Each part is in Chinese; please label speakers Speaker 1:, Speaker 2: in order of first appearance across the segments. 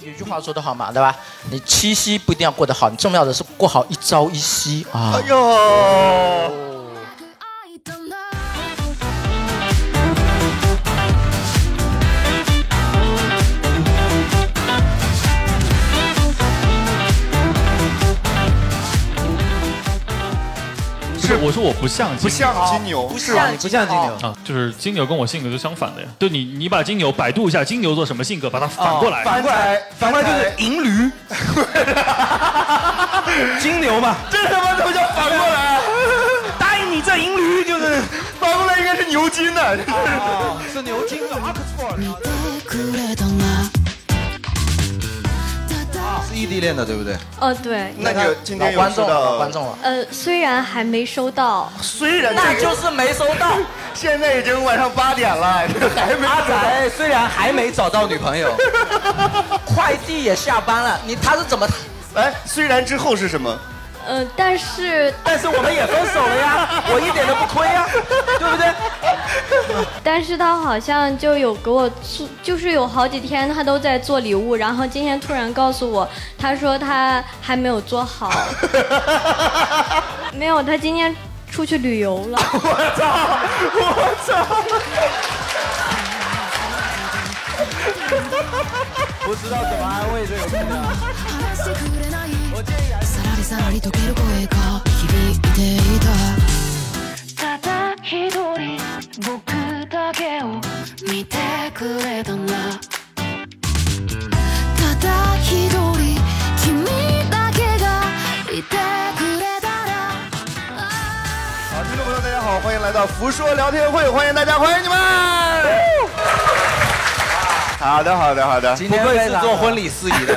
Speaker 1: 有句话说得好嘛，对吧？你七夕不一定要过得好，你重要的是过好一朝一夕啊。
Speaker 2: 哎呦，
Speaker 3: 是我说我不像金牛
Speaker 2: 不像金牛，
Speaker 1: 不
Speaker 2: 是
Speaker 1: 像
Speaker 2: 吧？
Speaker 1: 你不像金牛
Speaker 3: 啊，就是金牛跟我性格是相反的呀。就你你把金牛百度一下金牛座什么性格，把它反
Speaker 4: 哦
Speaker 3: 过来。
Speaker 5: 哦反过来，反过来就是银 驴，金牛嘛，
Speaker 2: 这呃他妈怎么叫反过来？
Speaker 5: 答应你这银驴就是
Speaker 2: 反过来应该是牛津
Speaker 4: 啊
Speaker 2: 的，
Speaker 5: 是牛津的 Oxford，
Speaker 4: 是异地恋的，对不对？
Speaker 6: 哦，对，
Speaker 2: 那就今天
Speaker 1: 老
Speaker 2: 有
Speaker 1: 观众
Speaker 2: 收
Speaker 1: 了，
Speaker 2: 到
Speaker 1: 老观众了，
Speaker 6: 呃，虽然还没收到，
Speaker 2: 虽然
Speaker 1: 那
Speaker 2: 这个
Speaker 1: 就是没收 到。
Speaker 2: 现在已经晚上八点了，还没
Speaker 4: 阿宅虽然还没找到女朋 友，
Speaker 1: 快递也下班了，你他是怎么？
Speaker 2: 哎，虽然之后是什么？
Speaker 6: 呃，但是
Speaker 5: 但是我们也分手了 呀，我一点都不亏呀，对不对？
Speaker 6: 但是他好像就有给我做，就是有好几天他都在做礼物，然后今天突然告诉我，他说他还没有做好，没有，他今天出去旅游了。
Speaker 5: 不知道怎么安慰这个姑娘。
Speaker 7: さらりさらり溶ける声が響いていたただ一人僕だけを見てくれたんだただ一人君だけがいてくれたら
Speaker 2: 好，听众朋友，大家好，欢迎来到福说聊天会，欢迎大家，欢迎你们。好的，好的，好的。
Speaker 4: 今天
Speaker 5: 愧是
Speaker 4: 是做婚礼司仪的，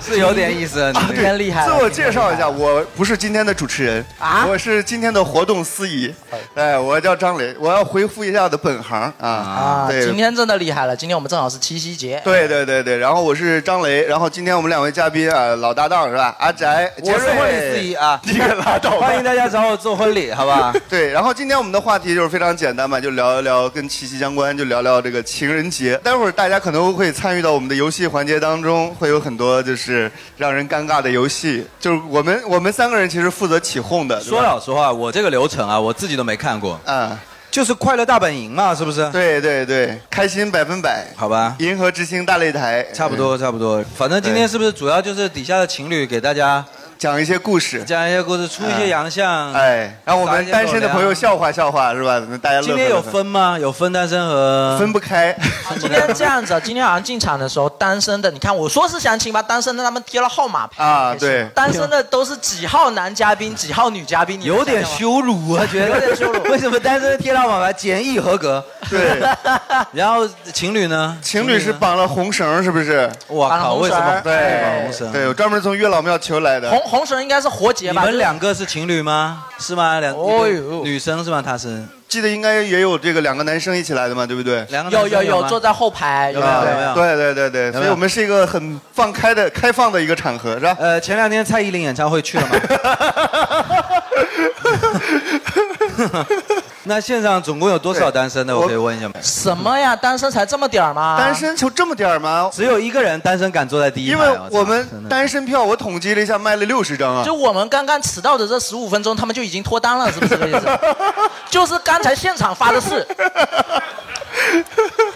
Speaker 4: 是有点意思。你
Speaker 1: 真厉害
Speaker 2: 啊自我介绍一下，我不是今天的主持人
Speaker 1: 啊
Speaker 2: 我是今天的活动司仪。哎，我叫张磊，我要恢复一下我的本行啊。
Speaker 1: 啊，
Speaker 2: 对
Speaker 1: 今天真的厉害了，今天我们正好是七夕节。
Speaker 2: 对对对对，然后我是张雷，然后今天我们两位嘉宾啊，老搭档是吧？阿宅，
Speaker 4: 我是婚礼司仪，啊，
Speaker 2: 你可拉倒吧
Speaker 4: 欢。迎大家找我做婚礼，好 吧？
Speaker 2: 对，然后今天我们的话题就是非常简单嘛，就聊一聊跟七夕相关，就聊聊这个情人节。待会儿大家可能会参与到我们的游戏环节当中，会有很多就是让人尴尬的游戏。就是我们我们三个人其实负责起哄的，对吧
Speaker 4: 说老实话，我这个流程啊，我自己都没看过，
Speaker 2: 啊，
Speaker 4: 就是快乐大本营嘛，是不是？
Speaker 2: 对对对，开心百分百，
Speaker 4: 好吧，
Speaker 2: 银河之星大擂台，嗯
Speaker 4: 差不多差不多。反正今天是不是主要就是底下的情侣给大家
Speaker 2: 嗯讲一些故事。
Speaker 4: 讲一些故事，出一些洋相？
Speaker 2: 哎，让我们单身的朋友笑话笑话是吧？大家乐呵
Speaker 4: 今天有
Speaker 2: 乐呵
Speaker 4: 分吗？有分单身和
Speaker 2: 分不开，
Speaker 1: 啊今天这样子啊，今天好像进场的时候，单身的，你看我说是相亲吧，单身的他们贴了号码牌
Speaker 2: 啊对
Speaker 1: 单身的都是几号男嘉宾，几号女嘉宾，你们
Speaker 4: 有点
Speaker 1: 想想吧
Speaker 4: 羞辱啊，觉得有点羞辱。 为什么单身贴到马牌简易合格？
Speaker 2: 对，
Speaker 4: 然后情侣呢？
Speaker 2: 情侣是
Speaker 4: 呢
Speaker 2: 绑了红绳是不是？
Speaker 4: 我
Speaker 1: 绑了
Speaker 4: 靠，
Speaker 1: 红
Speaker 4: 为什
Speaker 1: 绳
Speaker 4: 么
Speaker 1: 儿
Speaker 4: 对绑红绳？
Speaker 2: 对，有专门从月老庙求来的。
Speaker 1: 红红绳应该是活结
Speaker 4: 你
Speaker 1: 吧？
Speaker 4: 们两个是情侣吗？是吗？两
Speaker 1: 哦
Speaker 4: 哦
Speaker 1: 呦
Speaker 4: 女生是吗？她是
Speaker 2: 记得应该也有这个两个男生一起来的嘛，对不对？
Speaker 4: 两个
Speaker 1: 有
Speaker 4: 男
Speaker 1: 有
Speaker 4: 生
Speaker 1: 有
Speaker 4: 吗
Speaker 1: 坐在后
Speaker 2: 哎
Speaker 1: 排，有
Speaker 4: 有没啊有有没有
Speaker 2: 对对对对，
Speaker 4: 没有
Speaker 2: 所以我们是一个很放开的、开放的一个场合，是吧？
Speaker 4: 呃，前两天蔡依林演唱会去 了吗？那现场总共有多少单身的？
Speaker 2: 对
Speaker 4: 我可以问一下吗？
Speaker 1: 什么呀？单身才这么点儿吗？
Speaker 2: 单身就这么点儿吗？
Speaker 4: 只有一个人单身敢坐在第一排
Speaker 2: 因
Speaker 4: 啊，
Speaker 2: 为
Speaker 4: 操
Speaker 2: 我
Speaker 4: 真
Speaker 2: 们
Speaker 4: 的
Speaker 2: 单身票我统计了一下，卖了六十张啊
Speaker 1: 就。我们刚刚迟到的这十五分钟，他们就已经脱单了，是不是这个意思？就是刚才现场发的誓，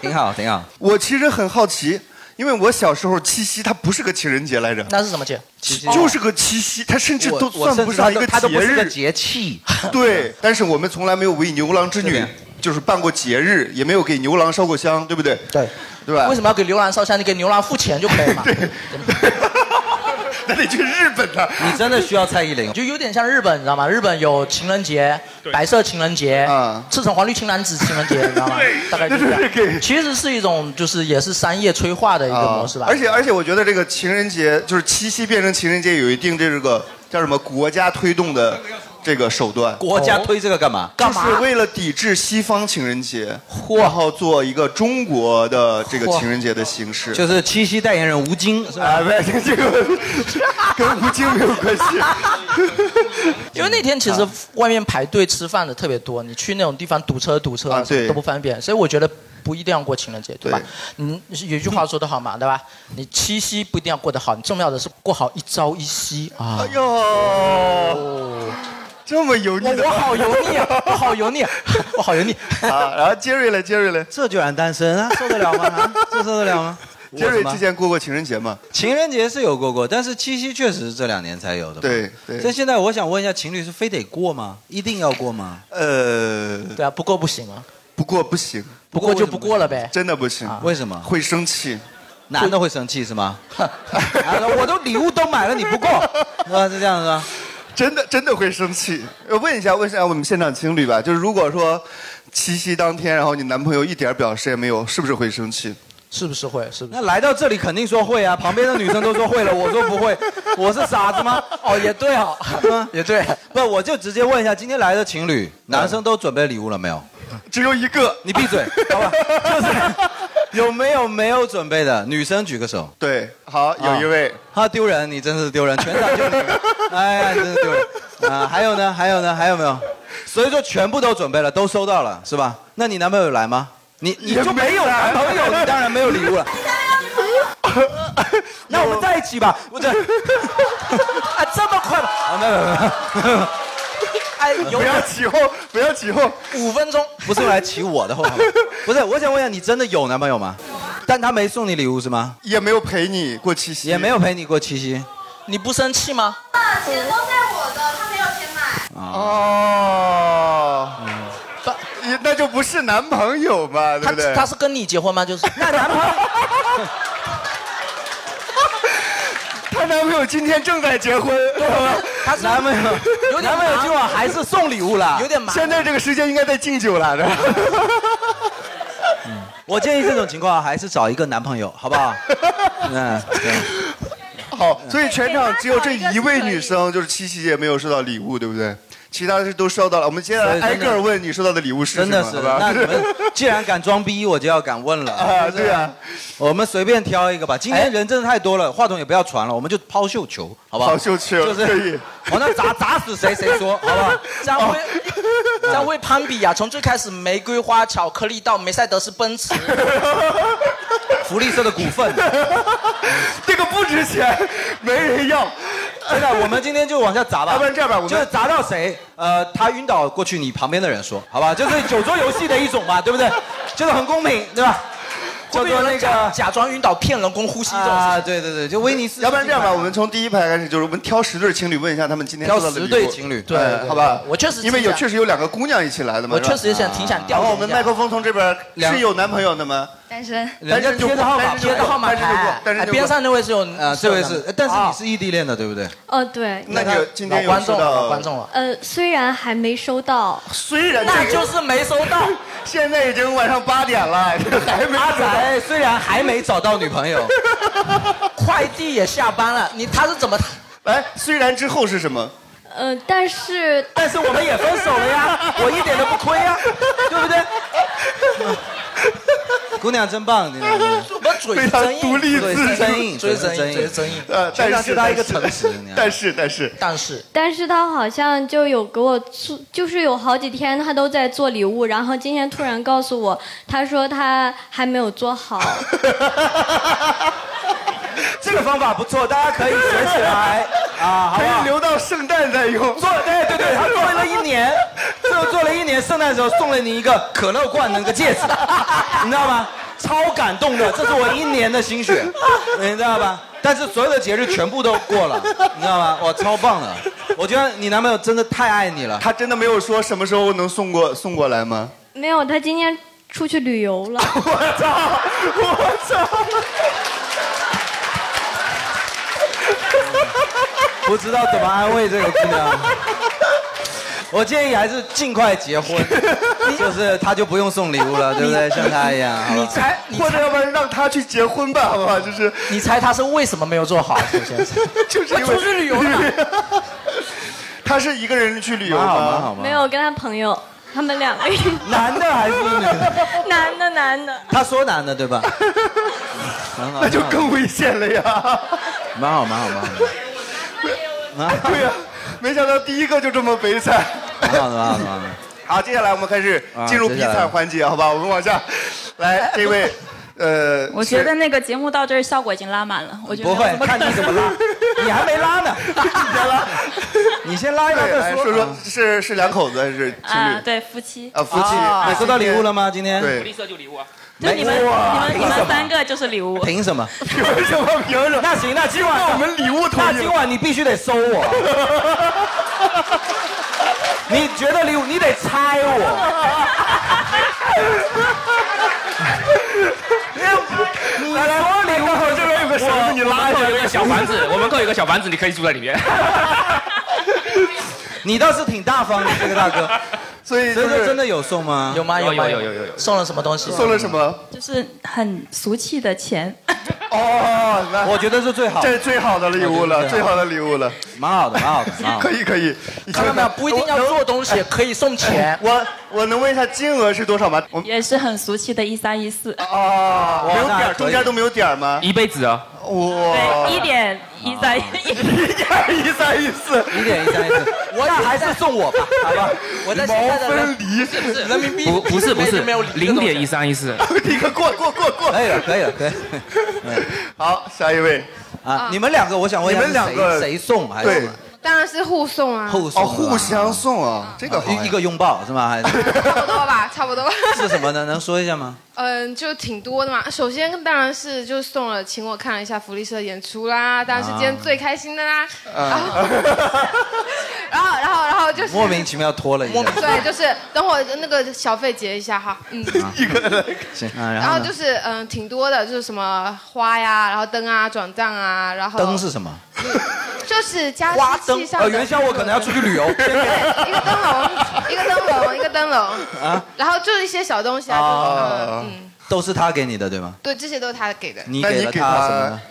Speaker 4: 挺好，挺好。
Speaker 2: 我其实很好奇，因为我小时候七夕它不是个情人节来着，
Speaker 1: 那是什么节？
Speaker 4: 其实
Speaker 2: 就是个七 夕，它甚至
Speaker 4: 我
Speaker 2: 都
Speaker 4: 我
Speaker 2: 算
Speaker 4: 甚
Speaker 2: 不
Speaker 4: 至
Speaker 2: 上
Speaker 4: 他
Speaker 2: 一
Speaker 4: 都
Speaker 2: 个
Speaker 4: 他都不
Speaker 2: 节
Speaker 4: 是个
Speaker 2: 日。
Speaker 4: 节气。
Speaker 2: 对，但是我们从来没有为牛郎织
Speaker 4: 这
Speaker 2: 女
Speaker 4: 边
Speaker 2: 就是办过节日，也没有给牛郎烧过香，对不对？
Speaker 1: 对，
Speaker 2: 对吧？
Speaker 1: 为什么要给牛郎烧香？你给牛郎付钱就可以嘛，
Speaker 2: 那得去日本呢、
Speaker 4: 你真的需要蔡依林？
Speaker 1: 就有点像日本，你知道吗？日本有情人节、白色情人节
Speaker 2: 嗯、
Speaker 1: 赤橙黄绿青蓝紫情人节，你知道吗？大概就是这
Speaker 2: 那就是给
Speaker 1: 样。其实是一种就是也是商业催化的一个模式吧。
Speaker 2: 而且而且，我觉得这个情人节就是七夕变成情人节，有一定这个叫什么国家推动的这个手段，
Speaker 4: 国家推这个哦干嘛？
Speaker 1: 干嘛
Speaker 2: 哦就是为了抵制西方情人节，然后做一个中国的这个情人节的形式。
Speaker 4: 就是七夕代言人吴京是吧？
Speaker 2: 啊，不 是这个 跟吴京没有关 系。
Speaker 1: 因为那天其实外面排队吃饭的特别多，你去那种地方堵车堵车
Speaker 2: 啊对
Speaker 1: 都不方便，所以我觉得不一定要过情人节，对吧？嗯，有一句话说得好嘛，对吧？你七夕不一定要过得好，重要的是过好一朝一夕啊。
Speaker 2: 哎呦，这么油腻的
Speaker 1: 我我好油腻啊！我好油腻、啊，我好油腻
Speaker 2: 啊！然后杰瑞嘞，杰瑞嘞，
Speaker 4: 这就俺单身啊，受得了吗？啊这受得了吗？
Speaker 2: 杰
Speaker 4: 我
Speaker 2: 瑞
Speaker 4: 什么
Speaker 2: 之前过过情人节吗？
Speaker 4: 情人节是有过过，但是七夕确实是这两年才有的嘛。
Speaker 2: 对 对
Speaker 4: 但现在我想问一下，情侣是非得过吗？一定要过吗？
Speaker 2: 呃，
Speaker 1: 对啊，不过不行啊，
Speaker 2: 不过不行，
Speaker 1: 不过就不过了呗。
Speaker 2: 真的不行。
Speaker 4: 为什么？
Speaker 2: 会生气。
Speaker 4: 男的会生气是吗？
Speaker 1: 啊我都礼物都买了，你不过，
Speaker 4: 啊，是这样是吧？
Speaker 2: 真的真的会生气。呃问一下，问一下我们现场情侣吧，就是如果说七夕当天，然后你男朋友一点表示也没有，是不是会生气？
Speaker 1: 是不是会？是不
Speaker 4: 那来到这里肯定说会啊，旁边的女生都说会了，我说不会，我是傻子吗？
Speaker 1: 哦，也 对哦， 也对。
Speaker 4: 不，我就直接问一下，今天来的情侣，男生都准备礼物了没有？
Speaker 2: 嗯只有一个。
Speaker 4: 你闭 嘴，好吧？就是有没有没有准备的女生举个手。
Speaker 2: 对，好，有一位。
Speaker 4: 他丢人，你真是丢人，全场就 你。哎呀，你真是丢人啊！还有呢？还有呢？还有没有？所以说全部都准备了，都收到了，是吧？那你男朋友有来吗？你你
Speaker 5: 也
Speaker 4: 就没有
Speaker 5: 没来
Speaker 4: 男朋友，你当然没有礼物了。
Speaker 5: 那我们在一起吧，我这啊这么快吗？
Speaker 4: 啊，没有没有没有，
Speaker 1: 哎，有
Speaker 2: 不要起哄，不要起哄。
Speaker 1: 五分钟，
Speaker 4: 不是用来起我的后，好 吧不是，我想问一下，你真的有男朋友吗？但他没送你礼物是吗？
Speaker 2: 也没有陪你过七夕，
Speaker 4: 也没有陪你过七夕。
Speaker 1: 你不生气吗？
Speaker 8: 钱都在我的，他没有钱买。
Speaker 4: 啊
Speaker 2: 哦，也嗯那就不是男朋友嘛，对
Speaker 1: 他
Speaker 2: 不对？
Speaker 1: 他是跟你结婚吗？就是
Speaker 5: 那男朋友
Speaker 2: 她男朋友今天正在结婚，
Speaker 1: 他是
Speaker 4: 男朋友，
Speaker 1: 有点
Speaker 5: 男朋友今晚还是送礼物了
Speaker 1: 有。点麻。
Speaker 2: 现在这个时间应该在敬酒了。是吧
Speaker 4: 我建议这种情况还是找一个男朋友，好不好？嗯，对。
Speaker 2: 好，
Speaker 1: 嗯
Speaker 2: 所以全场只有这一位女生，就是七夕也没有收到礼物，对不对？其他的都收到了。我们接下来挨个儿问你收到的礼物是什
Speaker 4: 真的
Speaker 2: 么，
Speaker 4: 是，
Speaker 2: 好吧
Speaker 4: 那 你们既然敢装逼，我就要敢问了
Speaker 2: 啊， 对啊，
Speaker 4: 我们随便挑一个吧。今天人真的太多了，话筒也不要传了，我们就抛绣球，好不好？
Speaker 2: 好秀气哦，
Speaker 4: 就是
Speaker 2: 可以。
Speaker 4: 往那砸砸死谁谁说，好不好？
Speaker 1: 张辉，
Speaker 2: 哦
Speaker 1: 张辉攀比啊，从最开始玫瑰花、巧克力到梅赛德斯奔 驰，
Speaker 4: 福利社的股份，
Speaker 2: 这个不值钱， 没人要。
Speaker 4: 真的，我们今天就往下砸吧。
Speaker 2: 要不然这样吧我们
Speaker 4: 就是砸到谁，呃，他晕倒过去，你旁边的人说，好吧？就是酒桌游戏的一种嘛， 对不对？就是很公平，对吧？
Speaker 1: 会
Speaker 4: 叫
Speaker 1: 不会
Speaker 4: 做
Speaker 1: 有
Speaker 4: 那
Speaker 1: 人
Speaker 4: 个
Speaker 1: 假假装晕倒骗人工呼吸这种事情？
Speaker 4: 啊，对对对，就威尼斯。
Speaker 2: 要不然这样吧，我们从第一排开始，就是我们挑十对情侣，问一下他们今天收
Speaker 4: 挑
Speaker 2: 到的礼物。哎
Speaker 4: 十对情侣，
Speaker 1: 对对对
Speaker 2: 好吧？
Speaker 1: 我确实
Speaker 2: 因为
Speaker 1: 挺
Speaker 2: 有
Speaker 1: 想
Speaker 2: 确实有两个姑娘一起来的嘛。
Speaker 1: 我
Speaker 2: 是吧
Speaker 1: 确实也想挺想调研
Speaker 2: 然
Speaker 1: 一
Speaker 2: 后
Speaker 1: 下。
Speaker 2: 我们麦克风从这边
Speaker 4: 两
Speaker 2: 是有男朋友的吗？
Speaker 8: 单身，
Speaker 4: 人家贴的号码
Speaker 2: 但是
Speaker 1: 贴的号码
Speaker 2: 但是就过
Speaker 1: 牌，
Speaker 2: 但是
Speaker 1: 哎
Speaker 2: 就过嗯
Speaker 1: 边上那位是有
Speaker 4: 呃，这位是
Speaker 1: 有，
Speaker 4: 但是
Speaker 2: 啊
Speaker 4: 你是异地恋的，对不对？
Speaker 6: 哦，对，
Speaker 2: 那你有今天
Speaker 1: 老
Speaker 2: 有
Speaker 1: 观
Speaker 2: 收
Speaker 1: 众
Speaker 2: 到
Speaker 1: 了，老观众了，
Speaker 6: 呃，虽然还没收到，
Speaker 2: 虽然
Speaker 1: 那
Speaker 2: 这
Speaker 1: 就
Speaker 2: 个
Speaker 1: 是没收到。
Speaker 2: 现在已经晚上八点了， 还没
Speaker 4: 阿仔虽然还没找到女朋友，
Speaker 1: 快递也下班了，你他是怎么？
Speaker 2: 来。哎虽然之后是什么？
Speaker 6: 呃，但是
Speaker 5: 但是我们也分手了呀，我一点都不亏呀，对不对？
Speaker 4: 姑娘真棒，你 们
Speaker 1: 我们嘴
Speaker 2: 非
Speaker 1: 是
Speaker 2: 常
Speaker 1: 真
Speaker 2: 独
Speaker 1: 硬，
Speaker 2: 立
Speaker 4: 对
Speaker 2: 自主。
Speaker 4: 真硬，
Speaker 1: 嘴
Speaker 4: 真
Speaker 1: 是真硬，
Speaker 4: 真
Speaker 1: 嘴
Speaker 4: 硬
Speaker 1: 是，真硬。
Speaker 2: 呃，
Speaker 4: 全
Speaker 2: 但
Speaker 4: 场
Speaker 2: 是
Speaker 4: 就他一个
Speaker 2: 但是
Speaker 4: 诚实你看
Speaker 2: 但是但是，
Speaker 1: 但是
Speaker 6: 但是他好像就有给我促，就是有好几天他都在做礼物，然后今天突然告诉我，他说他还没有做好。
Speaker 5: 这个方法不错，大家可以学起来 啊，好
Speaker 2: 可
Speaker 5: 不
Speaker 2: 以
Speaker 5: 好？
Speaker 2: 留到圣诞再用。
Speaker 4: 做了，对对对，他做了一 年，就做了一年，圣诞的时候送了你一个可乐罐的那个戒指， 你知道吗？超感动的，这是我一年的心 血，你知道吧？但是所有的节日全部都过了，你知道吗？哇，超棒的！我觉得你男朋友真的太爱你了。
Speaker 2: 他真的没有说什么时候能送过送过来吗？
Speaker 6: 没有，他今天出去旅游了。
Speaker 2: 我操！我操！
Speaker 4: 不知道怎么安慰这个姑娘。 我建议还是尽快结 婚，就是他就不用送礼物了，对不对？像他一样，好吧
Speaker 1: 猜，
Speaker 2: 或者要不然让他去结婚吧，好不好？就是
Speaker 1: 你猜他是为什么没有做好？首先 是
Speaker 2: 就是因为
Speaker 1: 出去旅游
Speaker 2: 了。 他是一个人去旅游
Speaker 4: 蛮好蛮
Speaker 2: 吗？
Speaker 4: 好吗？
Speaker 6: 没有跟他朋友，他们两个一起
Speaker 4: 男的还是女的？
Speaker 6: 男的男的，
Speaker 4: 他说男的对 吧？很好，
Speaker 2: 那就
Speaker 4: 蛮好
Speaker 2: 更危险了呀！
Speaker 4: 蛮好，蛮好， 蛮好，蛮好，
Speaker 1: 啊
Speaker 2: 对呀、没想到第一个就这么悲惨。
Speaker 4: 蛮好的，蛮好的，蛮好的。
Speaker 2: 好，接下来我们开始进入比
Speaker 4: 啊接下来
Speaker 2: 惨环节，好吧？我们往下， 来，这位，呃，
Speaker 9: 我觉得那个节目到这儿效果已经拉满了，我觉得
Speaker 4: 不会，看你怎么 拉，你还没拉
Speaker 10: 啊
Speaker 4: 呢，你先拉，你先拉一拉
Speaker 2: 对，
Speaker 4: 再
Speaker 2: 来
Speaker 4: 说。
Speaker 2: 说说是是两口子还是情
Speaker 9: 啊，
Speaker 2: 侣？
Speaker 9: 对夫妻
Speaker 2: 啊，夫妻。那
Speaker 4: 你收到
Speaker 2: 今
Speaker 4: 礼
Speaker 2: 天
Speaker 4: 物了？吗？今天
Speaker 2: 对，
Speaker 5: 色就礼物啊。
Speaker 9: 就你们你
Speaker 4: 啊
Speaker 9: 们你们三个就是礼物，
Speaker 4: 凭什么？
Speaker 2: 凭什么凭什么？
Speaker 4: 那行，那今晚
Speaker 2: 那我们礼物统
Speaker 4: 那
Speaker 2: 一
Speaker 4: 今晚你必须得收我。 你觉得礼物，你得猜我。
Speaker 2: 哎
Speaker 4: 你来来，我礼物我这边有个绳子，你拉一
Speaker 5: 各有一个小房子，我们各有一个小房子，你可以住在 里面。
Speaker 4: 你倒是挺大方的，这个大哥。
Speaker 2: 所以就
Speaker 4: 真的真
Speaker 2: 是
Speaker 4: 的有送吗？
Speaker 1: 有吗？
Speaker 5: 有
Speaker 1: 吗？
Speaker 5: 有有有有
Speaker 1: 送了什么东西？
Speaker 2: 送了什么？
Speaker 9: 就是很俗气的钱。
Speaker 2: 哦，那
Speaker 4: 我觉得是最好，
Speaker 2: 这是最好的礼物了，最好的礼物了，
Speaker 4: 蛮好的，蛮好的，蛮好的
Speaker 2: 可。以可以。你
Speaker 1: 看到没有？不一定要做东 西，可以送钱。
Speaker 2: 我我能问一下金额是多少吗？我们
Speaker 9: 也是很俗气的，一三一四，
Speaker 2: 啊，没有点
Speaker 4: 那可
Speaker 2: 儿，
Speaker 4: 以
Speaker 2: 中间都没有点儿吗？
Speaker 5: 一辈子啊，
Speaker 9: 对，
Speaker 2: 哇，
Speaker 9: 一点一三一，
Speaker 2: 一三一 四，
Speaker 4: 哦一点一三一四，我那还是送我吧，好吧？
Speaker 1: 我在现
Speaker 2: 毛
Speaker 1: 在的人
Speaker 2: 分离，
Speaker 1: 人民币
Speaker 5: 不不是不是
Speaker 1: 没有，
Speaker 5: 零点一三一四，
Speaker 2: 立刻过过过过。
Speaker 4: 可以了，可以了，可以了。
Speaker 2: 好，下一位，
Speaker 4: 啊，你们两个，我想问一下，
Speaker 2: 你们两个
Speaker 4: 是谁谁送还是
Speaker 2: 对
Speaker 4: 什么，
Speaker 8: 当然是互送啊，
Speaker 4: 互
Speaker 2: 哦，
Speaker 4: 送的吧？
Speaker 2: 互相送啊，这个好呀
Speaker 4: 一一个拥抱是吗？还是
Speaker 8: 差不多吧，差不多。
Speaker 4: 是什么呢？能说一下吗？
Speaker 8: 嗯，就挺多的嘛。首先当然是就送了，请我看了一下福利社的演出啦，当然是今天最开心的啦。然后，然后，然后，然后就
Speaker 4: 啊
Speaker 8: 是
Speaker 4: 莫名其妙拖了一下，
Speaker 8: 对，就是等会儿那个小费结一下哈，嗯。
Speaker 4: 行啊，然
Speaker 8: 然
Speaker 4: 后
Speaker 8: 后
Speaker 4: 呢
Speaker 8: 就是嗯，挺多的，就是什么花呀，然后灯啊、转账啊，然后
Speaker 4: 灯是什么？
Speaker 8: 就是加湿器上的。
Speaker 4: 呃，元宵我可能要出去旅游，
Speaker 8: 对，一个灯笼，一个灯笼，一个灯笼
Speaker 4: 啊
Speaker 8: 然后就是一些小东西啊，就是
Speaker 2: 啊
Speaker 8: 嗯嗯，
Speaker 4: 都是他给你的对吗？
Speaker 8: 对，这些都是他给的。
Speaker 4: 哦你
Speaker 2: 那你
Speaker 4: 给了
Speaker 2: 给
Speaker 4: 他
Speaker 2: 他
Speaker 4: 什么呢？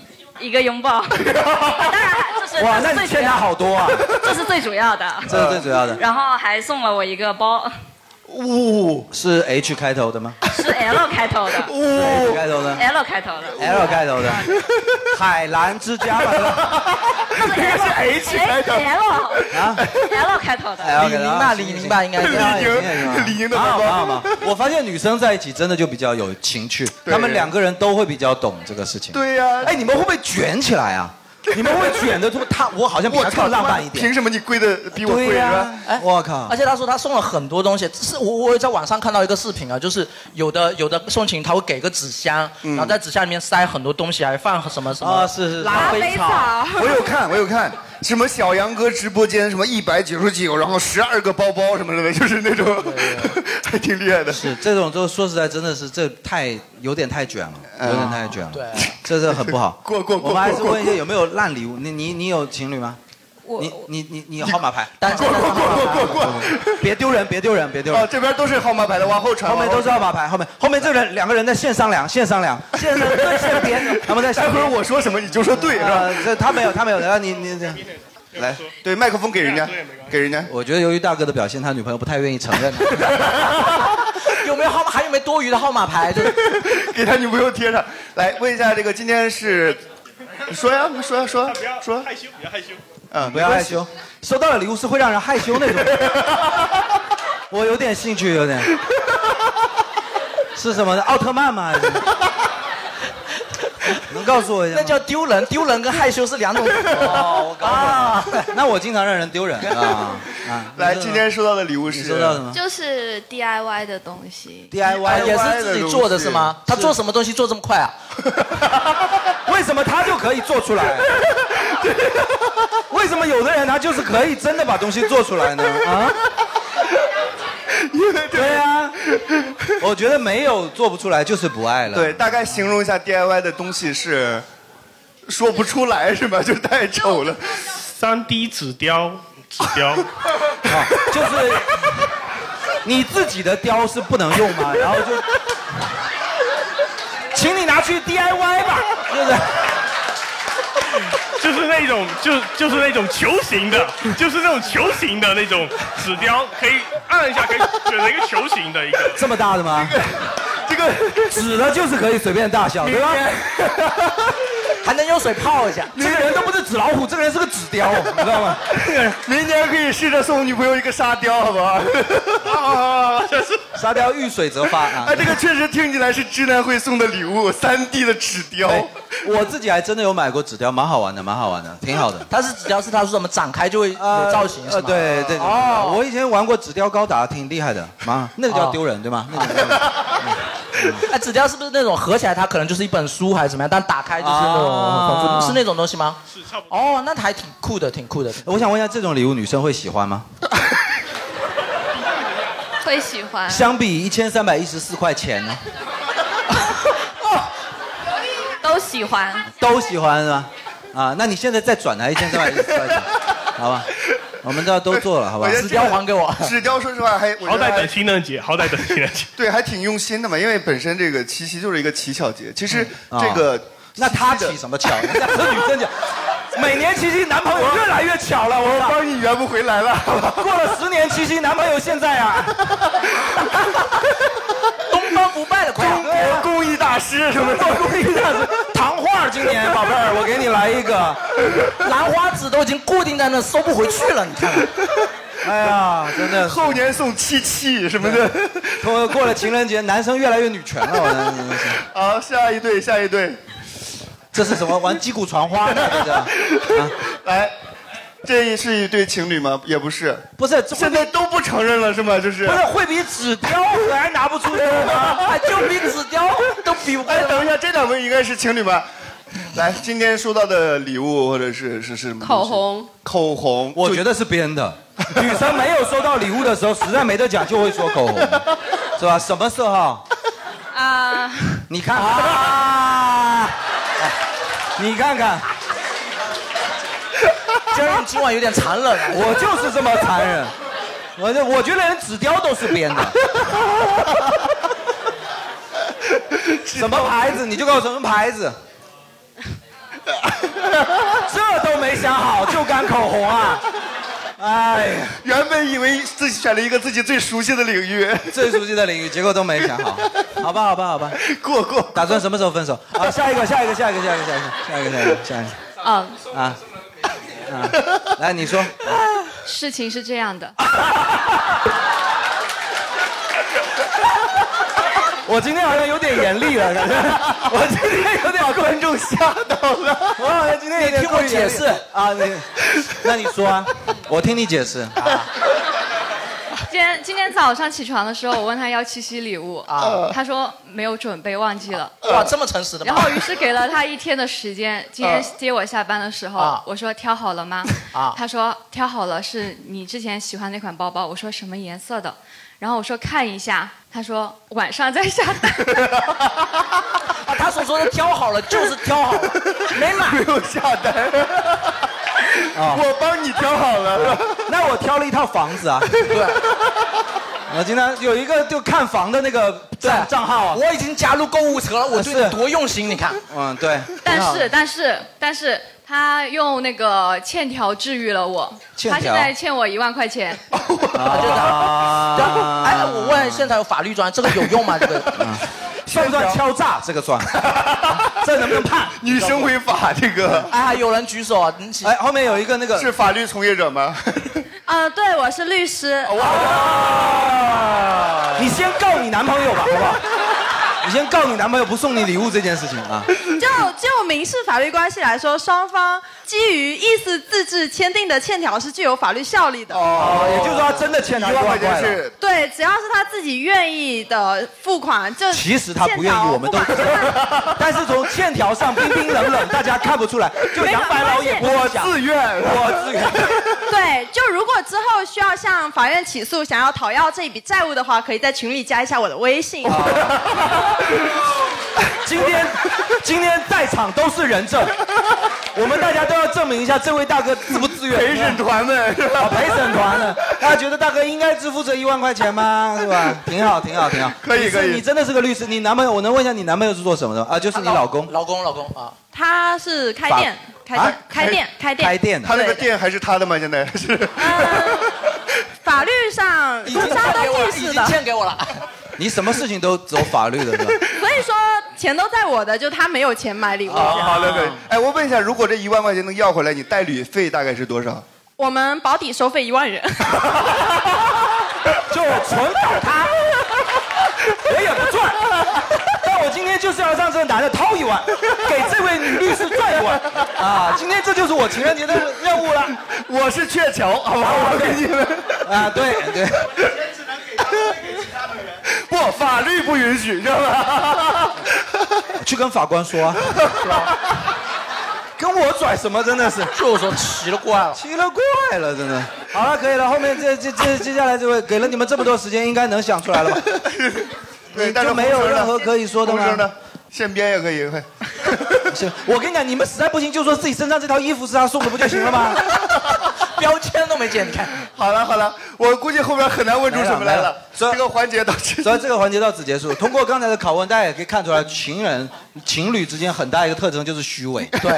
Speaker 9: 一个拥 抱。当然，这是
Speaker 4: 哇，那
Speaker 9: 这
Speaker 4: 你
Speaker 9: 是最
Speaker 4: 欠他
Speaker 9: 主要，
Speaker 4: 好 多啊，
Speaker 9: 这是最主要的。
Speaker 4: 这是最主要的。
Speaker 9: 然后还送了我一个包，
Speaker 4: 呜，是 H 开头的吗？
Speaker 9: 是 L 开头 的
Speaker 4: 是 H 开头的
Speaker 9: ，L 开头的，
Speaker 4: ，L 开头 的，海蓝之家吧？
Speaker 9: 那
Speaker 4: 哎
Speaker 9: 个 H 开头，L
Speaker 4: 啊，
Speaker 9: L 开头的，
Speaker 4: L
Speaker 1: 李
Speaker 4: 给
Speaker 1: 宁
Speaker 4: 他
Speaker 1: 吧，李宁吧，应该是。
Speaker 4: 哎
Speaker 2: 李
Speaker 4: 行行行
Speaker 2: 宁，李宁的
Speaker 4: 蛮
Speaker 2: 包
Speaker 4: 好蛮好
Speaker 2: 包，
Speaker 4: 蛮好。啊我发现女生在一起真的就比较有情趣，
Speaker 2: 对
Speaker 4: 她们两个人都会比较懂这个事情。
Speaker 2: 对呀，
Speaker 4: 哎，你们会不会卷起来啊？你们会不会卷的，他 我好像比
Speaker 2: 我
Speaker 4: 他
Speaker 2: 操，
Speaker 4: 更浪漫一
Speaker 2: 凭
Speaker 4: 点。
Speaker 2: 什么你贵的比我贵
Speaker 4: 对
Speaker 2: 是
Speaker 4: 呀
Speaker 2: 吧？，
Speaker 1: 哎
Speaker 4: 我靠
Speaker 1: 而！且他说他送了很多东西，是我我有在网上看到一个视频啊，就是有的有的送情他会给个纸箱，然后在纸箱里面塞很多东西啊，还放什么什么
Speaker 4: 嗯啊，是是是，
Speaker 1: 拉菲草，
Speaker 2: 我有看，我有看，什么小杨哥直播间什么一百九十九，然后十二个包包什么的，就是 那种，还挺厉害的。
Speaker 4: 是这种，就说实在，真的是这太有点太卷了，有点太卷了。
Speaker 1: 对，
Speaker 4: 这是很不好。
Speaker 2: 嗯 过过过
Speaker 4: 我们还是
Speaker 2: 过过
Speaker 4: 问一下有没有烂礼物？你你你有情侣吗？
Speaker 9: 我
Speaker 4: 你你你你有号码牌，
Speaker 1: 但是
Speaker 2: 过过过过
Speaker 4: 别丢人，别丢人，别丢
Speaker 2: 过！
Speaker 4: 人
Speaker 2: 啊，。这边都是号码牌的，往后传。
Speaker 4: 后面都是号码牌，后面后面这个人两个人在线商量，线商量，线商量，线别， 他们在
Speaker 2: 待
Speaker 4: 线
Speaker 2: 会
Speaker 4: 别
Speaker 2: 儿。我说什么你就说对是吧？
Speaker 4: 呃，这他没有，他没有，然后你你 这。
Speaker 2: 来，对，麦克风给人家，给人家。
Speaker 4: 我觉得由于大哥的表现，他女朋友不太愿意承 认。
Speaker 1: 有没有号码？还有没有多余的号码牌？就是
Speaker 2: 给他女朋友贴上。来问一下，这个今天是，你说呀，你说呀，说呀说。害羞，比较害羞。嗯，
Speaker 4: 不要害羞，收到的礼物是会让人害羞那种。 我有点兴趣，有点。是什么？奥特曼吗？还是能告诉我一下
Speaker 1: 那
Speaker 4: 吗？
Speaker 1: 叫丢人，丢人跟害羞是 两种。哦，我搞
Speaker 4: 啊，那我经常让人丢人啊啊！
Speaker 2: 来，
Speaker 4: 你
Speaker 2: 今天收到的礼物是
Speaker 4: 你收到什么
Speaker 9: 就是 DIY 的东西。
Speaker 1: 啊也
Speaker 4: ？DIY
Speaker 1: 是自己做的是吗？他做什么东西做这么快啊？
Speaker 4: 为什么他就可以做出来？为什么有的人他就是可以真的把东西做出来呢？啊？ 对啊，我觉得没有做不出来，就是不爱了。
Speaker 2: 对，，大概形容一下 DIY 的东西是，说不出来是吧？就太丑了。
Speaker 11: 三 D 纸雕，纸 雕，
Speaker 4: 啊，就是你自己的雕是不能用吗？然后就，请你拿去 DIY 吧，就是
Speaker 11: 就是那种，就就是那种球形的，就是那种球形的那种纸雕，可以按一下，可以选择一个球形的一个。
Speaker 4: 这么大的吗？
Speaker 2: 这个
Speaker 4: 纸的就是可以随便大小，对吧？
Speaker 1: 还能用水泡一下。
Speaker 4: 这个人都不是纸老虎，这个人是个纸 雕，你知道吗？
Speaker 2: 明年可以试着送女朋友一个沙雕，好不好？啊，这是
Speaker 4: 沙雕遇水则发啊
Speaker 2: 哎，！这个确实听起来是知南会送的礼物，三 D 的纸雕。
Speaker 4: 哎我自己还真的有买过纸雕，蛮好玩的，蛮好玩的，挺好的。
Speaker 1: 它是纸雕，是它说什么展开就会有
Speaker 4: 呃
Speaker 1: 造型，是
Speaker 4: 呃
Speaker 1: 吗？
Speaker 4: 对对对。
Speaker 1: 哦
Speaker 4: 对我以前玩过纸雕高达，挺厉害的，妈，那个叫丢人对吗？那个
Speaker 1: 哎，纸雕是不是那种合起来它可能就是一本书还是怎么样？但打开就是那种很复
Speaker 4: 啊
Speaker 1: 是那种东西吗？是差不多。哦，那还挺酷的，挺酷的。
Speaker 4: 我想问一下，这种礼物女生会喜欢吗？
Speaker 9: 会喜欢。
Speaker 4: 相比一千三百一十四块钱呢，
Speaker 9: 都 喜欢，
Speaker 4: 都喜欢是吧？啊，那你现在再转来一千三百一 十四块钱，好吧？我们这都做了，好吧？
Speaker 2: 纸雕说实话还
Speaker 11: 好歹等
Speaker 2: 情人节，好歹等 情人节。对，还挺用心的嘛，因为本身这个七夕就是一个乞巧节，其实
Speaker 4: 嗯
Speaker 2: 这个、
Speaker 4: 啊那他乞什 么巧？这女生讲，
Speaker 2: 每年
Speaker 4: 七夕男朋友越来越巧了，我
Speaker 2: 帮你圆不回来了。
Speaker 4: 过了十年七夕，男朋友现在啊，
Speaker 1: 东方不败的快
Speaker 4: 中国
Speaker 2: 工艺大师
Speaker 4: 是不是？工艺大师，糖画今年宝贝儿，我给你来一个。
Speaker 1: 兰花指都已经固定在那，收不回去了。你看，
Speaker 4: 哎呀，真的，
Speaker 2: 后 年送七七什么的。
Speaker 4: 过过了情人节，男生越来越女权了，我的真的是
Speaker 2: 好，下一对，下一对，
Speaker 4: 这是什么玩击鼓传花呢？这是。 啊
Speaker 2: 来，这是一对情侣吗？也不是，
Speaker 4: 不是，
Speaker 2: 现在都不承认了是吗？就是
Speaker 4: 不是会比纸雕 还拿不出手 吗？
Speaker 1: 就比纸雕都比不。
Speaker 2: 哎，等一下，这两位应该是情侣吧？来，今天收到的礼物或者是是是什么？
Speaker 8: 口。红，
Speaker 2: 口红，
Speaker 4: 我觉得是编的。 女生没有收到礼物的时候，实在没得讲，就会说口红，是吧？什么色号？
Speaker 8: 啊，
Speaker 4: 你看看，啊你看看，
Speaker 1: 今儿你今晚有点残忍啊。
Speaker 4: 我就是这么残忍。我就我觉得连纸雕都是编的。什么牌子？你就告诉我什么牌子。这都没想好，就敢口红 啊！哎呀，
Speaker 2: 原本以为自己选了一个自己最熟悉的领域，
Speaker 4: 最熟悉的领域，结果都没想 好。好吧，好吧，好吧，
Speaker 2: 过过。
Speaker 4: 打算什么时候分手？啊，下一个，下一个，下一个，下一个，下一个，下一个，下一个，
Speaker 9: 嗯，
Speaker 4: 啊啊！来，你说，
Speaker 9: 事情是这样的，
Speaker 4: 我今天好像有点严厉了， 感觉我今天有点把观众吓到了。我好像今天有点
Speaker 1: 你听我解释
Speaker 4: 啊，你那你说啊，我听你解释啊。
Speaker 9: 今天今天早上起床的时候，我问他要七夕礼物
Speaker 1: 啊
Speaker 9: 啊，他说没有准备，忘记了。
Speaker 1: 哇，这么诚实的吗。
Speaker 9: 然后于是给了他一天的时间。今天
Speaker 1: 啊
Speaker 9: 接我下班的时候，
Speaker 1: 啊
Speaker 9: 我说挑好了 吗？
Speaker 1: 啊
Speaker 9: 他说挑好了，是你之前喜欢那款包包。我说什么颜色的？然后我说看一下，他说晚上再下单。
Speaker 1: 啊，他所说的挑好了就是挑好了， 没买。
Speaker 2: 没有下单。
Speaker 4: 我
Speaker 2: 帮你挑好了。
Speaker 4: 哦那我挑了一套房子 啊。对。我今天有一个就看房的那个账账号啊。
Speaker 1: 我已经加入购物车了，我对
Speaker 4: 是
Speaker 1: 你多用心，你看。
Speaker 4: 嗯，对。
Speaker 9: 但
Speaker 4: 很好
Speaker 9: 是但是但是他用那个欠条治愈了我，
Speaker 1: 欠
Speaker 9: 他
Speaker 1: 条
Speaker 9: 现在欠我一万块钱。
Speaker 1: 然
Speaker 4: 啊
Speaker 1: 后，哎，我问现场有法律专，这个有用吗？这个
Speaker 4: 算不算敲诈？这个 算。这能不能判？
Speaker 2: 啊女生违法这个。
Speaker 1: 哎，有人举手啊！你起
Speaker 4: 哎，后面有一个那个
Speaker 2: 是法律从业者吗？
Speaker 9: 啊、
Speaker 10: 呃
Speaker 9: 对，我是律师。
Speaker 4: 哦你先告你男朋友吧，好不 好？你先告你男朋友不送你礼物这件事情啊。
Speaker 10: 就就民事法律关系来说，双方基于意思自治签订的欠条是具有法律效力的。
Speaker 4: 哦，也就是说他真的欠他一万块钱是。
Speaker 10: 对，只要是他自己愿意的付款，就
Speaker 4: 其实他不愿意，我们都知道。 但是从欠条上冰冰冷冷，大家看不 出来。就杨白劳也不会讲
Speaker 2: 我自愿
Speaker 4: 我自愿。
Speaker 10: 对，就如果之后需要向法院起诉，想要讨要这一笔债务的话，可以在群里加一下我的微信。
Speaker 1: 哦
Speaker 4: 今天今天在场都是人证，我们大家都要证明一下这位大哥自不自愿。
Speaker 2: 陪审团们是吧
Speaker 4: 啊陪审团呢？大家觉得大哥应该支付这一万块钱吗？是吧？挺好，挺好，挺好。
Speaker 2: 可以
Speaker 4: 你是
Speaker 2: 可以
Speaker 4: 你真的是个律师，你男朋友，我能问一下你男朋友是做什么的吗啊？就是你老公。
Speaker 1: 老公，老公啊，
Speaker 10: 他是开店，开
Speaker 4: 啊
Speaker 10: 店，开店，开店，
Speaker 2: 他那个
Speaker 10: 对
Speaker 2: 店还是他的吗？现在是
Speaker 10: 法律上
Speaker 1: 已经
Speaker 10: 双方
Speaker 1: 欠给我
Speaker 10: 都
Speaker 1: 了，已
Speaker 10: 既视
Speaker 1: 经
Speaker 10: 的，
Speaker 1: 欠给我了。
Speaker 4: 你什么事情都走法律的，是吧？
Speaker 10: 所以说钱都在我的，就他没有钱买
Speaker 1: 哦
Speaker 10: 礼物。
Speaker 2: 啊好的，对。哎，我问一下，如果这一万块钱能要回来，你代理费大概是多少？
Speaker 10: 我们保底收费一万元。
Speaker 4: 就纯搞他， 天就是要让这个男的掏一万，给这位女律师赚一 万啊！今天这就是我情人节的任务了。
Speaker 2: 我是鹊桥，好吧，我给你们
Speaker 4: 啊，对对，
Speaker 2: 不，法律不允许，知道吧？
Speaker 4: 去跟法官说啊，是吧？跟我拽什么？真的是，
Speaker 1: 就是说奇了怪了，
Speaker 4: 奇了怪了，真的。好了，可以了，后面这这这接下来这位给了你们这么多时间，应该能想出来了吧？
Speaker 2: 对，
Speaker 4: 你
Speaker 2: 但是
Speaker 4: 就没有
Speaker 2: 红绳呢
Speaker 4: 任何可以说的吗
Speaker 2: 红绳呢？现编也可以，快
Speaker 4: 行， 我跟你讲，你们实在不行就说自己身上这套衣服是他送的，不就行了吗？
Speaker 1: 标签都没见，你看。
Speaker 2: 好了好了，我估计后面很难问出什么来了。
Speaker 4: 所以这
Speaker 2: 个环节到此，
Speaker 4: 所以这个环节到此结束。通过刚才的拷问，大家也可以看出来，情人情侣之间很大一个特征就是虚 伪。对，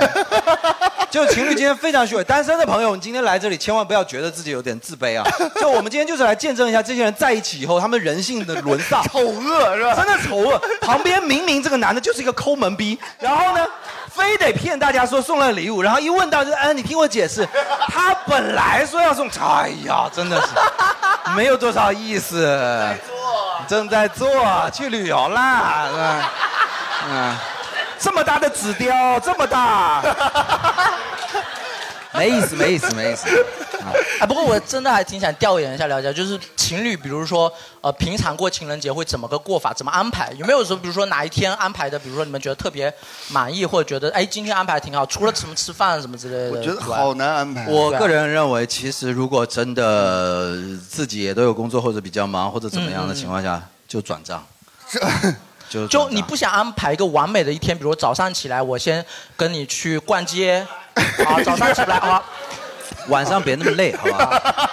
Speaker 4: 就是情侣之间非常虚伪。单身的朋友，你今天来这里千万不要觉得自己有点自卑啊！就我们今天就是来见证一下这些人在一起以后，他们人性的沦丧、
Speaker 2: 丑恶是吧？
Speaker 4: 真的丑恶。旁边明明这个男的就是一个抠门逼，然后呢，非得骗大家说送了礼物，然后一问到就是，哎，你听我解释，他本来说要送，哎呀，真的 是没有多少意思。正在做，去旅游啦， 嗯，嗯， 这么大的纸雕，这么 大，没意思，没意思，没意思。
Speaker 1: 哎，不过我真的还挺想调研一下了解，就是情侣，比如说呃，平常过情人节会怎么个过法，怎么安排？有没有说，比如说哪一天安排的，比如说你们觉得特别满意，或者觉得哎今天安排挺好，除了什么吃饭什么之类的，
Speaker 2: 我觉得好难安
Speaker 1: 嗯
Speaker 2: 排。啊
Speaker 4: 我个人认为，其实如果真的自己也都有工作或者比较忙或者怎么样的情
Speaker 1: 嗯
Speaker 4: 况下，就转账，就
Speaker 1: 就你不想安排一个完美的一天，比如早上起来我先跟你去逛 街，啊，早上起来啊，
Speaker 4: 晚上别那么累，好 不好？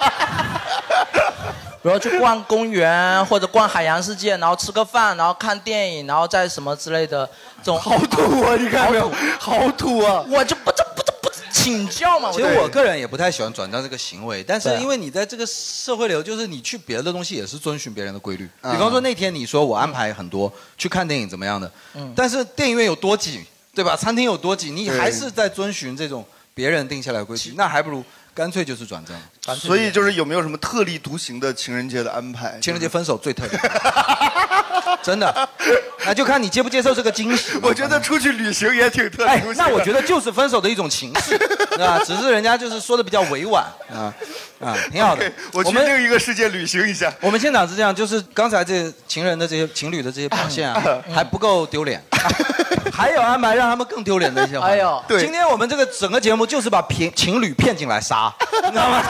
Speaker 1: 然后去逛公园或者逛海洋世界，然后吃个饭，然后看电影，然后再什么之类的这种。好
Speaker 2: 土啊！你看没有？好土啊！
Speaker 1: 我就不这不这不请教嘛。
Speaker 4: 其实我个人也不太喜欢转账这个行为，但是
Speaker 1: 对啊
Speaker 4: 因为你在这个社会流，就是你去别的东西也是遵循别人的规律。
Speaker 2: 嗯
Speaker 4: 比方说那天你说我安排很多去看电影怎么样的，
Speaker 2: 嗯
Speaker 4: 但是电影院有多挤，对吧？餐厅有多挤，你
Speaker 2: 对
Speaker 4: 还是在遵循这种别人定下来的规矩，那还不如干脆就是转账。
Speaker 2: 所以就是有没有什么特立独行的情人节的安排？
Speaker 4: 情人节分手最特别， 真的，那就看你接不接受这个惊喜。
Speaker 2: 我觉得出去旅行也挺特立
Speaker 4: 哎
Speaker 2: 独行的。，
Speaker 4: 那我觉得就是分手的一种情式， 对吧？只是人家就是说的比较委婉啊啊，挺好的
Speaker 2: OK，。我去
Speaker 4: 们
Speaker 2: 另一个世界旅行一下。
Speaker 4: 我们现场是这样，就是刚才这情人的这些情侣的这些表现
Speaker 2: 嗯
Speaker 4: 啊，还不够丢脸， 还有安排让他们更丢脸的一些话。
Speaker 1: 哎呦
Speaker 4: 对，今天我们这个整个节目就是把平情侣骗进来杀，你知道吗？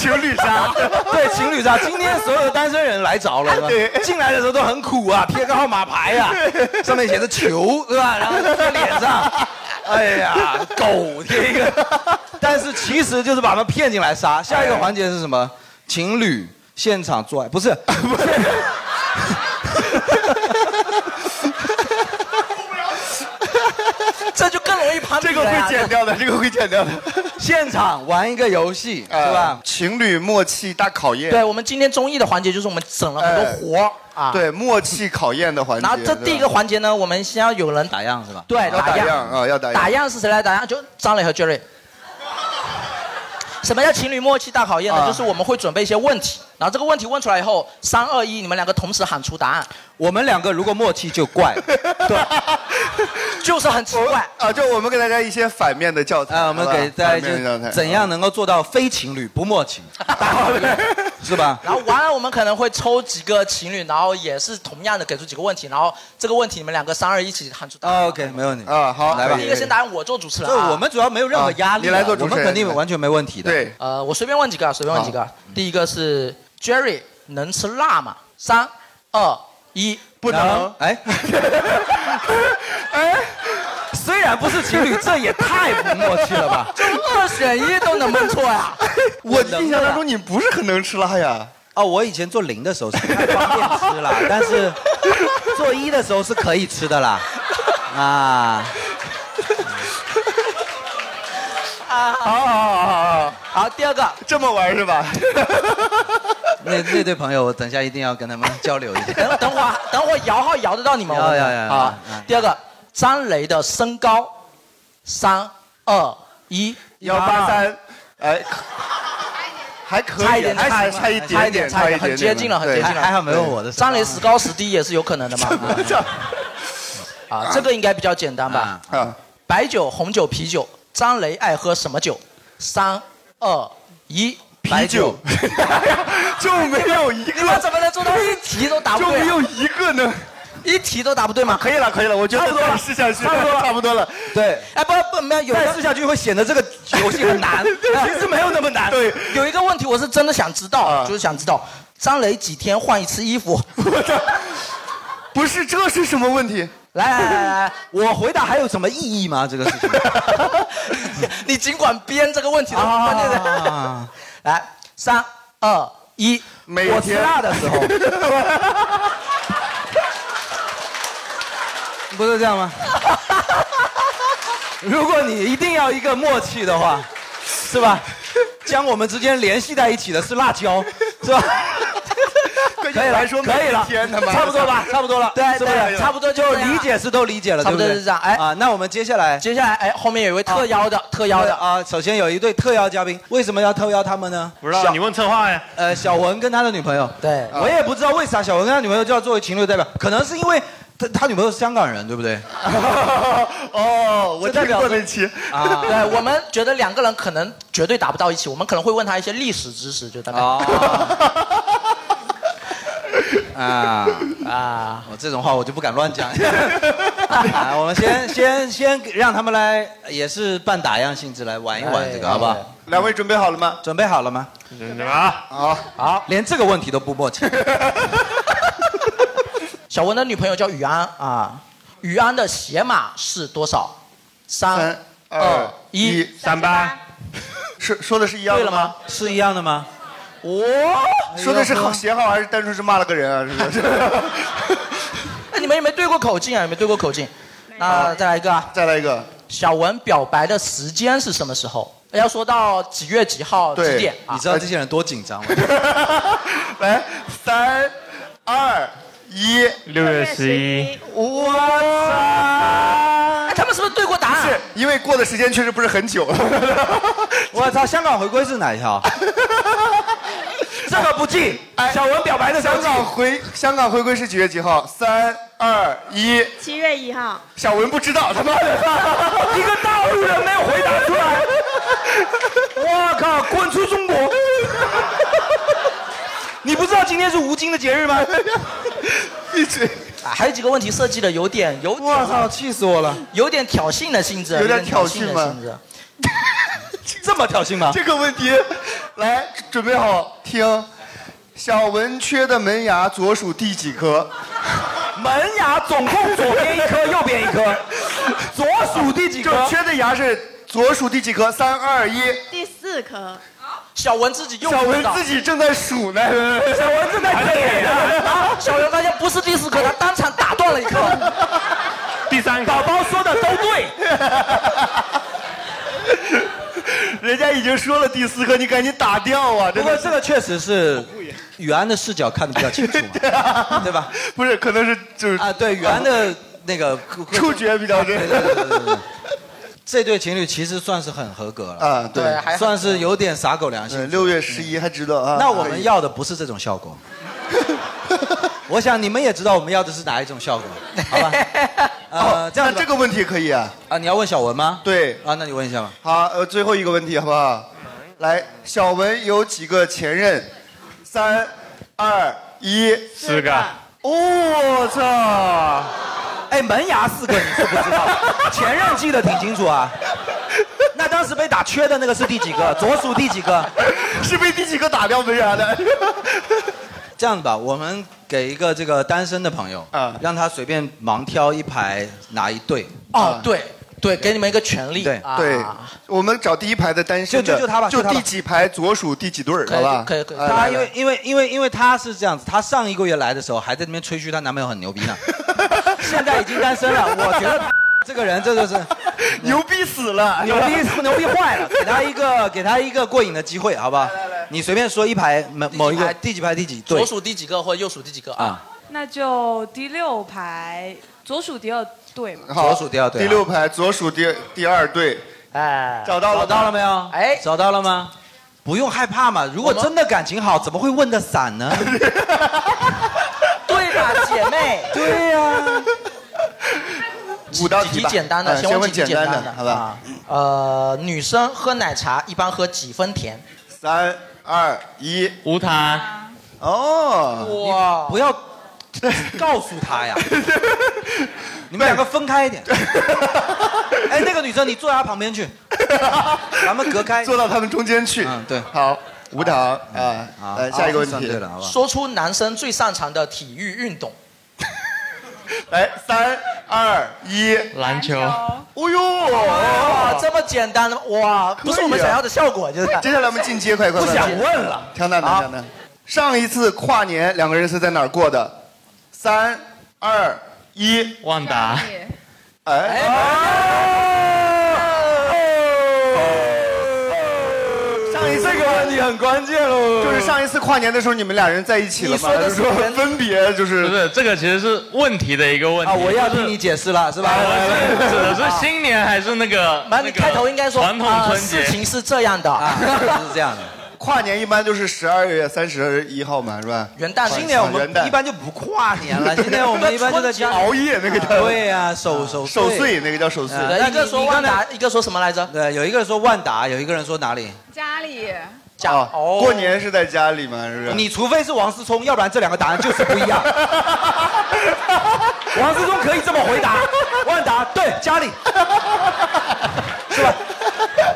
Speaker 2: 情侣杀，
Speaker 4: 对，情侣杀。今天所有的单身人来着了，对
Speaker 2: 对
Speaker 4: 吧进来的时候都很苦啊，贴个号码牌啊，上面写着球，对吧？然后贴脸 上。哎呀，狗贴一个，但是其实就是把他们骗进来杀。下一个环节是什么？情侣现场做爱，不是？
Speaker 1: 这就更容易攀比
Speaker 2: 这个会剪掉的，这个会剪掉的。
Speaker 4: 现场玩一个游戏，
Speaker 1: 是吧
Speaker 2: 情侣呃默契大考验。呃
Speaker 1: 对，我们今天综艺的环节就是我们整了很多活儿啊。
Speaker 2: 对，默契考验的环节。
Speaker 1: 然后这第一个环节呢，我们先要有人
Speaker 4: 打样是吧？
Speaker 1: 对，
Speaker 2: 要打
Speaker 1: 样
Speaker 2: 样啊要
Speaker 4: 哎
Speaker 2: 打样
Speaker 1: 打样是谁来打样？就张磊和 Jerry。什么叫情侣默契大考验呢？
Speaker 4: 啊
Speaker 1: 就是我们会准备一些问题，然后这个问题问出来以后，三二一，你们两个同时喊出答案。
Speaker 4: 我们两个如果默契就怪了，
Speaker 1: 就是很奇怪
Speaker 2: 啊！就我们给大家一些反面的教材。
Speaker 4: 啊，我们给大
Speaker 2: 好吧反面的
Speaker 4: 家
Speaker 2: 教材
Speaker 4: 就怎样能够做到非情侣不默契，是吧？
Speaker 1: 然后完了，我们可能会抽几个情侣，然后也是同样的给出几个问题，然后这个问题你们两个三二一起喊出答案。
Speaker 4: 啊 OK，没问题
Speaker 2: 啊，好
Speaker 4: 来吧。
Speaker 1: 第一个先答案，我做主持人
Speaker 4: 就
Speaker 1: 啊。
Speaker 4: 我们主要没有任何压力啊，我们肯定完全没问题的。
Speaker 2: 对，
Speaker 1: 呃，我随便问几个啊，随便问几个啊。第一个是 Jerry 能吃辣吗？三二一，
Speaker 2: 不能。
Speaker 4: 哎，
Speaker 2: 哎，
Speaker 4: 虽然不是情侣，这也太不默契了吧？
Speaker 1: 就二选一都能问错 呀、
Speaker 2: 我印象当中你不是很能吃辣呀。
Speaker 4: 哦，我以前做零的时候是不太方便吃 辣，但是做一的时候是可以吃的啦。啊，
Speaker 1: 啊！好
Speaker 2: 好好
Speaker 4: 哦
Speaker 2: 好
Speaker 1: 好，第二个
Speaker 2: 这么玩是吧？
Speaker 4: 那那对朋友，我等一下一定要跟他们交流一下。
Speaker 1: 等等会儿啊，等会儿摇号摇得到你们吗？
Speaker 4: 要要要要
Speaker 1: 好
Speaker 4: 要，
Speaker 1: 第二个，张雷的身高，三二一，
Speaker 2: 183，哎，还可以
Speaker 1: 差一点，
Speaker 2: 还
Speaker 1: 差
Speaker 2: 差
Speaker 1: 一
Speaker 2: 一
Speaker 1: 点，差一
Speaker 2: 点
Speaker 1: 点，
Speaker 2: 点
Speaker 1: 差一点，
Speaker 2: 差一
Speaker 1: 很
Speaker 2: 点
Speaker 1: 接近了，很
Speaker 2: 对
Speaker 1: 接近了。
Speaker 2: 还好没有我的
Speaker 1: 张雷时高时低也是有可能的嘛。嗯啊，这个应该比较简单吧？
Speaker 2: 啊，
Speaker 1: 白酒、红酒、啤酒，张雷爱喝什么酒？三二一，白酒。
Speaker 2: 就没有一个，
Speaker 1: 你们怎么能做到一题都答不对、啊
Speaker 2: 就没有一个呢？
Speaker 1: 一题都答不对吗？
Speaker 2: 可以了，可以了，我觉得
Speaker 1: 差不多了，
Speaker 2: 再试下去
Speaker 1: 差不多了，
Speaker 2: 差不多了。
Speaker 4: 对，
Speaker 1: 哎，不不，没有，有
Speaker 4: 再试下去会显得这个游戏很 难其实没有那么难
Speaker 1: 哎对，有一个问题我是真的想知
Speaker 2: 啊
Speaker 1: 道，啊就是想知道张雷几天换一次衣服？
Speaker 2: 不是，这是什么问题？
Speaker 4: 来来来来，我回答还有什么意义吗？这个事情
Speaker 1: 你尽管编这个问题
Speaker 2: 啊
Speaker 1: 的关键的。 来，三二一，
Speaker 2: 每
Speaker 1: 我吃
Speaker 4: 天
Speaker 1: 辣的时 候，
Speaker 4: 不是这样 吗？如果你一定要一个默契的话，是吧？将我们之间联系在一起的是辣椒，是 吧？可以
Speaker 1: 键
Speaker 4: 了，
Speaker 1: 还说每
Speaker 4: 可以了
Speaker 1: 天他，妈的
Speaker 4: 差不多吧，差不多了，
Speaker 1: 对
Speaker 4: 是不是
Speaker 1: 对差不多就
Speaker 4: 就
Speaker 1: 这样
Speaker 4: 理解是都理解了，
Speaker 1: 差不多
Speaker 4: 对
Speaker 1: 是这样哎
Speaker 4: 啊，那我们接下来，
Speaker 1: 接下来哎，后面有一位特邀的，特邀的
Speaker 4: 啊，首先有一对特邀嘉宾，为什么要特邀他们呢？
Speaker 11: 不知道
Speaker 4: 小
Speaker 11: 你问策划呀。
Speaker 4: 呃，小文跟他的女朋友，
Speaker 1: 对
Speaker 4: 我也不知道为啥小文跟他女朋友就要作为情侣代表，可能是因为他他女朋友是香港人，对不对？
Speaker 2: 哦，
Speaker 1: 我代表
Speaker 2: 那期
Speaker 4: 啊
Speaker 1: 对，我 们觉得两个人可能绝对打不到一起，我们可能会问他一些历史知识，就代表。
Speaker 4: 啊啊！我这种话我就不敢乱讲。 啊，我们先先先让他们来，也是半打样性质来玩一玩这个，
Speaker 2: 哎
Speaker 4: 好不好
Speaker 2: 哎？两位准备好了吗？
Speaker 4: 准备好了吗？
Speaker 11: 准备啊！
Speaker 2: 好，
Speaker 4: 好，连这个问题都不默契。
Speaker 1: 小文的女朋友叫雨安啊，雨安的鞋码是多少？三
Speaker 2: 二
Speaker 1: 一，
Speaker 11: 三八。
Speaker 2: 是说的是一样
Speaker 1: 对
Speaker 2: 的
Speaker 1: 了吗？
Speaker 4: 是一样的吗？
Speaker 1: 哦，
Speaker 2: 说的是好鞋号还是单纯是骂了个人 啊？是不是？
Speaker 1: 哎，你们有没有对过口径啊？有没有对过口径？那再来一个啊！
Speaker 2: 再来一个。
Speaker 1: 小文表白的时间是什么时候？要说到几月几号几点啊？
Speaker 4: 你知道这些人多紧张吗？
Speaker 2: 来，三、二、一，
Speaker 11: 六月十一。
Speaker 4: 我操！
Speaker 1: 哎，他们是不是对过答 案？
Speaker 2: 因为过的时间确实不是很久。
Speaker 4: 我操！香港回归是哪一 条？这个不记。小文表白的时候
Speaker 2: 哎香
Speaker 4: 记
Speaker 2: 港回香港回归是几月几号？三二一，
Speaker 10: 七月一号，
Speaker 2: 小文不知道，他妈的，
Speaker 4: 一个大陆人没有回答出来，我靠，滚出中国！你不知道今天是吴京的节日吗？
Speaker 2: 一直
Speaker 1: 啊还有几个问题设计的有点有点，我
Speaker 4: 操，气死我了！
Speaker 1: 有点挑衅的性质，
Speaker 2: 有点挑
Speaker 1: 性
Speaker 2: 衅
Speaker 1: 的
Speaker 2: 吗
Speaker 1: 性质。
Speaker 4: 这么挑衅吗？
Speaker 2: 这个问题， 来，准备好听。小文缺的门牙左属第几颗？
Speaker 4: 门牙总共左边一颗，右边一 颗，左属第几颗
Speaker 2: 就缺的牙是左属第几颗？三二一，
Speaker 10: 第四颗，
Speaker 1: 小文自己又
Speaker 2: 小
Speaker 1: 不
Speaker 2: 文
Speaker 1: 知道
Speaker 2: 自己正在数呢。
Speaker 4: 小文正在点
Speaker 1: 啊小文发现不是第四颗，他当场打断了一颗。
Speaker 11: 第三
Speaker 4: 宝宝说的都对，
Speaker 2: 人家已经说了第四颗，你赶紧打掉啊！
Speaker 4: 不
Speaker 2: 真
Speaker 4: 过
Speaker 2: 的
Speaker 4: 这个确实是雨安的视角看得比较清楚 嘛，对吧？
Speaker 2: 啊不是，可能是就是
Speaker 4: 啊，对，雨安的那个呃
Speaker 2: 触觉比较对。
Speaker 4: 这对情侣其实算是很合格了
Speaker 2: 啊对对还
Speaker 4: 算是有点撒狗粮
Speaker 2: 对，
Speaker 4: 性。
Speaker 2: 六月十一还知道啊？
Speaker 4: 那我们要的不是这种效 果，我想你们也知道我们要的是哪一种效果，好 吧？呃，这样
Speaker 2: 哦那
Speaker 4: 子吧
Speaker 2: 这个问题可以啊。
Speaker 4: 啊，你要问小文吗？
Speaker 2: 对，
Speaker 4: 啊，那你问一下吧。
Speaker 2: 好，呃，最后一个问题好不好？
Speaker 11: 嗯
Speaker 2: 来，小文有几个前任？三、二、一，哦
Speaker 11: 四个。
Speaker 2: 我操！
Speaker 4: 哎，门牙四个你是不知道，前任记得挺清楚啊。那当时被打缺的那个是第几个？左数第几个？
Speaker 2: 是被第几个打掉门啊牙的？
Speaker 4: 这样吧，我们给一个这个单身的朋友，啊，让他随便盲挑一排哪一啊对，
Speaker 1: 哦，对对，给你们一个权利。
Speaker 4: 对
Speaker 1: 啊
Speaker 2: 对，我们找第一排的单身
Speaker 4: 就
Speaker 2: 的，
Speaker 4: 就就他吧
Speaker 2: 就
Speaker 4: 就他吧
Speaker 2: 第几排左数第几对儿，好吧？
Speaker 1: 可以可以可以
Speaker 2: 哎
Speaker 4: 他
Speaker 2: 来
Speaker 4: 因为因为因为因为他是这样子，他上一个月来的时候还在那边吹嘘她男朋友很牛逼呢， 现在已经单身了。我觉得他这个人这就是
Speaker 2: 牛逼死 了，
Speaker 4: 牛逼牛逼坏了，给他一个给他一个过瘾的机会，好不好？你随便说一排某某一个第几排第几 对
Speaker 1: 左数第几个或者右数第几个啊？
Speaker 4: 啊？
Speaker 12: 那就第六排左数第二对嘛。
Speaker 2: 好
Speaker 4: 左数第二对啊
Speaker 2: 第六排左数第第二对，
Speaker 1: 哎，
Speaker 2: 找到了
Speaker 4: 找
Speaker 2: 吗
Speaker 4: 到了没有？
Speaker 1: 哎
Speaker 4: 找到了吗？不用害怕嘛，如果真的感情好，怎么会问的散 呢？
Speaker 1: 对吧，姐妹？
Speaker 4: 对呀、
Speaker 2: 五道
Speaker 1: 几
Speaker 2: 题
Speaker 1: 题
Speaker 2: 吧
Speaker 1: 简单的，
Speaker 2: 嗯
Speaker 1: 问
Speaker 2: 先
Speaker 1: 几
Speaker 2: 问
Speaker 1: 题简
Speaker 2: 简单的
Speaker 1: 的，
Speaker 2: 好吧
Speaker 1: 啊？呃，女生喝奶茶一般喝几分甜？
Speaker 2: 三二一，
Speaker 13: 无糖。
Speaker 2: 哦，
Speaker 4: 哇！不要告诉他 呀，你们两个分开一点。哎，那个女生，你坐在她旁 边去，咱们隔开，
Speaker 2: 坐到他们中间去。
Speaker 4: 嗯，对。
Speaker 2: 好，舞蹈啊，
Speaker 1: 嗯
Speaker 2: 来下一个问题，
Speaker 1: 说出男生最擅长的体育运动。
Speaker 2: 来，三二一，
Speaker 13: 篮球。
Speaker 2: 哦呦，
Speaker 1: 哇，这么简单的哇，不是我们想要的效果，就是。
Speaker 2: 接下来我们进阶，快快快！快。挑蛋的，挑蛋的。上一次跨年两个人是在哪儿过的？三二一，
Speaker 13: 万达。
Speaker 2: 哎。上一次
Speaker 4: 这个问题很关键喽，
Speaker 2: 就是上一次跨年的时候，你们俩人在一起了吗？还是说分别就是
Speaker 13: 不是这个其实是问题的一个问题
Speaker 2: 啊我要
Speaker 13: 就是啊
Speaker 4: 听你解释了是吧？
Speaker 13: 指的
Speaker 4: 啊
Speaker 13: 是新年还是那个？
Speaker 1: 那你开头应该说，
Speaker 13: 传统
Speaker 1: 啊
Speaker 13: 春节
Speaker 1: 事情是这样的，
Speaker 4: 是这样 的。
Speaker 2: 啊跨年一般就是十二月三十一号嘛，是吧？
Speaker 1: 元旦
Speaker 4: 今年我们
Speaker 2: 元旦
Speaker 4: 一般就不跨年了， 今年我 们一般就在家
Speaker 2: 熬夜那个叫啊
Speaker 4: 对呀，守守啊
Speaker 2: 守岁那个叫守岁
Speaker 4: 对
Speaker 1: 一个说万达，一个说什么来着？
Speaker 4: 对，呃有一个人说万达，有一个人说哪里？
Speaker 8: 家里
Speaker 1: 家
Speaker 2: 哦，过年是在家里吗？是不是？
Speaker 4: 你除非是王思聪，要不然这两个答案就是不一 样。王思聪可以这么回答，万达对家里，是吧？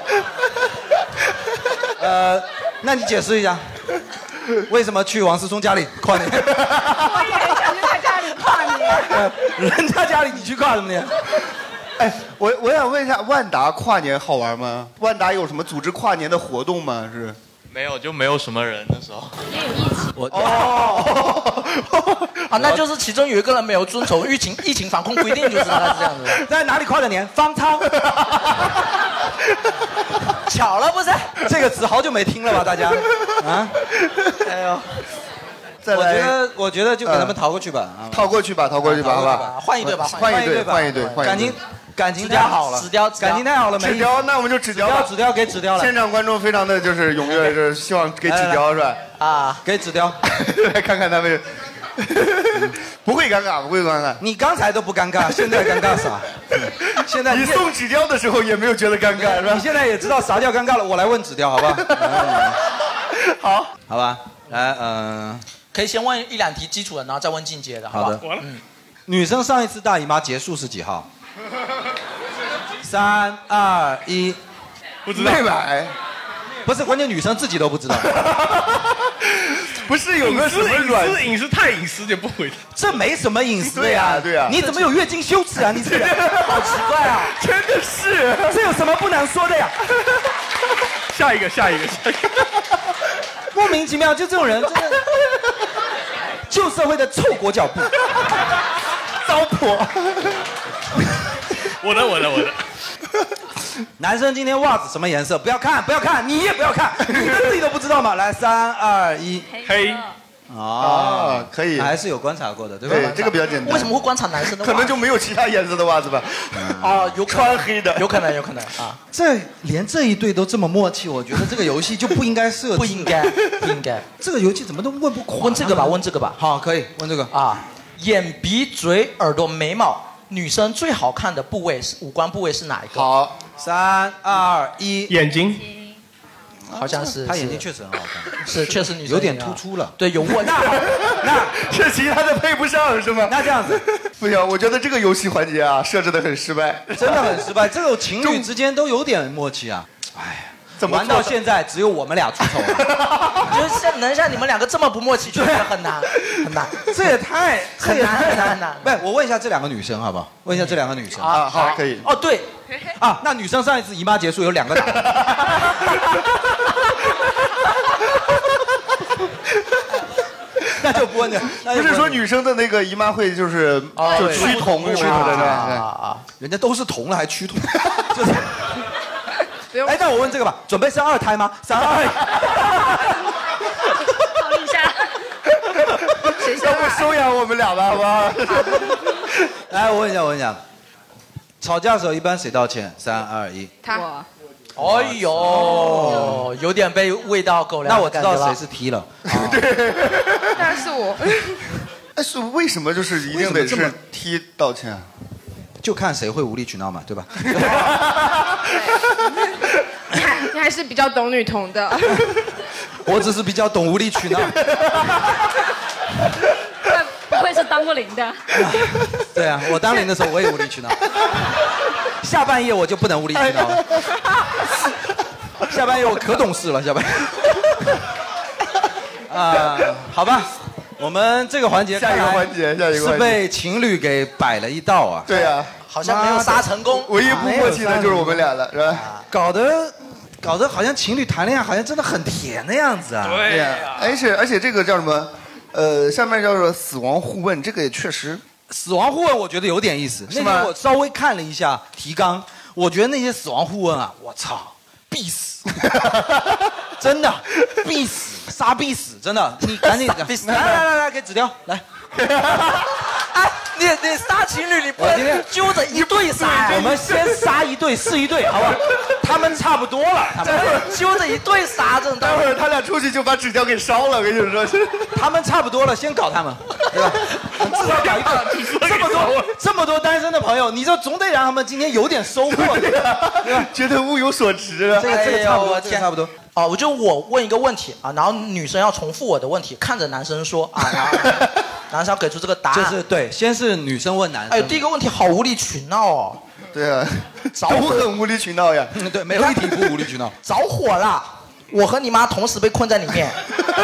Speaker 4: 呃，那你解释一下，为什么去王思聪家里跨年？
Speaker 5: 我也想去他家里跨年。
Speaker 4: 人家家里你去跨什么年？
Speaker 2: 哎，我我想问一下，万达跨年好玩吗？万达有什么组织跨年的活动吗？是？
Speaker 13: 没有就没有什么人那时候。
Speaker 4: 我
Speaker 1: 啊，那就是其中有一个人没有遵守疫情疫情防控规定，就是他是这样子的。
Speaker 4: 在哪里跨的年？方舱。
Speaker 1: 巧了不是？
Speaker 4: 这个词好久没听了吧，大 家？啊，哎呦，
Speaker 2: 再
Speaker 4: 我
Speaker 2: 来嗯
Speaker 4: 觉得我觉得就给他们逃过去吧，啊
Speaker 2: 逃过去吧，逃过去吧，好吧，
Speaker 4: 换一队吧
Speaker 2: 换一队，换一队，换一队
Speaker 4: 感情感情太好了，
Speaker 2: 纸雕纸雕
Speaker 4: 感情太好了，没意思
Speaker 2: 纸雕那我们就纸雕吧
Speaker 4: 纸雕给纸雕了，
Speaker 2: 现场观众非常的就是 踊跃，就是希望给纸雕是吧？
Speaker 1: 啊，
Speaker 4: 给纸雕，
Speaker 2: 来看看他 们，不会尴尬，不会尴尬。
Speaker 4: 你刚才都不尴尬，现在尴尬啥？ 现在
Speaker 2: 你送纸雕的时候也没有觉得尴尬是吧？
Speaker 4: 你现在也知道啥叫尴尬了，我来问纸雕，好 吧？嗯
Speaker 2: 好，
Speaker 4: 好吧，来，嗯，
Speaker 1: 可以先问一两题基础的，然后再问进阶的，好
Speaker 4: 好
Speaker 1: 吧嗯
Speaker 4: 的？，女生上一次大姨妈结束是几号？三二一，
Speaker 11: 不
Speaker 1: 知道
Speaker 2: 没买。
Speaker 4: 不是，关键女生自己都不 知道。
Speaker 2: 不是有个什么软
Speaker 11: 隐私隐私太隐私就不回答。
Speaker 4: 这没什么隐私
Speaker 11: 对
Speaker 4: 呀、
Speaker 11: 啊对啊
Speaker 4: 你怎么有月经羞耻啊？你这 个好奇怪啊！
Speaker 11: 真的 是，
Speaker 4: 这有什么不能说的呀？
Speaker 11: 下一个，下一个，下一个。
Speaker 4: 莫名其妙，就这种人，真的旧社会的臭裹脚布，
Speaker 2: 糟 粕。
Speaker 11: 我的，我的，我的。
Speaker 4: 男生今天袜子什么颜色？不要看，不要看，你也不要看，你们自己都不知道吗？来，三二一，
Speaker 11: 黑。
Speaker 4: 哦
Speaker 2: 啊，可以，
Speaker 4: 还是有观察过的，对吧
Speaker 2: 对，？这个比较简单。
Speaker 1: 为什么会观察男生的袜子？
Speaker 2: 可能就没有其他颜色的袜子吧？
Speaker 4: 嗯
Speaker 1: 啊，有
Speaker 2: 穿黑的，
Speaker 1: 有可能，有可能啊。
Speaker 4: 这连这一对都这么默契，我觉得这个游戏就不应该设置。不应
Speaker 1: 该，不应该。
Speaker 4: 这个游戏怎么都问不垮。
Speaker 1: 问这个吧，问这个吧。
Speaker 4: 啊好，可以问这个
Speaker 1: 啊。眼、鼻、嘴、耳朵、眉毛，女生最好看的部位是五官部位是哪一个？
Speaker 2: 好，
Speaker 4: 三二一，
Speaker 11: 眼睛。
Speaker 1: 好像是。
Speaker 4: 他眼睛
Speaker 1: 是
Speaker 4: 确实很好看，
Speaker 1: 是确实女生
Speaker 4: 有点
Speaker 1: 眼睛
Speaker 4: 突
Speaker 1: 啊
Speaker 4: 出了。
Speaker 1: 对，有问。
Speaker 2: 这其他的配不上是吗？
Speaker 4: 那这样子，
Speaker 2: 不行，我觉得这个游戏环节啊设置的很失败，
Speaker 4: 真的很失 败。这种情侣之间都有点默契啊。哎，
Speaker 2: 怎
Speaker 1: 么
Speaker 4: 玩到现在只有我们俩出丑了？
Speaker 1: 就是像能像你们两个这么不默契，确实很难，很难。
Speaker 4: 啊这也太
Speaker 1: 很难很难很难。
Speaker 4: 不是，我问一下这两个女生好不好？问一下这两个女生
Speaker 1: 啊好好可以哦对。
Speaker 4: 啊，那女生上一次姨妈结束有两个答案，那就不问了。那就问
Speaker 2: 不是
Speaker 4: 了
Speaker 2: 说女生的那个姨妈会就是
Speaker 4: 啊
Speaker 2: 就
Speaker 4: 对
Speaker 2: 趋同
Speaker 4: 趋
Speaker 2: 什
Speaker 4: 同
Speaker 2: 么的，对
Speaker 4: 啊啊
Speaker 2: 吧？
Speaker 4: 人家都是同了还趋同，就是。哎，那我问这个吧，准备生二胎吗？三二一，
Speaker 5: 考虑一下，谁
Speaker 2: 要不收养我们俩吧，好不好？
Speaker 4: 来，我问一下，我问一下，吵架的时候一般谁道歉？三二一，
Speaker 8: 他
Speaker 1: 哎呦，有点被味道狗粮。
Speaker 4: 那我知道谁是 T 了。
Speaker 8: 但是我
Speaker 2: 哎，是为什么就是一定得
Speaker 4: 为什么这
Speaker 2: 是
Speaker 4: 么
Speaker 2: T 道歉啊？
Speaker 4: 就看谁会无理取闹嘛，对吧？
Speaker 8: 你还你还是比较懂女童的。
Speaker 4: 我只是比较懂无 理取闹。
Speaker 14: 不会是当过零的。
Speaker 4: 对啊，我当零的时候我也无理取闹，下半夜我就不能无理取闹了。
Speaker 1: 哎
Speaker 4: 下半夜我可懂事了，下半夜。啊、好吧，我们这个环节
Speaker 2: 下一个
Speaker 4: 看来
Speaker 2: 环节下一个环节
Speaker 4: 是被情侣给摆了一道啊。
Speaker 2: 对啊，
Speaker 1: 好像没有杀成功。
Speaker 2: 唯一不默契的就是我们俩了，是吧？
Speaker 4: 搞得搞得好像情侣谈恋爱好像真的很甜的样子啊。
Speaker 2: 对呀、而且哎而且这个叫什么？呃，上面叫做死亡互问，这个也确实。
Speaker 4: 死亡互问我觉得有点意思。
Speaker 2: 是
Speaker 4: 那
Speaker 2: 吗
Speaker 4: 天我稍微看了一下提纲，我觉得那些死亡互问啊，我操，必 死，真的必死，杀必死，真 的。你赶紧来来来来，给纸条来。
Speaker 1: 哎你你杀情侣，你不
Speaker 4: 我今天
Speaker 1: 能揪着一对杀。
Speaker 4: 我们先杀一 对是一对，好不好？他们差不多了，他们
Speaker 1: 揪着一对杀，这
Speaker 4: 待会儿他俩出去就把纸条给烧了，我跟你说， 他们差不多了，先搞他们，对 吧？至少搞一个，这么多这么多单身的朋友，你就总得让他们今天有点收获， 对啊吧？
Speaker 2: 哎觉得物有所值啊了
Speaker 4: 这个这个差不哎多，这个差不多。
Speaker 1: 啊，我就我问一个问题啊，然后女生要重复我的问题，看着男生说啊，然后男生要给出这个答案。
Speaker 4: 就是对，先是女生问男生，
Speaker 1: 哎，第一个问题好无理取闹哦。
Speaker 2: 对啊，
Speaker 1: 着
Speaker 2: 都
Speaker 1: 火
Speaker 2: 很无理取闹 呀。
Speaker 4: 对，没有一题不无理取闹。
Speaker 1: 着火了，我和你妈同时被困在里面。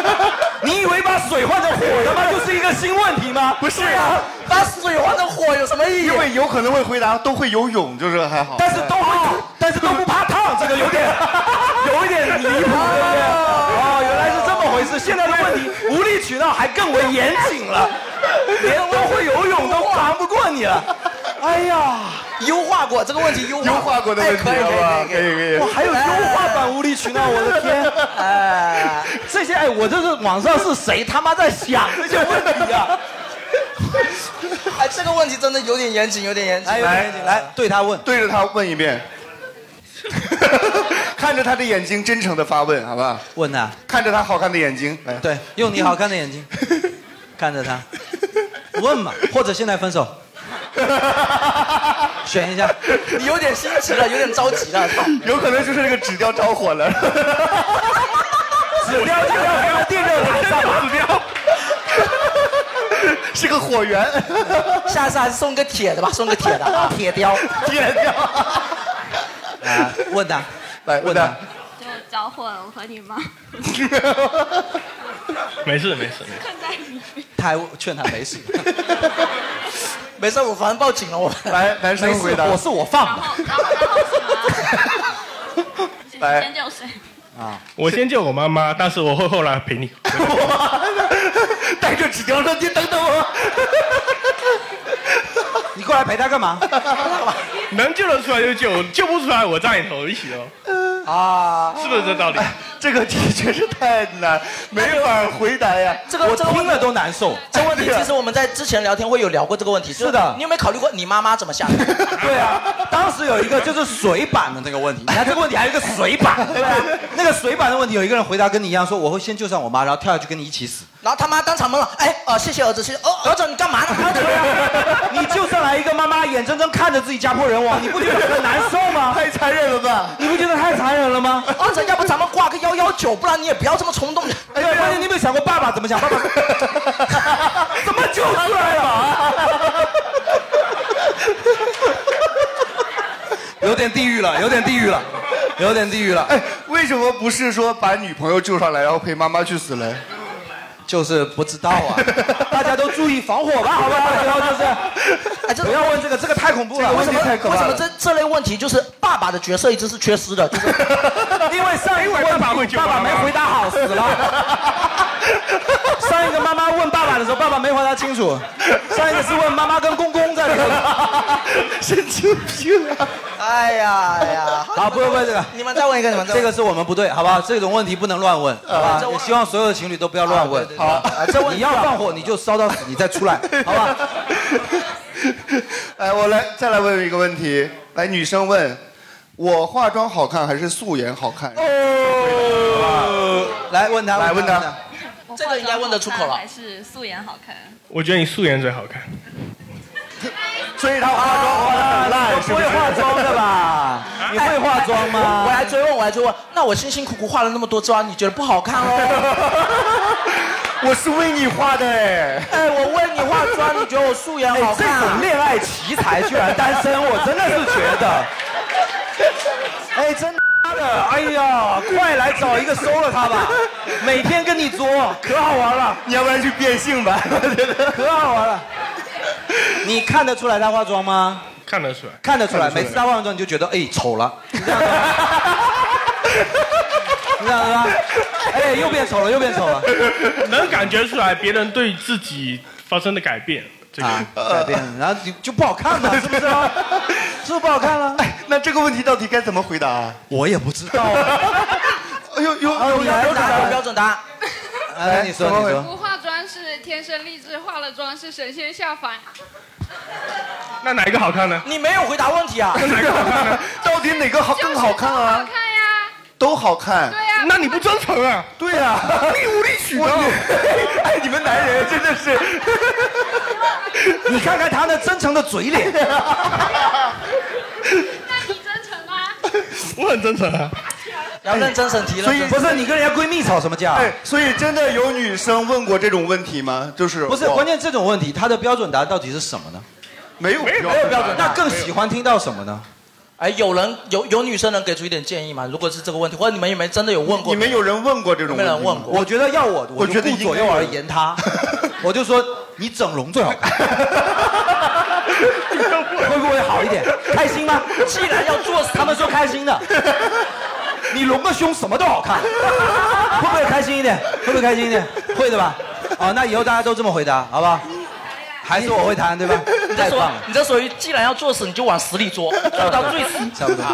Speaker 4: 你以为把水换成火他妈就是一个新问题吗？
Speaker 2: 不是啊，
Speaker 1: 把水换成火有什么意义？
Speaker 2: 因为有可能会回答都会游泳，就是还好。
Speaker 4: 但是都会，但是都不怕烫，这个有点有一点 离谱，对不对？
Speaker 1: 啊
Speaker 4: 哦，原来是这么回事。现在的问题无理取闹还更为严谨 了， 连都会游泳都扛不过你 了。哎呀，
Speaker 1: 优化过这个问题，优
Speaker 2: 优化过的问题
Speaker 4: 哎可以
Speaker 2: 好吧？可以可以。
Speaker 4: 哇，还有优化版无理取闹，我的 天！哎，这些哎，我这是网上是谁他妈在想这些问题啊？
Speaker 1: 哎，这个问题真的有点严谨，有点严
Speaker 2: 哎
Speaker 1: 谨。
Speaker 4: 来来，对他问，
Speaker 2: 对着他问一遍， 看着他的眼睛，真诚的发问，好吧？
Speaker 4: 问他，
Speaker 2: 看着他好看的眼睛，来，
Speaker 4: 对，用你好看的眼 睛看 着他，问嘛，或者现在分手，选一下。
Speaker 1: 你有点心急了，有点着 急了。
Speaker 2: 有可能就是那个纸雕着火了。
Speaker 4: 纸雕就要给他电热毯上
Speaker 2: 纸雕。是个火源，
Speaker 1: 下次还是送个铁的吧，送个铁的啊，铁雕，
Speaker 2: 铁雕。
Speaker 4: 啊，问他，
Speaker 2: 来问他，
Speaker 6: 就着火了，我和 你妈
Speaker 3: 没事没事没事。
Speaker 6: 困在里面。
Speaker 4: 他还劝他没事，
Speaker 1: 没事，我反正报警了，我。
Speaker 2: 来，男
Speaker 4: 没
Speaker 2: 生
Speaker 4: 事
Speaker 2: 回答，
Speaker 4: 我是我放的。
Speaker 11: 来，
Speaker 6: 救谁？
Speaker 11: 我先救我妈妈，但是我会后来陪你。
Speaker 2: 带着纸条说：“你等等我。
Speaker 4: 你过来陪他干嘛？
Speaker 11: 能救得出来就救，救不出来我站你头一起哦。
Speaker 4: 啊，
Speaker 11: 是不是这道理？
Speaker 2: 这个题确实太难，没法回答呀。
Speaker 1: 这个
Speaker 4: 我
Speaker 1: 这个问
Speaker 4: 听
Speaker 1: 题
Speaker 4: 了都难受。
Speaker 1: 这个问题 其实我们在之前聊天会有聊过这个问题，就是
Speaker 4: 的
Speaker 1: 你有没有考虑过你妈妈怎么想的？
Speaker 4: 对啊，当时有一个就是水版的那个问题，你看这个问题还有一个水版， 对啊吧？那个水版的问题，有一个人回答跟你一样，说我会先救上我妈，然后跳下去跟你一起死。
Speaker 1: 然后他妈当场懵了，哎，哦，谢谢儿子，谢谢， 哦，儿子你干嘛呢？儿子
Speaker 4: 啊你救上来一个妈妈，眼睁睁看着自己家破人 亡，你不觉得很难受吗？
Speaker 2: 太残忍了吧？
Speaker 4: 你不觉得太残忍了吗？
Speaker 1: 儿子，要啊不咱们挂个幺幺九，不然你也不要这么冲动。
Speaker 4: 哎，关键你有没有想过爸爸怎么想？爸爸 怎么救出来了啊？有点地狱了，有点地狱了，有点地狱了。
Speaker 2: 哎，为什么不是说把女朋友救上来，然后陪妈妈去死嘞？
Speaker 4: 就是不知道啊，大家都注意防火吧，好不好？然后就是，不要问这个，这个太恐怖了。
Speaker 1: 为什么
Speaker 4: 太可
Speaker 1: 为
Speaker 4: 怕
Speaker 1: 什么啊
Speaker 4: 了？
Speaker 1: 这这类问题就是爸爸的角色一直是缺失的？就是
Speaker 4: 因为上一 个问题爸爸没回答好，死 了。上一个妈妈问爸爸的时候，爸爸没回答清楚。上一个是问妈妈跟公公在 哪里。
Speaker 2: 神经病啊！
Speaker 1: 哎呀哎呀，
Speaker 4: 好，不问不问这个。
Speaker 1: 你们再问一个，你们再
Speaker 4: 这
Speaker 1: 问啊
Speaker 4: 个是我们不对，好不好？这种问题不能乱问，好吧
Speaker 1: 这？啊
Speaker 4: 也希望所有的情侣都不要乱问。好吧，
Speaker 1: 这问
Speaker 4: 你要放火你就烧到死，你再出 来，好吧？
Speaker 2: 哎，我来再来问一个问题，来，女生问：我化妆好看还是素颜好看？
Speaker 4: 哦来问他，
Speaker 2: 来问他，
Speaker 1: 这个应该问得出口了
Speaker 14: 还是素颜好看？
Speaker 11: 我觉得你素颜最好看。
Speaker 2: 所以她化妆
Speaker 1: 啊
Speaker 2: 化的很烂，是不
Speaker 4: 会
Speaker 2: 是？
Speaker 4: 化妆的吧？ 你会化妆
Speaker 1: 哎
Speaker 4: 吗？
Speaker 1: 我来追问，我来追问，那我辛辛苦苦画了那么多妆，你觉得不好看 哦？
Speaker 2: 我是为你画的哎。
Speaker 1: 哎，我为你化妆，你觉得我素颜好看、啊？
Speaker 4: 哎这种恋爱奇才居然单身，我真的是觉得，哎，真妈的，哎呀，快来找一个收了他 吧，每天跟你作，可好玩了。
Speaker 2: 你要不然去变性吧，我觉得
Speaker 4: 可好玩了。你看得出来她化妆吗？
Speaker 11: 看得出来，
Speaker 4: 看得出来，每次她化完妆你就觉得，哎，丑了，你知道吗？哎，又变丑了，又变丑了。
Speaker 11: 能感觉出来别人对自己发生的改变，这个、
Speaker 4: 啊改变，然后就就不好看 了，是不是啊？是不是不好看了？
Speaker 2: 哎，那这个问题到底该怎么回答、啊？
Speaker 4: 我也不知道啊。
Speaker 2: 哎呦呦，
Speaker 1: 有标准答案，有标准答案。
Speaker 4: 哎，你说你说，
Speaker 14: 不化妆是天生丽质，化了妆是神仙下凡。
Speaker 11: 那哪一个好看呢？
Speaker 1: 你没有回答问题啊？
Speaker 11: 哪个好看呢？
Speaker 2: 到底哪个好更好看啊？
Speaker 14: 看呀，
Speaker 2: 都好看。对
Speaker 11: 那你不真诚啊？
Speaker 2: 对呀、 啊，
Speaker 11: 你无理取
Speaker 2: 闹。哎，你们男人真 的是，
Speaker 4: 你看看他那真诚的嘴脸。
Speaker 14: 那你真诚吗？
Speaker 11: 我很真诚啊。
Speaker 1: 要认真审题了。
Speaker 2: 所以
Speaker 1: 真
Speaker 4: 不是你跟人家闺蜜吵什么架？
Speaker 2: 哎，所以真的有女生问过这种问题吗？就是
Speaker 4: 不是
Speaker 2: 我
Speaker 4: 关键这种问题，他的标准答案到底是什么呢？
Speaker 2: 没有
Speaker 1: 没有标准答
Speaker 4: 那
Speaker 1: 案
Speaker 4: 更喜欢听到什么呢？
Speaker 1: 哎，有人有有女生能给出一点建议吗？如果是这个问题，或者你们有没有真的有问过？
Speaker 2: 你们有人问过这种
Speaker 1: 没
Speaker 2: 问
Speaker 1: 人
Speaker 2: 题吗
Speaker 1: 问过。
Speaker 4: 我觉得要我，
Speaker 1: 我觉
Speaker 4: 就
Speaker 1: 得
Speaker 4: 顾
Speaker 1: 应该
Speaker 4: 左右而言他，我就说你整容最好看， 会不会好一点？开心吗？
Speaker 1: 既然要做，
Speaker 4: 他们说开心的，你隆个胸什么都好看，会不会开心一点？会不会开心一点？会的吧？哦，那以后大家都这么回答，好不好？还是我会弹，对 吧？
Speaker 1: 你这
Speaker 4: 太
Speaker 1: 属
Speaker 4: 棒了，
Speaker 1: 你这属于既然要作死，你就往死里作，做到最死。
Speaker 4: 差不多。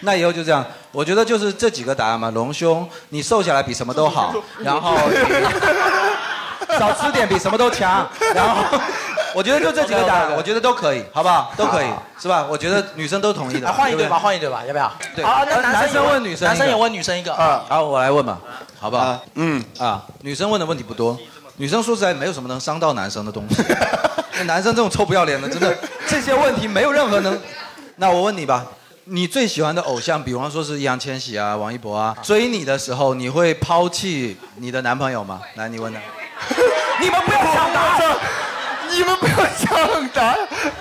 Speaker 4: 那以后就这样，我觉得就是这几个答案嘛。隆胸，你瘦下来比什么都 好，然后少吃点比什么都强，然后我觉得就这几个答 案，我觉得都可以，好不好？啊都可以，是吧？我觉得女生都同意的
Speaker 1: 来。换一
Speaker 4: 对
Speaker 1: 对
Speaker 4: 不
Speaker 1: 吧，
Speaker 4: 对
Speaker 1: 换一对吧，要不要？
Speaker 4: 对
Speaker 1: 好，那
Speaker 4: 男
Speaker 1: 男也
Speaker 4: 生问女生一个
Speaker 1: 男生也问女生一个。
Speaker 4: 啊，好，我来问吧，好不好？
Speaker 2: 嗯
Speaker 4: 啊，女生问的问题不多，女生说实在没有什么能伤到男生的东 西。那男生这种臭不要脸的，真的这些问题没有任何 能。那我问你吧，你最喜欢的偶像，比方说是易烊千玺啊、王一博啊，追你的时候，你会抛弃你的男朋友吗？来，你问他。
Speaker 2: 你们不要抢答，你们不要抢答，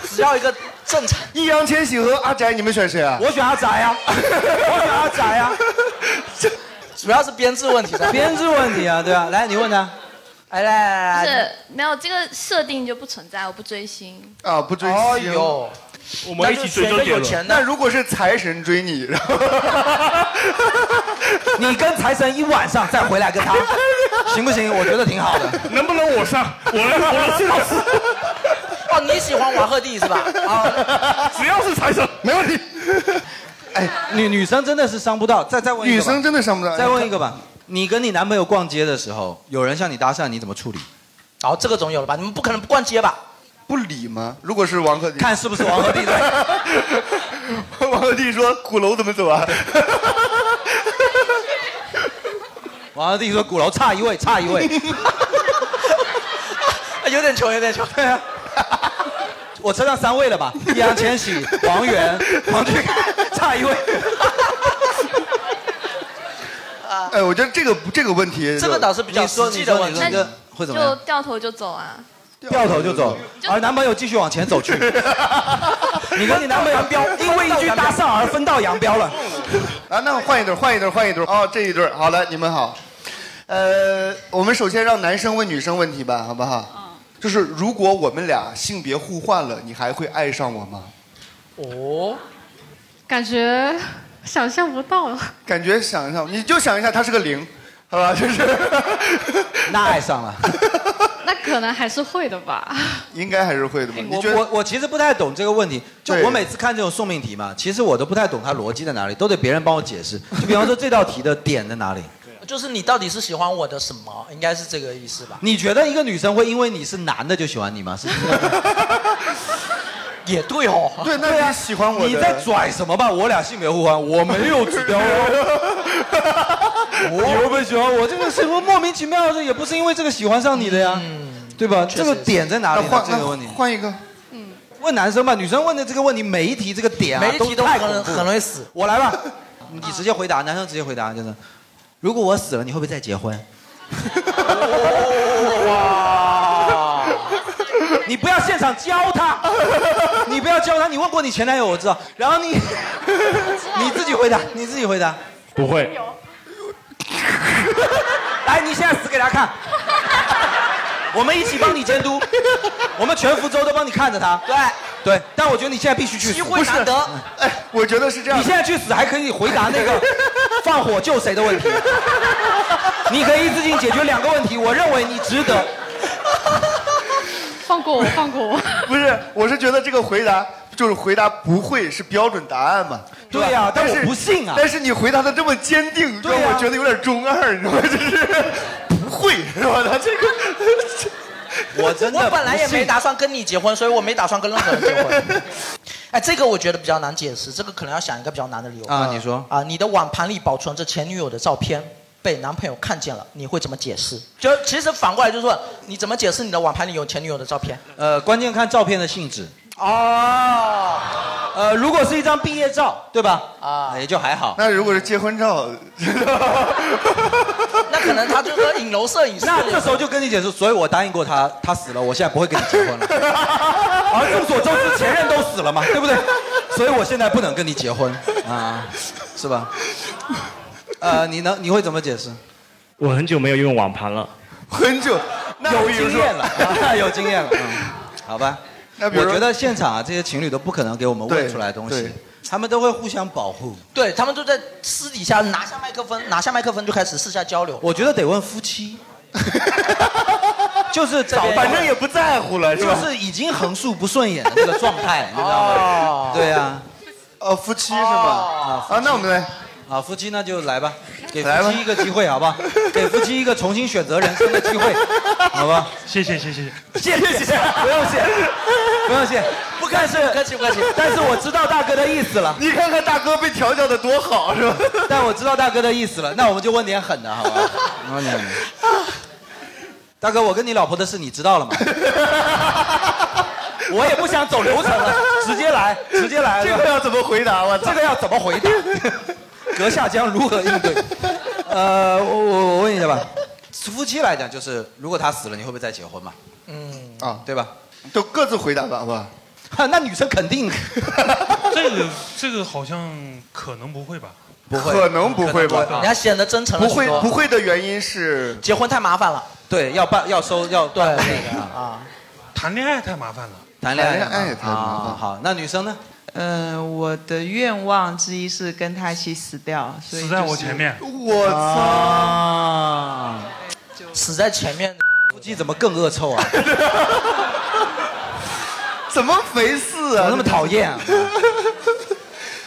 Speaker 1: 只要一个正常。
Speaker 2: 易烊千玺和阿宅，你们选谁啊？
Speaker 4: 我选阿宅啊，我选阿宅啊，
Speaker 1: 主要是编制问题的。
Speaker 4: 编制问题啊，对啊，来，你问他。
Speaker 1: 哎来
Speaker 14: 不
Speaker 1: 来来，
Speaker 14: 是没有这个设定就不存在，我不追星。
Speaker 2: 啊，不追星。
Speaker 1: 哎呦，
Speaker 11: 我
Speaker 1: 们一起追周杰伦那就选个有钱的
Speaker 2: 那如果是财神追你，然后
Speaker 4: 你跟财神一晚上再回来跟他， 行不行？我觉得挺好的。
Speaker 11: 能不能我上？我来，我来上司，
Speaker 1: 哦，你喜欢瓦赫蒂是吧？ 啊，
Speaker 11: 只要是财神，
Speaker 2: 没问题。
Speaker 4: 哎，女女生真的是伤不到，再再问一个吧
Speaker 2: 女生真的伤不到
Speaker 4: 再问一个吧，你跟你男朋友逛街的时候，有人向你搭讪，你怎么处理？
Speaker 1: 好、这个总有了吧？你们不可能不逛街吧？
Speaker 2: 哎不理吗？如果是王鹤棣，
Speaker 4: 看是不是王鹤棣
Speaker 2: 的。 王鹤棣说：“鼓楼怎么走啊
Speaker 4: 王鹤棣说鼓楼差一位，差一位。
Speaker 1: 有点穷，有点穷。
Speaker 4: 对啊，我车上三位了吧？易烊千玺、王源、王俊，差一位。？”
Speaker 2: 哎，我觉得这个这个问题
Speaker 1: 这
Speaker 2: 就，
Speaker 1: 个倒是比较
Speaker 4: 你说
Speaker 1: 实际的问题
Speaker 4: 你说。你说会怎么
Speaker 14: 就
Speaker 4: 样？
Speaker 14: 掉头就走啊！
Speaker 4: 掉头就走，而男朋友继续往前走 去。你跟你男朋友标， 因为一句搭讪而分道扬镳了。
Speaker 2: 啊，那换一对儿，换一对儿，换一对儿。哦，这一对儿，好了，你们好。呃，我们首先让男生问女生问题吧，好不
Speaker 4: 嗯
Speaker 2: 好？就是如果我们俩性别互换了，你还会爱上我吗？
Speaker 1: 哦，
Speaker 14: 感觉想象不到 了。
Speaker 2: 感觉想一下，你就想一下，他是个零，好吧？就是
Speaker 4: 那爱上了，
Speaker 14: 那可能还是会的吧。
Speaker 2: 应该还是会的吧？你
Speaker 4: 我
Speaker 2: 觉得
Speaker 4: 哎我我其实不太懂这个问题，就
Speaker 2: 对
Speaker 4: 我每次看这种送命题嘛，其实我都不太懂它逻辑在哪里，都得别人帮我解释。就比方说这道题的点在哪里？
Speaker 1: 就是你到底是喜欢我的什么？应该是这个意思吧？
Speaker 4: 你觉得一个女生会因为你是男的就喜欢你吗？是这 样吗
Speaker 1: 也对哦。
Speaker 2: 对，那你喜欢我的？
Speaker 4: 啊你在拽什么吧？我俩性别互换，我没有指标 哦。你会不会喜欢我？这个是莫名其妙的，也
Speaker 2: 嗯
Speaker 4: 不是因为这个喜欢上你的呀，对吧？这个点在哪里 呢？
Speaker 2: 那换
Speaker 4: 这个问题
Speaker 2: 那。换一个。
Speaker 4: 问男生吧，女生问的这个问题每一题这个点啊，
Speaker 1: 每一题
Speaker 4: 都
Speaker 1: 都
Speaker 4: 太
Speaker 1: 很
Speaker 4: 恐怖了
Speaker 1: 很容易死。
Speaker 4: 我来吧，你直接回答，男生直接回答就是，如果我死了，你会不会再结 婚？哇！你不要现场教 他，你不要教他，你问过你前男友，我知道。然 后你你自己回答，你自己回答。
Speaker 3: 不会，
Speaker 4: 来，你现在死给大家 看，我们一起帮你监督，我们全福州都帮你看着他。对对，但我觉得你现在必须去死，
Speaker 2: 机会难得
Speaker 4: 不是。哎，我觉得是这样。你现在去死还可以回答那个 放火救谁的问题，你可以一次性解决两个问题，我认为你值得。
Speaker 14: 放 过我，放过我。
Speaker 2: 不是，我是觉得这个回答就是回答不会是标准答案嘛。是吧
Speaker 4: 对呀但
Speaker 2: 但
Speaker 4: 我
Speaker 2: 是
Speaker 4: 不信啊
Speaker 2: 但是你回答的这么坚定，让我觉得有点中二，你 知道吗？就是不会是吧？他这个，
Speaker 4: 哦我真
Speaker 1: 我本来也没打算跟你结婚，所以我没打算跟任何人结婚。 哎，这个我觉得比较难解释，这个可能要想一个比较难的理由
Speaker 4: 啊你说
Speaker 1: 啊，你的碗盘里保存着前女友的照片，被男朋友看见了，你会怎么解释？就其实反过来就是问，你怎么解释你的碗盘里有前女友的照片？
Speaker 4: 呃，关键看照片的性质。哦，呃，如果是一张毕业照，对吧？啊，也就还好。
Speaker 2: 那如果是结婚照，
Speaker 1: 那可能他就说影楼摄影师。
Speaker 4: 那这时候就跟你解释，所以我答应过他，他死了，我现在不会跟你结婚了。而众所周知，前任都死了嘛，对不对？所以我现在不能跟你结婚啊，是吧？呃，你能你会怎么解释？
Speaker 15: 我很久没有用网盘了，
Speaker 2: 很久，
Speaker 4: 有经验了， 啊有经验了，嗯好吧？
Speaker 15: 那比如
Speaker 4: 我
Speaker 15: 说
Speaker 4: 觉得现场啊，这些情侣都不可能给我们问出来的东西
Speaker 1: 对，
Speaker 4: 他们都会互相保护。
Speaker 1: 对他们都在私底下拿下麦克风，拿下麦克风就开始私下交流。
Speaker 4: 我觉得得问夫妻，就是找到
Speaker 1: 反正也不在乎了是吧
Speaker 4: 就是已经横竖不顺眼的那个状态，你知道吗
Speaker 2: 哦？
Speaker 4: 对呀，
Speaker 2: 哦，夫妻是吧？
Speaker 4: 啊，那我们来，啊，夫妻那就来吧，给
Speaker 2: 来
Speaker 4: 夫
Speaker 2: 吧
Speaker 4: 妻一个机会，好不好？给夫妻一个重新选择人生的机会，好吧？
Speaker 15: 谢谢谢谢。
Speaker 4: 谢谢谢谢， 不用谢，不用谢，不客气不客气不客气。但是我知道大哥的意思了，
Speaker 2: 你看看大哥被调教的多好，是吧？
Speaker 4: 但我知道大哥的意思了，那我们就问点狠的，好吧？问
Speaker 2: 嗯
Speaker 4: 点狠的。大哥，我跟你老婆的事你知道了吗？我也不想走流程了，直接来，直接来。
Speaker 2: 这个要怎么回答？我
Speaker 4: 这个要怎么回答？阁下将如何应对？呃，我我我问一下吧，夫妻来讲就是，如果他死了，你会不会再结婚嘛？
Speaker 1: 嗯，
Speaker 4: 啊，对吧？
Speaker 2: 都各自回答吧，好吧？
Speaker 4: 哈，那女生肯定
Speaker 15: 这个这个好像可能不会吧？
Speaker 4: 不
Speaker 2: 会可能不会吧
Speaker 1: 人家显得真诚了
Speaker 2: 不会
Speaker 1: 许多
Speaker 2: 不会的原因是
Speaker 1: 结婚太麻烦了。
Speaker 4: 对，要办要收要对
Speaker 1: 啊，
Speaker 15: 谈恋爱太麻烦了。
Speaker 4: 谈恋爱
Speaker 15: 谈恋爱太麻烦
Speaker 4: 啊。好，那女生呢？
Speaker 16: 呃，我的愿望之一是跟他一起死掉，所以
Speaker 15: 死在我前面
Speaker 2: 我
Speaker 4: 操！
Speaker 1: 死在前面，
Speaker 4: 夫妻怎么更恶 臭啊？
Speaker 2: 怎么回事
Speaker 4: 怎
Speaker 2: 啊？
Speaker 4: 么那么讨厌 啊？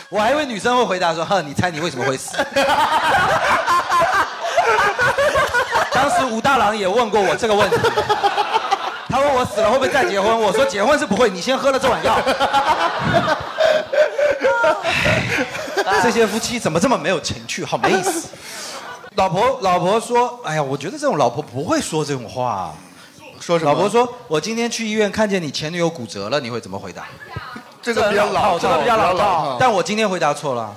Speaker 4: 我还以为女生会回答说：“哼，你猜你为什么会死？” 当时武大郎也问过我这个问题，他问我死了会不会再结婚，我说结婚是不会，你先喝了这碗药。 这些夫妻怎么这么没有情趣，好没意思。 老婆，老婆说：“哎呀，我觉得这种老婆不会说这种话、啊
Speaker 2: 说什么
Speaker 4: 老婆说：“我今天去医院看见你前女友骨折了，你会怎么回答？”
Speaker 2: 这个比较老套
Speaker 4: 这个比较老
Speaker 2: 比较老
Speaker 4: 套
Speaker 2: 套。
Speaker 4: 但我今天回答错 了。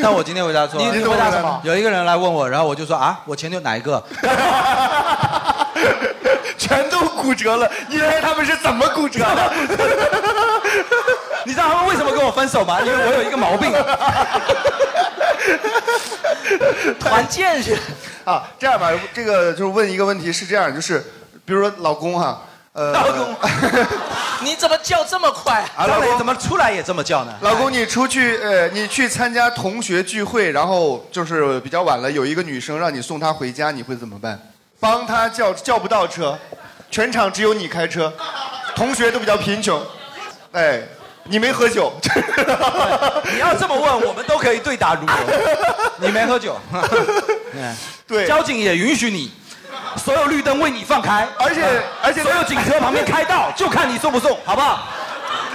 Speaker 4: 但我今天回答错了。
Speaker 2: 你你回答什么
Speaker 4: 有一个人来问我，然后我就说啊，我前女友哪一个？
Speaker 2: 全都骨折了，你猜他们是怎么骨折的？
Speaker 4: 你知道他们为什么跟我分手吗？因为我有一个 毛病。
Speaker 1: 团建去
Speaker 2: 啊！这样吧，这个就是问一个问题，是这样，就是比如说老公哈、呃，老公，
Speaker 1: 你怎么叫这么快
Speaker 2: 啊，老公
Speaker 4: 怎么出来也这么叫呢？哎
Speaker 2: 老公，你出去呃，你去参加同学聚会，然后就是比较晚了，有一个女生让你送她回家，你会怎么办？帮她叫叫不到车，全场只有你开车，同学都比较贫穷，哎，你没喝酒，
Speaker 4: 你要这么问，我们都可以对答如流。你没喝酒，
Speaker 2: 对，
Speaker 4: 交警也允许你，所有绿灯为你放开，啊
Speaker 2: 而且而且
Speaker 4: 所有警车旁边开道，就看你送不送，好不好？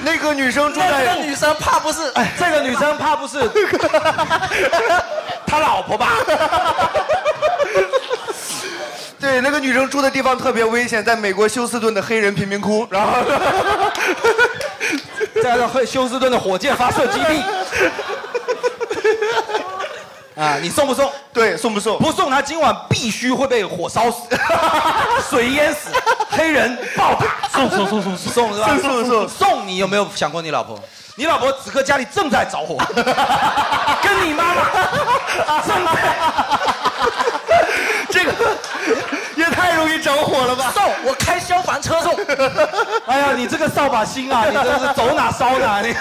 Speaker 2: 那个女生
Speaker 1: 住在那个女生怕不是，
Speaker 4: 哎，这个女生怕不是 他老婆吧？
Speaker 2: 对，那 个女生住的地方特别危险，在美国休斯顿的黑人贫民窟，然后
Speaker 4: 加上惠休 斯顿的火箭发射基地。啊，你送不送？
Speaker 2: 对，送不送？
Speaker 4: 不送，他今晚必须会被火烧死， 水淹死，黑人暴打。
Speaker 3: 送送送送
Speaker 4: 送是吧？
Speaker 3: 送送送
Speaker 4: 送你有没有想过你老婆？你老婆此刻家里正在着火，跟你 妈妈正在。
Speaker 2: 这个也太容易着火了吧？
Speaker 4: 送，我开消防车送。 哎呀，你这个扫把星 啊，你真是走哪烧哪 你。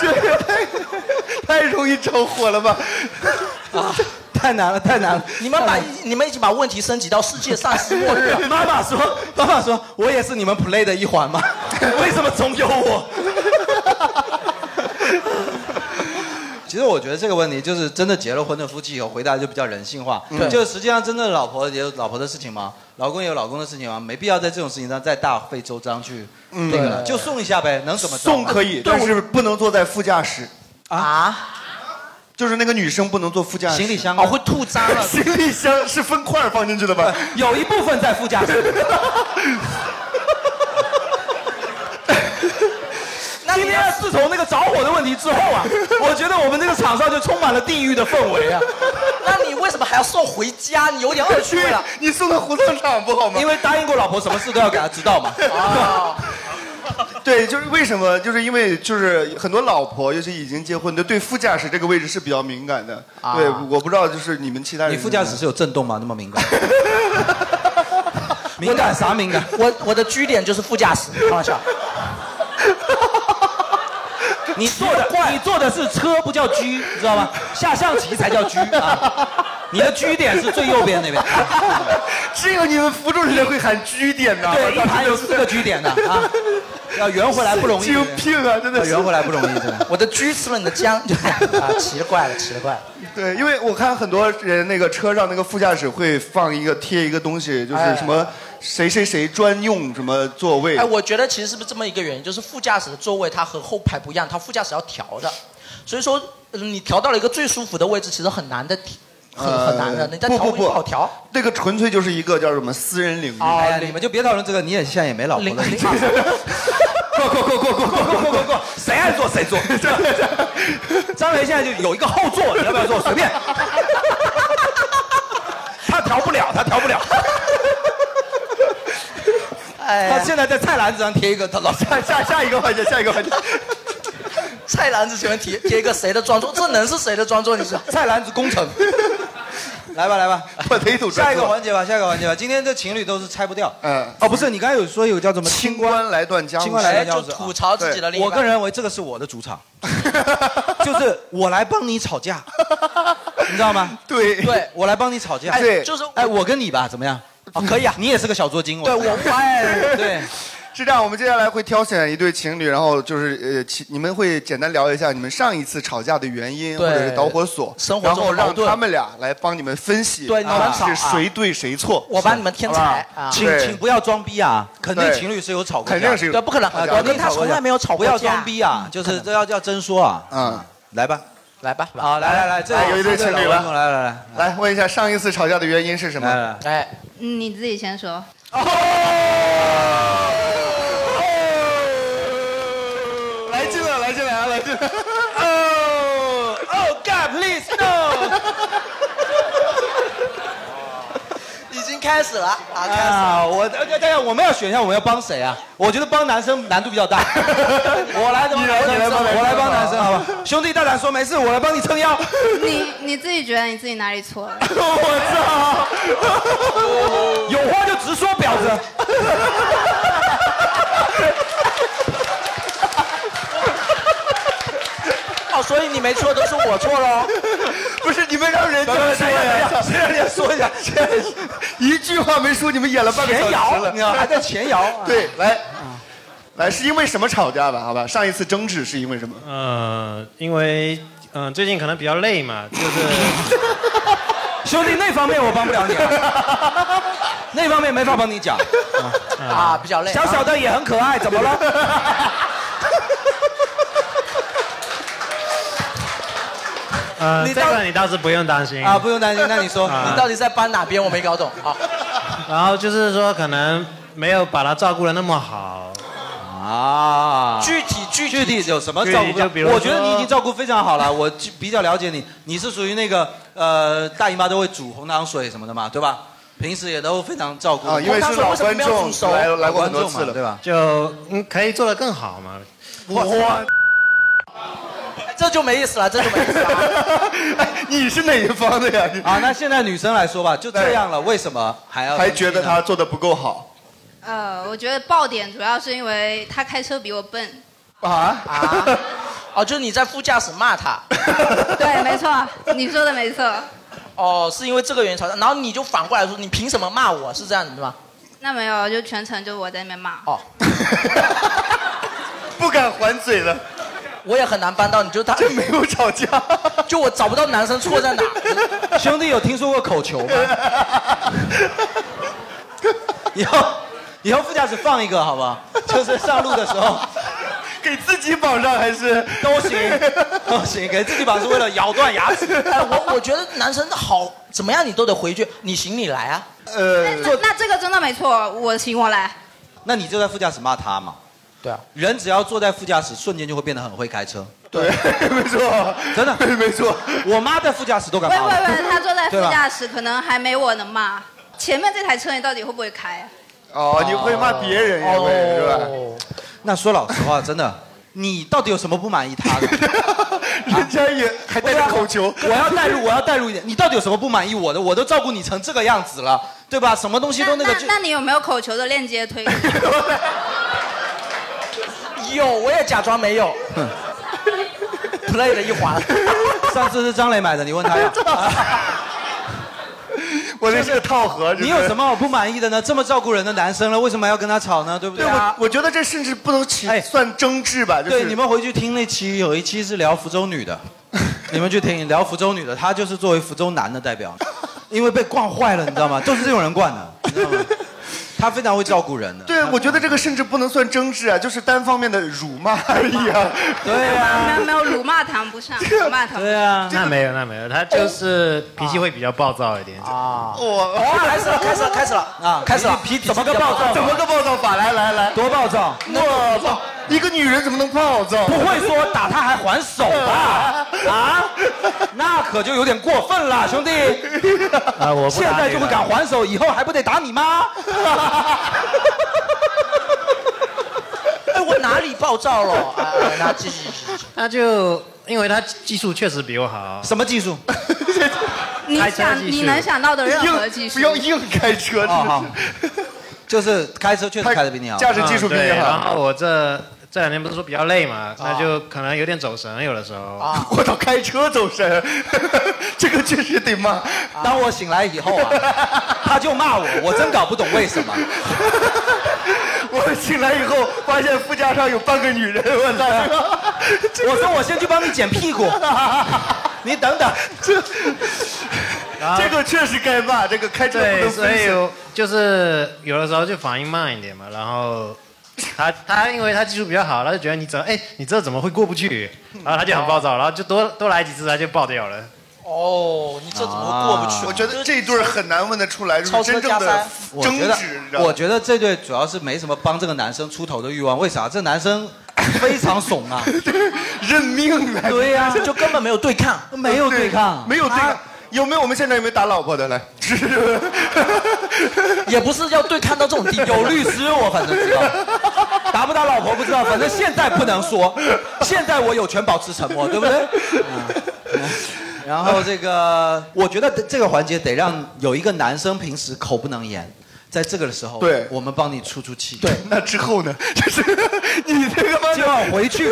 Speaker 2: 这个太 太容易着火了吧？
Speaker 4: 啊， 太难了，太难了！
Speaker 1: 你们把你们已经把问题升级到世界丧尸末日啊了。
Speaker 4: 妈妈说，妈妈说，我也是你们 play 的一 环嘛，为什么总有 我？其实我觉得这个问题就是真的结了婚的夫妻以后回答就比较人性化，
Speaker 1: 嗯
Speaker 4: 就实际上真的老婆也有老婆的事情嘛，老公也有老公的事情嘛，没必要在这种事情上再大费周章去
Speaker 2: 嗯
Speaker 4: 那个了，就送一下呗，能怎么着嘛
Speaker 2: 送可以，但是不能坐在副驾驶。
Speaker 4: 啊？
Speaker 2: 就是那个女生不能坐副驾驶。
Speaker 4: 行李箱哦会吐脏了
Speaker 2: 行李箱是分块儿放进去的吧？
Speaker 4: 有一部分在副驾驶。今天自从 那个着火的问题之后啊，我觉得我们这个场上就充满了地狱的氛围啊。
Speaker 1: 那你为什么还要送回家？你有点恶趣味 了。
Speaker 2: 你送到火葬场不好吗？
Speaker 4: 因为答应过老婆，什么事都要给她知道嘛。 啊
Speaker 2: 对，就是为什么？就是因为就是很多老婆，尤其已经结婚的，对副驾驶这个位置是比较敏感的。
Speaker 4: 啊
Speaker 2: 对，我不知道，就是你们其他人。
Speaker 4: 你副驾驶是有震动吗？那么 敏感？敏感啥敏感？
Speaker 1: 我我的居点就是副驾驶，开 玩笑。
Speaker 4: 你坐的你坐的是车，不叫车，你知道吗？下象棋才叫 车啊。你的车点是最右边那边，
Speaker 2: 只有你们福州人会喊居点呐
Speaker 4: 对，一盘有四个居点的啊， 要圆回来不容易。
Speaker 1: 神经
Speaker 2: 病啊，真
Speaker 1: 哎
Speaker 4: 的是要圆回来不容易，真 的。
Speaker 1: 我的车吃了你的 姜，啊，奇了怪了，奇了怪了。
Speaker 2: 对，因为我看很多人那个车上那个副驾驶会放一个贴一个东西，
Speaker 4: 哎
Speaker 2: 就是什么谁谁谁专用什么座位。
Speaker 1: 哎，我觉得其实是不是这么一个原因，就是副驾驶的座位它和后排不一样，它副驾驶要调的，所以说呃你调到了一个最舒服的位置，其实很难的，很很难的，
Speaker 2: 呃
Speaker 1: 你再
Speaker 2: 不
Speaker 1: 调
Speaker 2: 不
Speaker 1: 回去
Speaker 2: 不
Speaker 1: 好调。
Speaker 2: 那个纯粹就是一个叫什么私人领域。
Speaker 4: 哎呀，你们就别讨论这个，你也现在也没老婆了。过过过过过过过过过过，谁爱坐谁坐。张雷现在就有一个后座，你要不要坐？随便。他调不了，他调不了。
Speaker 1: 哎
Speaker 4: 他现在在菜篮子上贴一个，他老
Speaker 2: 下下下一个环节，下一个环节。
Speaker 1: 菜篮子前面贴贴一个谁的专座，这能是谁的专座？你说
Speaker 4: 菜篮子工程。 来吧来吧，下一个环节吧，下一个环节吧。今天这情侣都是拆不掉。
Speaker 2: 嗯，
Speaker 4: 哦，不是，你刚才有说有叫什么清
Speaker 2: 官来断家务事
Speaker 4: 清官来断家务事
Speaker 1: 哎就吐槽自己的另一
Speaker 4: 我
Speaker 1: 半
Speaker 4: 个人认为这个是我的主场，就是我来帮你吵架，你知道吗？
Speaker 2: 对，
Speaker 4: 对我来帮你吵架。
Speaker 1: 哎对就是
Speaker 4: 哎，我跟你吧，怎么样？哦，可以啊，你也是个小捉精，
Speaker 1: 对我哎
Speaker 4: 对。
Speaker 2: 是这样，我们接下来会挑选一对情侣，然后就是呃，其你们会简单聊一下你们上一次吵架的原因，
Speaker 1: 对
Speaker 2: 或者是导火索，
Speaker 1: 生活
Speaker 2: 然
Speaker 1: 中的
Speaker 2: 后
Speaker 1: 矛
Speaker 2: 让
Speaker 1: 盾
Speaker 2: 他们俩来帮你们分析，
Speaker 1: 对你们
Speaker 2: 啊
Speaker 1: 吵
Speaker 2: 是谁对谁错。
Speaker 1: 我帮你们添彩啊
Speaker 4: 请
Speaker 1: 对
Speaker 4: 请不要装逼啊！肯定
Speaker 1: 对
Speaker 4: 情侣是有吵过架，
Speaker 1: 肯定是有对不可能
Speaker 4: 啊
Speaker 1: 我跟他从来没有吵过
Speaker 4: 不要
Speaker 1: 架
Speaker 4: 装逼啊！就是这要要真说啊！
Speaker 2: 嗯，
Speaker 4: 来吧，
Speaker 1: 来吧，
Speaker 4: 好，来来来，这
Speaker 2: 有一对情侣
Speaker 4: 老公
Speaker 2: 了，
Speaker 4: 来来来，
Speaker 2: 来问一下上一次吵架的原因是什么？
Speaker 1: 哎，
Speaker 17: 嗯，你自己先说。
Speaker 2: 来劲了，来劲了，来劲了！
Speaker 4: 哦
Speaker 1: Oh,
Speaker 4: 哦，God please no！
Speaker 1: 已经开始了啊，开始了。
Speaker 4: 啊，我大家我们要选一下，我们要帮谁啊？我觉得帮男生难度比较大。我来帮男
Speaker 2: 你来你来
Speaker 4: 生，
Speaker 2: 帮男生
Speaker 4: 我来帮男生，好吧？兄弟大胆说没事，我来帮你撑腰。
Speaker 17: 你你自己觉得你自己哪里错了？
Speaker 4: 我操！有话就直说，婊子。
Speaker 1: 哦，所以你没错，都是我错喽。
Speaker 2: 不是你们让人家说呀，
Speaker 4: 谁让人家说呀？
Speaker 2: 一句话没说，你们演了半个小
Speaker 4: 前
Speaker 2: 时
Speaker 4: 摇，
Speaker 2: 了，
Speaker 4: 你知道还在前摇。
Speaker 2: 对，来，来，是因为什么吵架吧？好吧，上一次争执是因为什么？
Speaker 18: 呃，因为嗯、呃最近可能比较累嘛，就是
Speaker 4: 兄弟，那方面我帮不了你啊， 那方面没法帮你讲。
Speaker 1: 啊，比较累。
Speaker 4: 小小的也很可爱，怎 么了？
Speaker 18: 呃，
Speaker 1: 你
Speaker 18: 这
Speaker 1: 到
Speaker 18: 个你倒是不用担心
Speaker 4: 啊，不用担心。那你说，
Speaker 18: 啊
Speaker 1: 你到底在搬哪边？我没搞懂啊。
Speaker 18: 然后就是说可能没有把他照顾的那么好，
Speaker 4: 啊
Speaker 1: 具体具
Speaker 4: 具体有什么
Speaker 1: 具
Speaker 4: 照
Speaker 1: 体
Speaker 4: 顾不了
Speaker 1: 就比如
Speaker 4: 我觉得
Speaker 1: 说
Speaker 4: 你已经照顾非常好了，我就比较了解你。你是属于那个呃大姨妈都会煮红糖水什么的嘛，对吧？平时也都非常照顾。
Speaker 2: 啊因为是老观众来来过很多次了
Speaker 4: 对吧？
Speaker 18: 就嗯，可以做得更好嘛。
Speaker 1: 哇，这就没意思了，这就没意思了。
Speaker 4: 你是哪一方的呀？啊，那现在女生来说吧，就这样了，为什么还要
Speaker 2: 还觉得他做的不够好
Speaker 17: 呃，我觉得爆点主要是因为他开车比我笨。
Speaker 2: 啊
Speaker 1: 啊！哦，就是你在副驾驶骂他。
Speaker 17: 对，没错，你说的没错。
Speaker 1: 哦，是因为这个原因吵架，然后你就反过来说，你凭什么骂我？是这样子的吗？
Speaker 17: 那没有，就全程就我在那边骂。
Speaker 1: 哦，
Speaker 2: 不敢还嘴了。
Speaker 1: 我也很难帮到你，就他
Speaker 2: 这没有吵架，
Speaker 1: 就我找不到男生错在哪。
Speaker 4: 兄弟有听说过口球吗？以后 以后副驾驶放一个好不好？就是上路的时候，
Speaker 2: 给自己绑上还是
Speaker 4: 都行都行，给自己绑是为了咬断牙齿。
Speaker 1: 哎，我我觉得男生好怎么样，你都得回去，你行你来啊。
Speaker 4: 呃
Speaker 17: 那那这个真的没错，我行我来。
Speaker 4: 那你就在副驾驶骂他 嘛。
Speaker 1: 对啊，
Speaker 4: 人只要坐在副驾驶，瞬间就会变得很会开车。
Speaker 2: 对， 没错，
Speaker 4: 真的
Speaker 2: 没错。
Speaker 4: 我妈在副驾驶都敢
Speaker 17: 喂喂
Speaker 4: 骂我。
Speaker 17: 喂，他坐在副
Speaker 4: 对吧
Speaker 17: 驾驶，可能还没我能骂。前面这台车你到底会不会开啊？
Speaker 2: 哦，你会骂别人也会、
Speaker 1: 哦
Speaker 4: 是吧？那说老实话，真 的，你到底有什么不满意他的？啊
Speaker 2: 人家也还带着口球，
Speaker 4: 我要带入，我要带入一点。你到底有什么不满意我的？我都照顾你成这个样子了，对吧？什么东西都那个
Speaker 17: 那
Speaker 4: 就
Speaker 17: 那你有没有口球的链接推给我？
Speaker 1: 有，我也假装没有。play 了一 环。
Speaker 4: 上次是张磊买的，你问他呀。
Speaker 2: 我那是套盒。
Speaker 4: 你有什么我不满意的呢？这么照顾人的男生了，为什么还要跟他吵呢？对不对？啊哎
Speaker 2: 对我，我觉得这甚至不能起、算争执吧。就是、
Speaker 4: 对，你们回去听那期，有一期是聊福州女的，你们去听聊福州女的，她就是作为福州男的代表，因为被惯坏了，你知道吗？就是这种人惯的，你知道吗？他非常会照顾人的。
Speaker 2: 对，我觉得这个甚至不能算争执啊，就是单方面的辱骂而已啊。
Speaker 4: 对啊
Speaker 17: 没有没有，辱骂谈不上，辱骂谈不上。
Speaker 18: 对啊，那没有那没有，
Speaker 2: 哎
Speaker 18: 他就是脾
Speaker 2: 啊
Speaker 18: 气会比较暴躁一点
Speaker 1: 啊。
Speaker 2: 我
Speaker 1: 哦，开始了，开始了，开始了
Speaker 4: 啊
Speaker 1: 开始了，
Speaker 4: 脾脾怎么个暴躁法
Speaker 2: 怎么个暴躁法？来来来，
Speaker 4: 多暴躁！
Speaker 2: 我操，一个女人怎么能暴躁？
Speaker 4: 不会说打他还还手吧？啊，那可就有点过分了，兄弟。
Speaker 18: 啊，我不
Speaker 4: 现
Speaker 18: 打
Speaker 4: 在
Speaker 18: 你
Speaker 4: 就不
Speaker 18: 了
Speaker 4: 敢还手，以后还不得打你妈？
Speaker 1: 哎，我哪里暴躁了？哎，那继续。
Speaker 18: 他就因为他技术确实比我好。
Speaker 4: 什么技术？
Speaker 17: 你
Speaker 18: 开车
Speaker 17: 想
Speaker 18: 技术
Speaker 17: 你能想到的任何技术，
Speaker 2: 开车，
Speaker 4: 哦好，就是开车确实开的比你好，啊
Speaker 2: 驾驶技术比你
Speaker 18: 对
Speaker 2: 好
Speaker 18: 然后我这这两天不是说比较累嘛，
Speaker 4: 哦
Speaker 18: 那就可能有点 走神，有的时候。
Speaker 2: 我操，开车走神， 这个确实得
Speaker 18: 啊
Speaker 2: 骂。
Speaker 4: 当我醒来以后 啊，他就骂我，我真搞不懂为什么。
Speaker 2: 我醒来以后发现副驾上有半个女人，我操！
Speaker 4: 我说我先去帮你捡屁股，你等等，
Speaker 2: 这
Speaker 4: 啊
Speaker 18: 然后
Speaker 2: 这个确实该骂，这个开车不
Speaker 18: 对，
Speaker 2: 能
Speaker 18: 所
Speaker 2: 分
Speaker 18: 以
Speaker 2: 手
Speaker 18: 有。就是有的时候就反应慢一点嘛，然后他他因为他技术比较好，他就觉得你怎么哎你这怎么会过不去，
Speaker 4: 嗯
Speaker 18: 然后他就很暴躁，然后就多多来几次他就爆掉了。
Speaker 1: 哦，你这怎么会过不去？
Speaker 2: 啊我觉得这一对儿很难问得出来，就是
Speaker 1: 超车
Speaker 2: 真正
Speaker 1: 加
Speaker 2: 的
Speaker 1: 塞
Speaker 4: 我
Speaker 2: 争
Speaker 4: 觉得
Speaker 2: 执，你知道吗
Speaker 4: 我觉得这对主要是没什么帮这个男生出头的欲望，为啥？这男生非常 怂啊，
Speaker 2: 认命来。
Speaker 4: 对呀
Speaker 1: 就根本没有对 抗，
Speaker 4: 没有对啊抗
Speaker 2: 没有对抗。有没有我们现在有没有打老婆的 来？
Speaker 1: 也不是要对抗到这种地步。
Speaker 4: 有律师我 反正知道，打不打老婆不知道，反正现在不能说，现在我有权保持沉默，对不对？ 然后这个，我觉得这个环节得让有一个男生平时口不能言，在这个的时候，
Speaker 2: 对
Speaker 4: 我们帮你出出气。
Speaker 2: 对，那之后呢？ 就是你这个妈
Speaker 4: 就要回去，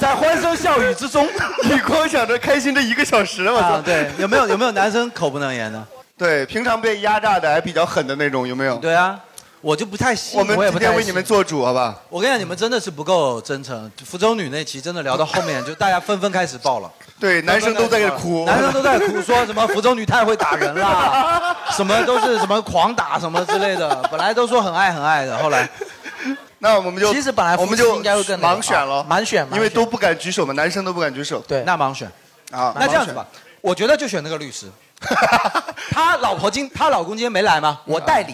Speaker 4: 在欢声笑语之 中，
Speaker 2: 你光想着开心这一个小时，我操！
Speaker 4: 啊，对，有没有有没有男生口不能言的？
Speaker 2: 对，平常被压榨的还比较狠的那种，有没有？
Speaker 4: 对啊，我就不太信，
Speaker 2: 我们
Speaker 4: 也
Speaker 2: 今
Speaker 4: 不太
Speaker 2: 天
Speaker 4: 信
Speaker 2: 为你们。做主，好吧？
Speaker 4: 我跟你讲，你们真的是不够真诚。福州女那期真的聊到后面，就大家纷纷开始爆了。
Speaker 2: 对，男生都在哭，
Speaker 4: 男生都在哭，说什么福州女太会打人 啦，什么都是什么狂打什么之类的。本来都说很爱很爱的，后 来
Speaker 2: 那我们就
Speaker 4: 其实本来
Speaker 2: 我们就
Speaker 4: 夫妻应该会更那个
Speaker 2: 盲选了
Speaker 4: 啊，盲选盲选
Speaker 2: 因为都不敢举手嘛，男生都不敢举手。
Speaker 1: 对，
Speaker 4: 那盲选
Speaker 2: 啊，
Speaker 4: 那这样子吧， 我觉得就选那个律师。他老婆今他老公今天没来吗？我代理，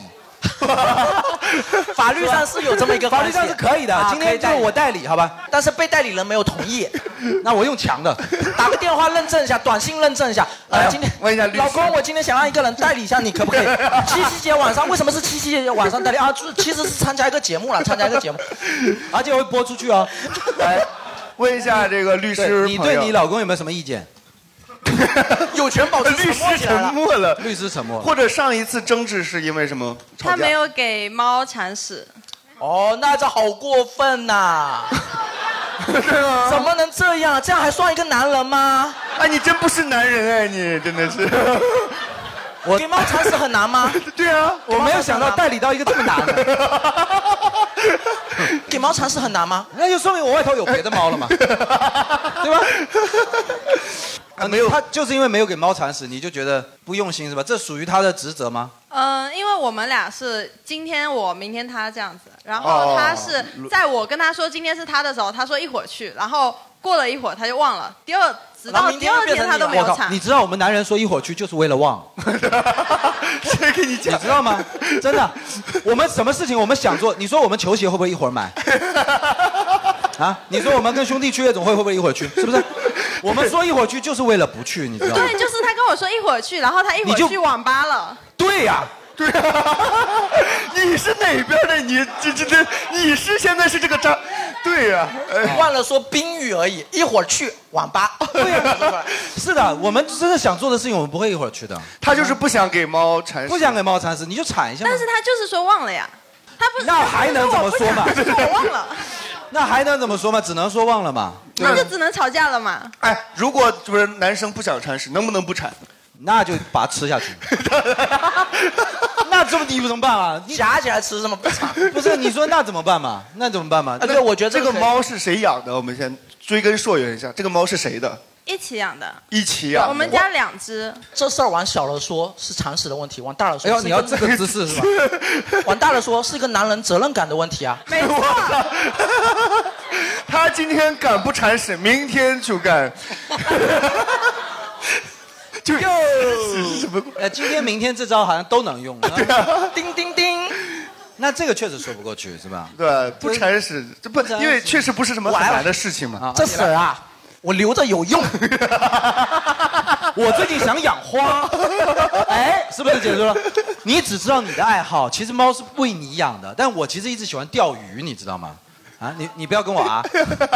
Speaker 1: 法律上是有这么一个
Speaker 4: 法
Speaker 1: 关
Speaker 4: 律
Speaker 1: 系，
Speaker 4: 上是可以的。
Speaker 1: 啊
Speaker 4: 今天就是我代理，好吧？
Speaker 1: 但是被代理人没有同 意，
Speaker 4: 那我用强的。
Speaker 1: 打个电话认证一下，短信认证一下。呃，今天
Speaker 4: 哎问一下律师
Speaker 1: 老公，我今天想让一个人代理一下，你可不 可以？七夕节晚上为什么是七夕节晚上代理啊？就其实是参加一个节目了，参加一个 节目，啊
Speaker 4: 而且会播出去哦。
Speaker 1: 哎
Speaker 2: 来，问一下这个律师
Speaker 4: 你
Speaker 2: 朋友
Speaker 4: 对你老公有没有什么意见？
Speaker 1: 有权保持
Speaker 2: 律
Speaker 1: 沉默
Speaker 2: 师
Speaker 1: 起来
Speaker 2: 沉
Speaker 1: 了。
Speaker 2: 默了，
Speaker 4: 律师沉默
Speaker 2: 或者上一次争执是因为什么吵
Speaker 12: 他
Speaker 2: 架？
Speaker 12: 没有给猫铲屎，
Speaker 1: 哦，那这好过 分啊呐、 怎么能这样？这样还算一个男人吗？
Speaker 2: 哎，你真不是男人哎，你真的是。
Speaker 1: 我 给猫铲屎很难吗？
Speaker 2: 对啊，
Speaker 4: 我没有想到代理到一个这么难的。
Speaker 1: 给猫铲屎很难吗？
Speaker 4: 那就说明我外头有别的猫了嘛，对吧？啊没有，他就是因为没有给猫铲屎，你就觉得不用心是吧？这属于他的职责吗？
Speaker 12: 嗯，因为我们俩是今天我明天他这样子，然后
Speaker 4: 哦
Speaker 12: 他是在我跟他说今天是他的时候，他说一会儿去，然后过了一会儿他就忘了，第二直
Speaker 1: 然后
Speaker 12: 到
Speaker 1: 明
Speaker 12: 第
Speaker 1: 天就
Speaker 12: 二
Speaker 1: 变
Speaker 12: 天
Speaker 1: 成
Speaker 12: 他都没有
Speaker 4: 我靠！
Speaker 12: 铲
Speaker 4: 你。知道我们男人说一会儿去就是为了忘，
Speaker 2: 谁给你
Speaker 4: 讲？你知道吗？真的，我们什么事情我们想做？你说我们球鞋会不会一会儿买？啊？你说我们跟兄弟去夜总会会不会一会儿去？是不是？我们说一会儿去就是为了不去，你知道吗？
Speaker 12: 对，就是他跟我说一会儿去，然后他一会
Speaker 4: 你
Speaker 12: 儿
Speaker 4: 就
Speaker 12: 去网吧了。
Speaker 4: 对呀、
Speaker 2: 对、啊你是哪边的？你这这这，你是现在是这个渣？对啊呀、
Speaker 1: 忘了说宾语而已，一会儿去网吧。
Speaker 4: 对呀、是的，我们真的想做的事情，我们不会一会儿去的。
Speaker 2: 他就是不想给猫铲，
Speaker 4: 不想给猫铲屎，你就铲一下嘛。
Speaker 12: 但是他就是说忘了呀，他不是
Speaker 4: 那还能怎么说嘛
Speaker 12: 他不是我忘了，
Speaker 4: 那还能怎么说嘛？只能说忘了嘛。
Speaker 12: 那就只能吵架了嘛。
Speaker 2: 哎，如果就是男生不想铲屎，能不能不铲？
Speaker 4: 那就把它吃 下去。那这么你怎么办啊？
Speaker 1: 夹起来吃这么不惨？
Speaker 4: 不是，你说那怎么办嘛？那怎么办嘛？
Speaker 2: 那这个猫是谁养的？我们先追根溯源一下，这个猫是谁的？
Speaker 12: 一起养的，
Speaker 2: 一起养的。
Speaker 12: 我们家两只。
Speaker 1: 这事儿往小了说是常识的问题，往大了说
Speaker 4: 哎呦
Speaker 1: 是
Speaker 4: 你
Speaker 1: 一
Speaker 4: 要这个姿势是吧？
Speaker 1: 往大了说是一个男人责任感的问 题啊。
Speaker 12: 没错。
Speaker 2: 他今天敢不铲屎，明天就干。 就什么？啊
Speaker 4: 呃，今天、明天这招好像都能 用。
Speaker 1: 叮叮叮。
Speaker 4: 那这个确实说不过去，是吧？
Speaker 2: 对，啊不铲屎，这不
Speaker 4: 铲，屎
Speaker 2: 因为确实不是什么很难的事情嘛。
Speaker 1: 这屎啊，我留着有 用。
Speaker 4: 我最近想养 花， 哎，是不是解释了？你只知道你的爱好，其实猫是为你养的。但我其实一直喜欢钓鱼，你知道吗？啊，你你不要跟我 啊，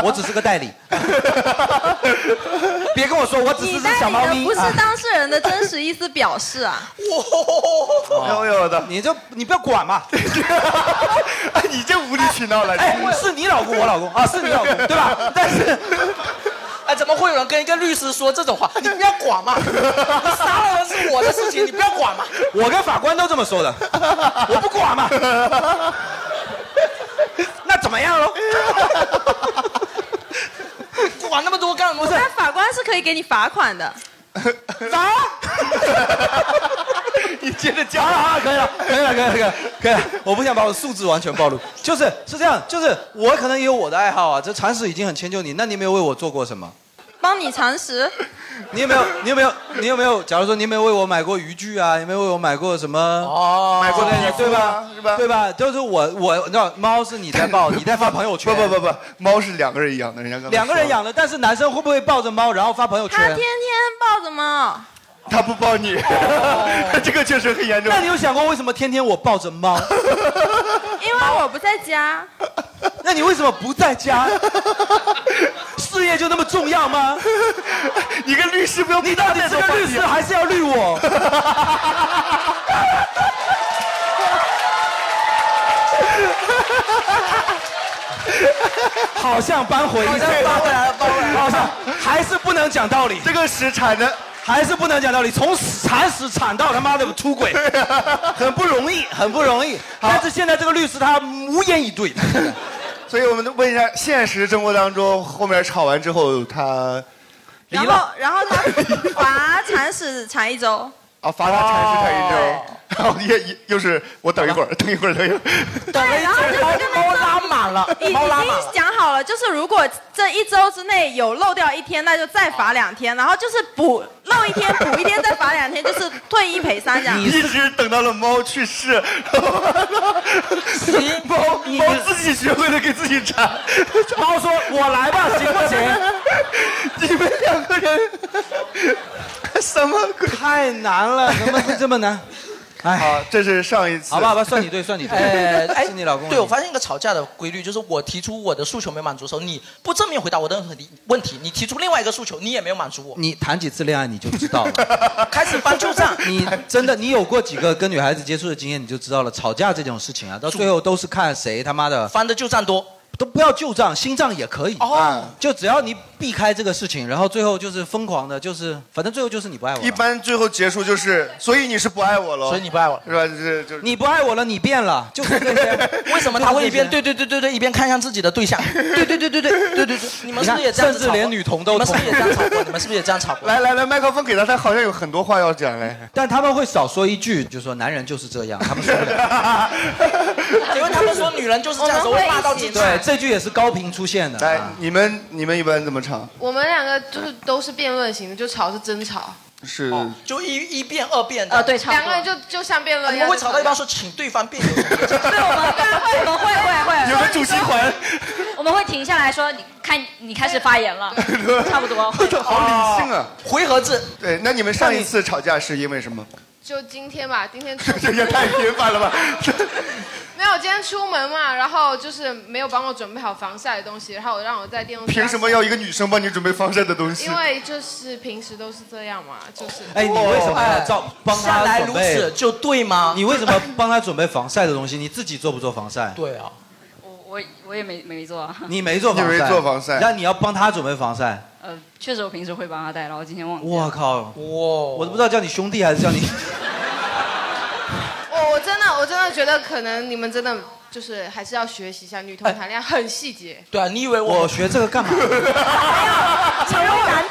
Speaker 4: 我只是个代理。 别跟我说，我只是
Speaker 12: 你
Speaker 4: 只
Speaker 12: 代
Speaker 4: 小猫
Speaker 12: 理
Speaker 4: 咪。
Speaker 12: 的不是
Speaker 4: 啊
Speaker 12: 当事人的真实意思表示啊。
Speaker 2: 有有哎的，
Speaker 4: 你就你不要管嘛。
Speaker 2: 你这无理取闹了。
Speaker 4: 哎，是你老公，我老公啊，是你老 公，对吧？但是，
Speaker 1: 哎，怎么会有人跟一个律师说这种 话？你不要管嘛，你杀了人是我的事情，你不要管嘛。
Speaker 4: 我跟法官都这么说的， 我不管嘛。那怎么 样喽？
Speaker 1: 管那么多干什么？
Speaker 12: 但法官是可以给你罚款的。
Speaker 2: 你接着
Speaker 4: 讲啊，可以了，可以了，可以了，可以了，可以了。我不想把我的素质完全暴露，就是是这样，就是我可能也有我的爱好啊。这铲屎已经很迁就你，那你有没有为我做过什么？
Speaker 12: 帮你铲屎，
Speaker 4: 你有没有？你有没有？你有没有？假如说你有没有为我买过渔具啊？有没有为我买过什么？哦
Speaker 2: 买过
Speaker 4: 类
Speaker 2: 衣
Speaker 4: 的，
Speaker 2: 服
Speaker 4: 对吧
Speaker 2: 啊？是吧
Speaker 4: 对吧？就是我，我那猫是你在 抱，你在发朋友圈。
Speaker 2: 不不不不，猫是两个人养的，人家刚才
Speaker 4: 两个人
Speaker 2: 说了，
Speaker 4: 养的，但是男生会不会抱着猫然后发朋
Speaker 1: 啊
Speaker 4: 友
Speaker 12: 他天
Speaker 4: 圈？
Speaker 12: 天抱着猫，
Speaker 2: 他不抱你， 这个确实很严重。
Speaker 4: 哦那你有想过为什么天天我抱着猫？
Speaker 12: 因为我不在家，
Speaker 4: 那你为什么不在家？事业就那么重要吗？
Speaker 2: 你跟律师不要
Speaker 4: 你到底是个律师还是要律我？好像扳回一城，
Speaker 1: 扳回来了，扳回来了。
Speaker 4: 好像还是不能讲道理。
Speaker 2: 这个屎铲的
Speaker 4: 还是不能讲道理，从屎铲屎铲到他妈的出轨，很不容易，很不容易。 但是现在这个律师他无言以对。
Speaker 2: 所以我们就问一下，现实生活当中，后面吵完之后，他离
Speaker 12: 然后然后他罚铲屎铲一周，
Speaker 2: 啊，罚他铲屎铲一
Speaker 12: 哦
Speaker 2: 周， 然后也也又是我等一会儿，等一会儿，等一会儿，
Speaker 1: 等了一
Speaker 12: 周，
Speaker 1: 猫拉满了
Speaker 12: 已已
Speaker 1: 猫拉满
Speaker 12: 经
Speaker 1: 了
Speaker 12: 讲好了，就是如果这一周之内有漏掉一天，那就再罚两天，然后就是补漏
Speaker 17: 一天补一天，再罚两天，就是退一赔
Speaker 12: 哎
Speaker 17: 三这样。
Speaker 2: 你一直等到了猫去世， 猫猫自己学会了给自己查。
Speaker 4: 猫说：“我来吧，行不行？”
Speaker 2: 你们两个人什么鬼？
Speaker 4: 太难了，怎么会这么难？
Speaker 2: 好，这是上一次。
Speaker 4: 哎好吧，好吧，算你对，算你对，
Speaker 1: 哎哎，
Speaker 4: 是你老公。
Speaker 1: 对，我发现一个吵架的规律，就是我提出我的诉求没满足的时候，你不正面回答我的任何问题，你提出另外一个诉求，你也没有满足我。
Speaker 4: 你谈几次恋爱你就知道了。
Speaker 1: 开始翻旧账，
Speaker 4: 你真的，你有过几个跟女孩子接触的经验，你就知道了。吵架这种事情啊，到最后都是看谁他妈的
Speaker 1: 翻的旧账多。
Speaker 4: 都不要旧账，新账也可以。
Speaker 2: 啊
Speaker 4: 哦，就只要你避开这个事情，然后最后就是疯狂的，就是反正最后就是你不爱我了。
Speaker 2: 一般最后结束就是，所以你是不爱我喽？
Speaker 1: 所以你不爱我了
Speaker 2: 是吧？就是就是
Speaker 4: 你不爱我了，你变了，就是这些。
Speaker 1: 为什么他会一边
Speaker 4: 就是
Speaker 1: 对对对对对，一边看向自己的 对象？对对对对对对对对，你们是不是也这样子
Speaker 4: 甚至连女同都
Speaker 1: 你们是不是也这样吵过？你们是不是也这样吵过？
Speaker 2: 来来来，麦克风给他，他好像有很多话要讲嘞。
Speaker 4: 这些？但他们会少说一句，就说男人就是这 样，他们
Speaker 1: 哦
Speaker 4: 说的
Speaker 1: 因为他们说女人就是这样子，
Speaker 8: 我们会
Speaker 1: 会骂到
Speaker 8: 一
Speaker 1: 自
Speaker 8: 起
Speaker 1: 己。
Speaker 4: 对这句也是高频出现的。啊
Speaker 2: 来，你们你们一般怎么唱？
Speaker 8: 我们两个就是都是辩论型的，就吵是争吵。
Speaker 2: 是
Speaker 19: 哦
Speaker 1: 就一一辩二辩的。
Speaker 8: 啊，两个人就就像辩
Speaker 1: 啊
Speaker 8: 论一
Speaker 1: 你
Speaker 8: 样。
Speaker 1: 们会吵到一般说请对方辩友。
Speaker 19: 我们会
Speaker 1: 啊
Speaker 19: 会会，
Speaker 2: 有个主席环，
Speaker 19: 我们会停下来说，你看你开始发言了，差不多。
Speaker 2: 好理性
Speaker 4: 哦
Speaker 2: 啊，
Speaker 1: 回合制。
Speaker 2: 对，那你们上一次吵架是因为什么？
Speaker 8: 就今天吧，今天
Speaker 2: 这 也太频繁了吧！
Speaker 8: 没有，今天出门嘛，然后就是没有帮我准备好防晒的东西，然后让我在电动车。
Speaker 2: 凭什么要一个女生帮你准备防晒的东西
Speaker 8: 因？为就是平时都是这样嘛，就是。
Speaker 4: 哎，你为什么要照帮
Speaker 1: 下
Speaker 4: 他
Speaker 1: 来
Speaker 4: 准
Speaker 1: 如
Speaker 4: 备？
Speaker 1: 此就对吗？
Speaker 4: 你为什么帮他准备防晒的东西？你自己做不做防晒？
Speaker 1: 对啊，
Speaker 19: 我我也没没做啊。
Speaker 4: 你没做防晒，
Speaker 2: 你没做防晒
Speaker 4: 那你要帮他准备防晒。
Speaker 19: 呃，确实我平时会帮他带，然后今天忘记。
Speaker 4: 我靠！哇，
Speaker 1: 我
Speaker 4: 都不知道叫你兄弟还是叫你。
Speaker 8: 我我真的我真的觉得可能你们真的就是还是要学习一下，女同谈恋爱很细节。
Speaker 1: 对啊，你以为
Speaker 4: 我学这个 干嘛？
Speaker 1: 啊
Speaker 8: 成为男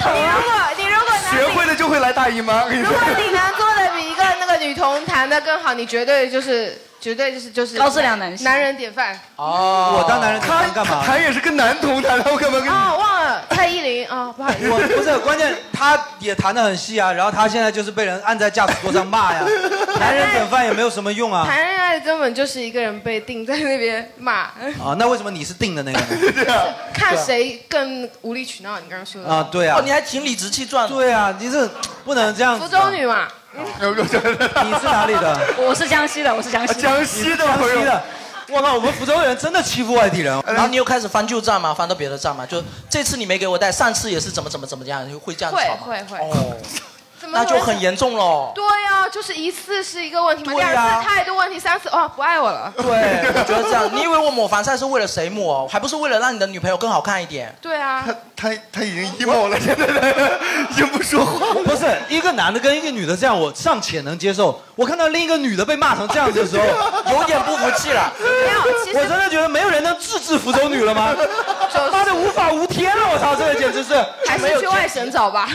Speaker 17: 你如果你如果
Speaker 2: 学会了就会来大姨妈。
Speaker 8: 如果你能做的比一个那个女同谈的更好，你绝对就是绝对就是就是
Speaker 19: 高质量男性
Speaker 8: 男人典范。
Speaker 1: 哦
Speaker 4: 我当男人他干嘛？
Speaker 2: 他也是跟男同谈，他干嘛跟
Speaker 8: 哦，忘了蔡依林啊、哦，不好意思。
Speaker 4: 我不是关键，他也谈得很细啊，然后他现在就是被人按在驾驶座上骂 呀，男人典范也没有什么用啊。
Speaker 8: 谈恋爱根本就是一个人被定在那边骂，
Speaker 4: 啊，那为什么你是定的那个呢？
Speaker 8: 看谁更无理取闹。你刚刚说的
Speaker 4: 啊，对啊。
Speaker 1: 哦你还挺理直气壮。
Speaker 4: 对啊，你这不能这样子
Speaker 8: 福
Speaker 4: 啊。
Speaker 8: 州女嘛，
Speaker 4: 你是哪里的？ 哦
Speaker 19: 我是江西的，我是
Speaker 2: 啊
Speaker 19: 江西的。
Speaker 4: 江西的。我靠，我们福州人真的欺负外地人。
Speaker 2: 呃
Speaker 1: 然后你又开始翻旧账吗？翻到别的账吗？就这次你没给我带，上次也是怎么怎么怎么样，会这样
Speaker 8: 会
Speaker 1: 吵吗？
Speaker 8: 会会。
Speaker 1: 哦，
Speaker 8: 怎么
Speaker 1: 那
Speaker 8: 会
Speaker 1: 就很严重 喽。
Speaker 8: 对呀、就是一次是一个问题嘛，第
Speaker 1: 对呀
Speaker 8: 二次态度问题，三次哦不爱我了。
Speaker 1: 对，我觉得这样，你以为我抹防晒是为了谁抹？还不是为了让你的女朋友更好看一点？
Speaker 8: 对啊，
Speaker 2: 他他已经 emo 了，现在已经不说话了。
Speaker 4: 不是一个男的跟一个女的这样，我尚且能接受。我看到另一个女的被骂成这样子的 时候，
Speaker 1: 有点不服气了。
Speaker 8: 没有，其实
Speaker 4: 我真的觉得没有人能制止福州女了吗？妈的，无法无天了！我操，这个简直是
Speaker 8: 还是去外省找吧。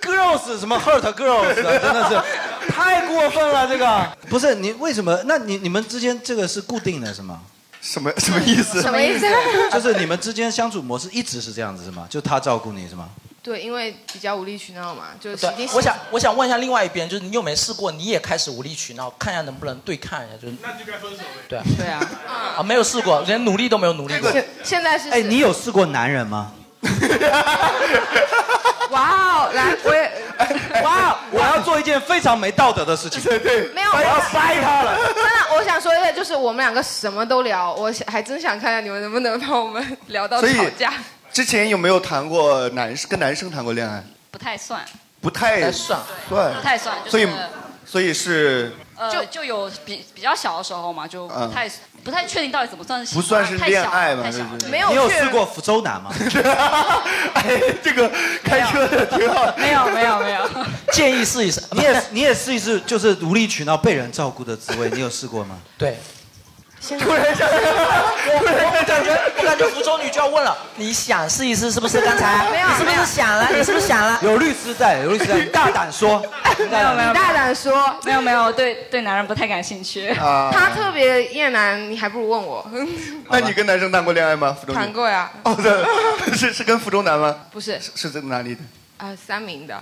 Speaker 4: girls 什么 hurt girls，真啊 的是太过分了。这个不是你为什么？那你你们之间这个是固定的，是吗？
Speaker 2: 什么什么意思
Speaker 8: 什么意思
Speaker 4: 就是你们之间相处模式一直是这样子，是吗？就他照顾你，是吗？
Speaker 8: 对，因为比较无理取闹嘛，就是
Speaker 1: 对
Speaker 8: 已经，
Speaker 1: 我想我想问一下另外一边，就是你有没有试过，你也开始无理取闹，看一下能不能对抗一下，就是
Speaker 11: 那就该分手了。
Speaker 1: 对啊
Speaker 19: 对啊，
Speaker 1: 啊没有试过，连努力都没有努力过。
Speaker 8: 现现在是
Speaker 4: 哎，你有试过男人吗？
Speaker 8: 哇哦，来 我也
Speaker 4: 哇哦，我要做一件非常没道德的事情。对
Speaker 2: 对，
Speaker 8: 没有，我
Speaker 4: 要塞他了。
Speaker 8: 真的，我想说一个，就是我们两个什么都聊，我想还真想看看你们能不能帮我们聊到
Speaker 2: 所以
Speaker 8: 吵架。
Speaker 2: 之前有没有谈过男生跟男生谈过恋爱？
Speaker 19: 不太算，
Speaker 2: 不太
Speaker 19: 不太算
Speaker 2: 算
Speaker 19: 不太算就是
Speaker 2: 哎所以所以是
Speaker 19: 呃，就就有比比较小的时候嘛，就不太、不太确定到底怎么算是
Speaker 2: 啊不算是
Speaker 19: 太小
Speaker 2: 恋爱嘛
Speaker 19: 太小了
Speaker 2: 就是
Speaker 19: 对
Speaker 4: 你有试过福州男吗？
Speaker 2: 哎，这个开车的挺好。
Speaker 19: 没有没有没有，
Speaker 1: 建议试一试。
Speaker 4: 你也你也试一试，就是无理取闹被人照顾的滋味，你有试过吗？
Speaker 1: 对。
Speaker 2: 突然想，
Speaker 1: 我我感 觉我感觉福州女就要问了，你想试一试是不是？刚才
Speaker 8: 没有
Speaker 1: 你是不
Speaker 8: 没有
Speaker 1: 是想了？你是不是想 了？
Speaker 4: 有律师在，有律师在，你大胆说。
Speaker 19: 没有没有，
Speaker 8: 大胆说，
Speaker 19: 没有没有，对对男人不太感兴趣。
Speaker 2: 啊
Speaker 8: 他特别厌男，你还不如问我。
Speaker 2: 那你跟男生谈过恋爱吗？福州女
Speaker 8: 哦
Speaker 2: 哦
Speaker 8: 谈。过呀？
Speaker 2: 哦，对，是是跟福州男吗？
Speaker 8: 不是，
Speaker 2: 是在哪里的？
Speaker 8: 啊、三名的，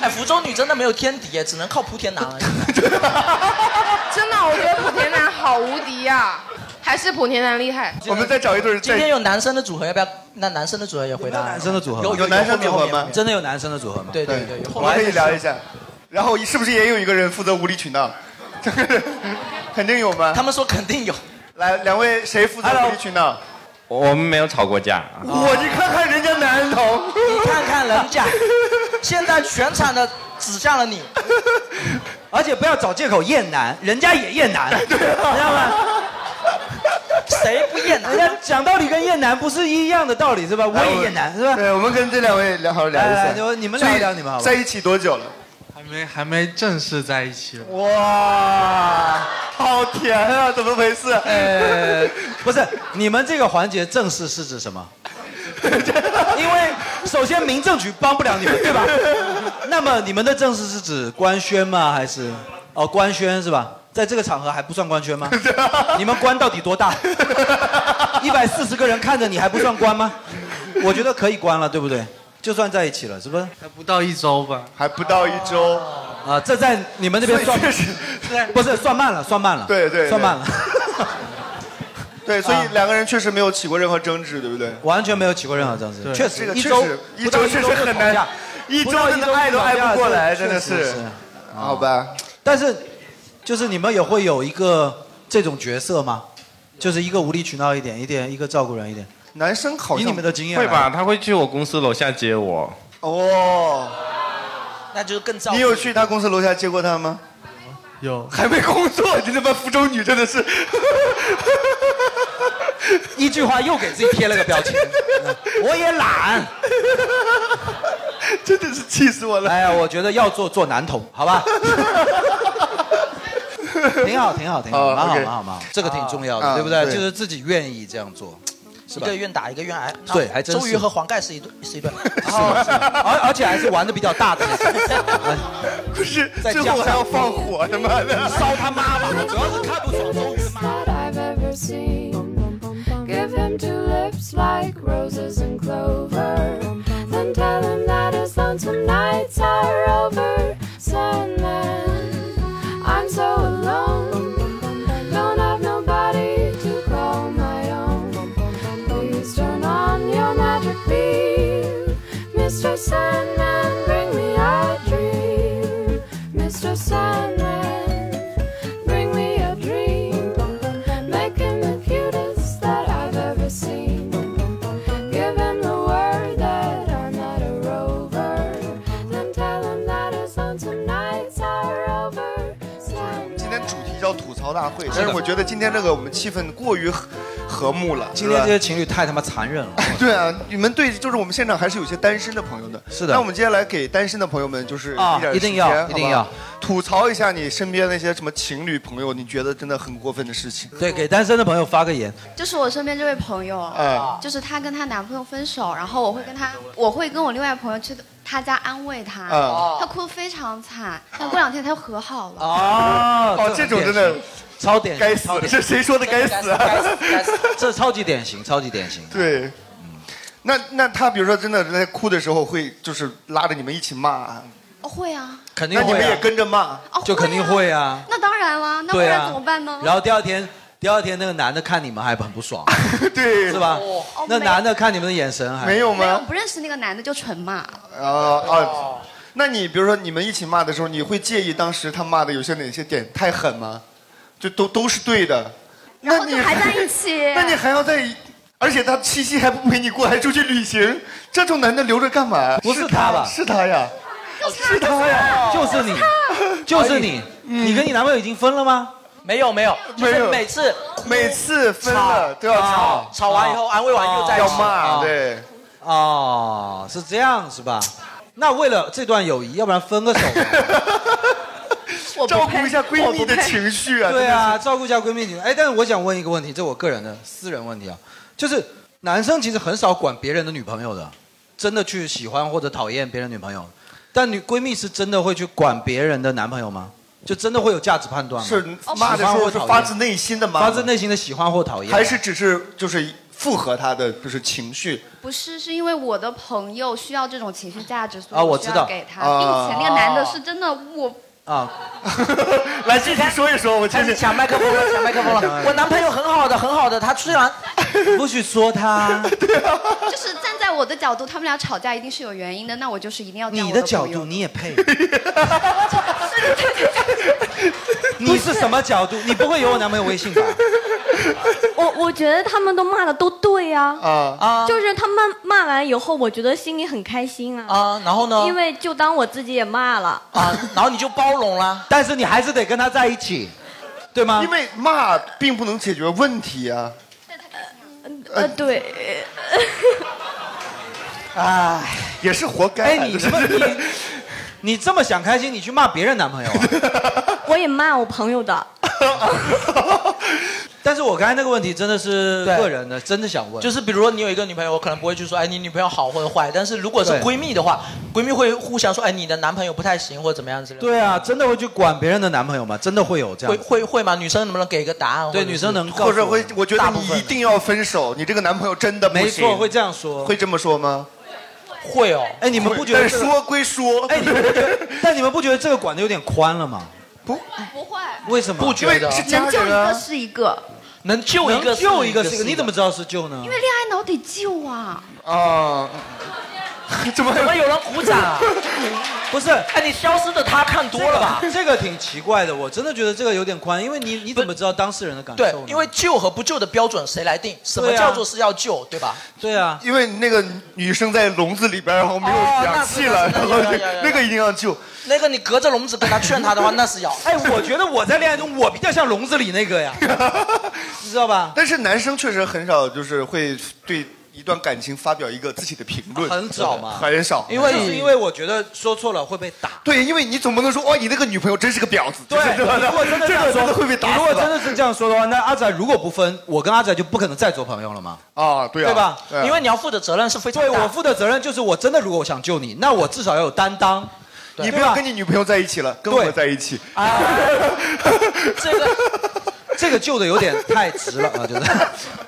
Speaker 1: 哎，福州女真的没有天敌耶，只能靠莆田男 了。
Speaker 8: 真的，我觉得莆田男好无敌呀、还是莆田男厉害。
Speaker 1: 我们再找一对。今天有男生的组合，要不要？那男生的组合也回答。男
Speaker 4: 男生的组合吗
Speaker 1: 有后面后面
Speaker 4: 真的有男生的组合吗？
Speaker 1: 对对对有
Speaker 2: 我们可以聊一下。然后是不是也有一个人负责无理取闹？ 肯定有吗？他
Speaker 1: 们说肯定有。
Speaker 2: 来，两位谁负责无理取闹？
Speaker 4: 啊
Speaker 20: 我们没有吵过架，
Speaker 2: 我你看看人家男童，
Speaker 1: 你看看人 家，现在全场的指向了你，
Speaker 4: 而且不要找借口厌男，人家也厌男，知道吗？
Speaker 1: 谁不厌男？
Speaker 4: 啊人家讲道理跟厌男不是一样的道理是吧？我也厌男是吧？
Speaker 2: 对，我们跟这两位聊好好聊一
Speaker 4: 来
Speaker 2: 下
Speaker 4: 来就。你们聊一聊你们好吧
Speaker 2: 在一起多久了？
Speaker 15: 还没还没正式在一起。
Speaker 2: 哇，好甜啊！怎么回 事？
Speaker 15: 哎
Speaker 4: 呃， 不是，你们这个环节正式是指 什么？因为首先民政局帮不了你们，对吧？ 那么你们的正式是指官宣吗？还是哦官宣是吧？在这个场合还不算官 宣吗？你们官到底多大？一百四十个人看着你还不算官吗？我觉得可以关了，对不对？就算在一起了，是不是？还不到一周吧？
Speaker 2: 还不到一周。
Speaker 4: 啊，这在你们那边算
Speaker 2: 所以确实
Speaker 4: 不是算慢了，算慢了。
Speaker 2: 对对对
Speaker 4: 算慢了。
Speaker 2: 对，所以
Speaker 4: 啊
Speaker 2: 两个人确实没有起过任何争执，对不对？
Speaker 4: 完全没有起过任何争执，
Speaker 2: 对
Speaker 4: 确
Speaker 2: 这
Speaker 4: 实
Speaker 2: 个
Speaker 4: 一
Speaker 2: 确
Speaker 4: 周
Speaker 2: 实一
Speaker 4: 不到
Speaker 2: 周确实
Speaker 4: 就
Speaker 2: 很
Speaker 4: 吵
Speaker 2: 难
Speaker 4: 架
Speaker 2: 一
Speaker 4: 不
Speaker 2: 周
Speaker 4: 到
Speaker 2: 真的
Speaker 4: 就
Speaker 2: 爱都
Speaker 4: 吵
Speaker 2: 爱不
Speaker 4: 架
Speaker 2: 过来
Speaker 4: 确
Speaker 2: 真的
Speaker 4: 实
Speaker 2: 是
Speaker 4: 是，
Speaker 2: 好吧。
Speaker 4: 但是，就是你们也会有一个这种角色吗？就是一个无理取闹一点，一点一个照顾人一点。
Speaker 2: 男生好
Speaker 4: 以你们的经验
Speaker 20: 会
Speaker 4: 来
Speaker 10: 啊
Speaker 20: 吧？他会去我公司楼下接我。
Speaker 2: 哦，
Speaker 1: 那就是更照
Speaker 2: 你有去他公司楼下接过他吗？
Speaker 15: 有，
Speaker 2: 还没工作，你他妈福州女真的是，
Speaker 4: 一句话又给自己贴了个标签， 我也懒，
Speaker 2: 真的是气死我了。
Speaker 4: 哎呀，我觉得要做做男童，好 吧？挺好，挺好，挺好，
Speaker 2: 哦
Speaker 4: 蛮好，
Speaker 2: OK
Speaker 4: 蛮好，蛮好，这个挺重要的，
Speaker 1: 啊
Speaker 4: 对不对？
Speaker 1: 对
Speaker 4: 就是自己愿意这样做，是
Speaker 1: 一
Speaker 4: 吧
Speaker 1: 个？愿打一个愿挨。
Speaker 4: 对还真是
Speaker 1: 周瑜和黄盖是一对是一对，
Speaker 4: 哦而而且还是玩的比较大的那种，
Speaker 2: 不是
Speaker 4: 在
Speaker 2: 最
Speaker 4: 家
Speaker 2: 后还要放火，他妈的，
Speaker 4: 烧他妈吧！主要是看不爽周瑜。
Speaker 7: that I've ever seen. Give him two lips like roses and clover. Then tell him that his lonesome nights are over. Sandman, I'm so alone. Don't have nobody to call my own. Please turn on your magic beam. Mr. Sandman, bring me a dream. Mr. Sandman, bring me a dream. Make him the cutest that I've ever seen. Give him the word that I'm not a rover. Then tell him that his lonesome nights are over. Sandman.
Speaker 2: 今天主题叫吐槽大会，但是我觉得今天这个我们气氛过于和和睦了。
Speaker 4: 嗯今天这
Speaker 2: 是
Speaker 4: 些
Speaker 2: 吧
Speaker 4: 情侣太他妈残忍了。
Speaker 2: 对啊，你们对，就是我们现场还是有些单身的朋友的。
Speaker 4: 是的
Speaker 2: 那我们接下来给单身的朋友们就是
Speaker 4: 啊
Speaker 2: 一点
Speaker 4: 一定要
Speaker 2: 时间好吧
Speaker 4: 一定要
Speaker 2: 吐槽一下你身边那些什么情侣朋友，你觉得真的很过分的事情。
Speaker 4: 对，给单身的朋友发个言。
Speaker 21: 就是我身边这位朋友，
Speaker 2: 啊
Speaker 21: 就是她跟她男朋友分手，然后我会跟她，我会跟我另外朋友去她家安慰她，
Speaker 2: 嗯
Speaker 4: 啊
Speaker 2: 哦
Speaker 21: 她哭得非常惨，但过两天她又和好了。
Speaker 4: 哦
Speaker 2: 哦，这种真的
Speaker 4: 超典型，
Speaker 2: 该死
Speaker 4: 超典型
Speaker 2: 这谁说的该死啊
Speaker 4: 该死该死该死这超级典型，超级典型。
Speaker 2: 对。那那他比如说真的在哭的时候会就是拉着你们一起骂，
Speaker 21: 哦会啊，
Speaker 4: 肯定会啊
Speaker 2: 那你们也跟着骂，
Speaker 21: 哦
Speaker 4: 就 肯定会啊，
Speaker 21: 那当然啦，那不
Speaker 4: 对
Speaker 21: 然
Speaker 4: 啊，
Speaker 21: 怎么办呢？
Speaker 4: 然后第二天，第二天那个男的看你们还很不爽，
Speaker 2: 对，
Speaker 4: 是吧？
Speaker 21: 哦
Speaker 4: 那
Speaker 21: 没
Speaker 4: 男的看你们的眼神还
Speaker 21: 没有，不认识那个男的就纯骂。
Speaker 2: 啊
Speaker 4: 哦
Speaker 2: 啊。那你比如说你们一起骂的时候，你会介意当时他骂的有些哪些点太狠吗？就都都是对的，
Speaker 21: 然后就还在一起。
Speaker 2: 那你还要在一，而且他七夕还不陪你过，还出去旅行，这种男的留着干嘛？
Speaker 4: 不是他吧
Speaker 2: 是他呀，
Speaker 4: 是他呀，就是你， 就是
Speaker 2: 哎
Speaker 4: 你，
Speaker 2: 嗯
Speaker 4: 你跟你男朋友已经分了吗？
Speaker 1: 没有没有，就是
Speaker 4: 没有
Speaker 1: 每次
Speaker 2: 每次分了都要吵
Speaker 1: 吵完以后安慰完又在一起
Speaker 2: 要骂
Speaker 4: 哦
Speaker 2: 对。
Speaker 4: 哦，是这样是吧？那为了这段友谊，要不然分个手吧。
Speaker 2: 照顾一下闺蜜的情绪啊，
Speaker 4: 对
Speaker 2: 真的
Speaker 4: 啊，
Speaker 2: 是，
Speaker 4: 照顾一下闺蜜情。哎，但是我想问一个问题，这我个人的私人问题啊，就是男生其实很少管别人的女朋友的，真的去喜欢或者讨厌别人女朋友，但女闺蜜是真的会去管别人的男朋友吗？就真的会有价值判断吗？
Speaker 2: 是骂的时候是发自内心的骂吗
Speaker 4: 发自内心的喜欢或讨厌，
Speaker 2: 还是只是就是符合他的就是情绪
Speaker 21: 不是，是因为我的朋友需要这种情绪价值，所以
Speaker 2: 啊我
Speaker 21: 需
Speaker 2: 知
Speaker 21: 要
Speaker 2: 道
Speaker 21: 给他，
Speaker 2: 啊
Speaker 21: 并且那个男的是真的我
Speaker 4: 啊，
Speaker 2: 来具体说一说，我
Speaker 4: 开始抢麦克风了， 抢麦克风了。我男朋友很好的，很好的，他虽 然不许说他，
Speaker 21: 就是站在我的角度，他们俩吵架一定是有原因的，那我就是一定要站
Speaker 4: 你
Speaker 21: 我
Speaker 4: 的
Speaker 21: 朋友
Speaker 4: 角度你也配？你是什么角度？你不会有我男朋友微信吧？
Speaker 6: 我我觉得他们都骂的都对呀、
Speaker 2: 啊
Speaker 4: 啊
Speaker 6: 就是他们骂完以后，我觉得心里很开心啊。
Speaker 4: 啊，然后呢？
Speaker 6: 因为就当我自己也骂了。
Speaker 4: 啊，然后你就包容了，但是你还是得跟他在一起，对吗？
Speaker 2: 因为骂并不能解决问题啊。
Speaker 6: 呃，对，
Speaker 4: 哎，
Speaker 2: 也是活该。
Speaker 4: 哎，你这么你你这么想开心，你去骂别人男朋友 啊？
Speaker 6: 我也骂我朋友的。
Speaker 4: 但是我刚才那个问题真的是
Speaker 1: 对
Speaker 4: 个人的，真的想问，
Speaker 1: 就是比如说你有一个女朋友，我可能不会去说，哎，你女朋友好或者坏。但是如果是
Speaker 4: 对
Speaker 1: 闺蜜的话，闺蜜会互相说，哎，你的男朋友不太行或者怎么样之类的。
Speaker 4: 对啊，真的会去管别人的男朋友吗？真的会有这样
Speaker 1: 会
Speaker 4: 的？
Speaker 1: 会会吗？女生能不能给一个答案？
Speaker 4: 对
Speaker 1: 或者是
Speaker 4: 女生能告
Speaker 2: 或者会，我觉得
Speaker 1: 大部
Speaker 2: 你
Speaker 1: 分
Speaker 2: 一定要分手，你这个男朋友真的不行。
Speaker 4: 没错会这样说
Speaker 2: 会这么说吗？
Speaker 1: 会哦。
Speaker 4: 哎，你们不觉得
Speaker 2: 但
Speaker 4: 这
Speaker 2: 是
Speaker 4: 个
Speaker 2: 说归说，
Speaker 4: 哎，你们不觉得？但你们不觉得这个管的有点宽了吗？
Speaker 21: 不会，
Speaker 4: 啊为什么？
Speaker 1: 不觉得
Speaker 21: 能救一个
Speaker 1: 啊
Speaker 21: 是一个，
Speaker 4: 能救
Speaker 1: 一个是
Speaker 4: 救一个
Speaker 1: 一个
Speaker 4: 是一个，
Speaker 1: 是一
Speaker 4: 你怎么知道是救呢
Speaker 21: 因？为恋爱脑得救啊。
Speaker 2: 啊，怎么
Speaker 1: 怎么有人鼓掌啊？
Speaker 4: 不是，
Speaker 1: 哎，你消失的他看多了吧？
Speaker 4: 这个这个挺奇怪的，我真的觉得这个有点宽，因为你你怎么知道当事人的感
Speaker 1: 对
Speaker 4: 啊受，呢？
Speaker 1: 因为救和不救的标准谁来定？什么
Speaker 4: 对啊
Speaker 1: 叫做是要救，对吧？
Speaker 4: 对啊，哦
Speaker 2: 因为那个女生在笼子里边，然后没有氧气了，然后就那个一定要救。
Speaker 1: 那个你隔着笼子跟他劝他的 话，那是要。
Speaker 4: 哎，我觉得我在恋爱中，我比较像笼子里那 个呀，你知道吧？
Speaker 2: 但是男生确实很少，就是会对一段感情发表一个自己的评论，
Speaker 4: 很少嘛
Speaker 2: 很少，
Speaker 4: 因为就是因为我觉得说错了会被打。
Speaker 2: 对，因为你总不能说哇，你那个女朋友真是个婊子，
Speaker 4: 对，
Speaker 2: 就是吧
Speaker 4: 如果真的这样
Speaker 2: 个
Speaker 4: 说，
Speaker 2: 真的会被打
Speaker 4: 你
Speaker 2: 死
Speaker 4: 如
Speaker 2: 吧。
Speaker 4: 果真的是这样说的话，那阿仔如果不分，我跟阿仔就不可能再做朋友了嘛。
Speaker 2: 啊，对
Speaker 4: 对吧？
Speaker 1: 因为你要负的责任是非常
Speaker 4: 对
Speaker 1: 大。
Speaker 4: 我负的责任就是，我真的如果我想救你，那我至少要有担当。
Speaker 2: 你不要跟你女朋友在一起了，跟我在一起。
Speaker 1: 这个
Speaker 4: 啊这个救的有点太直了啊，就是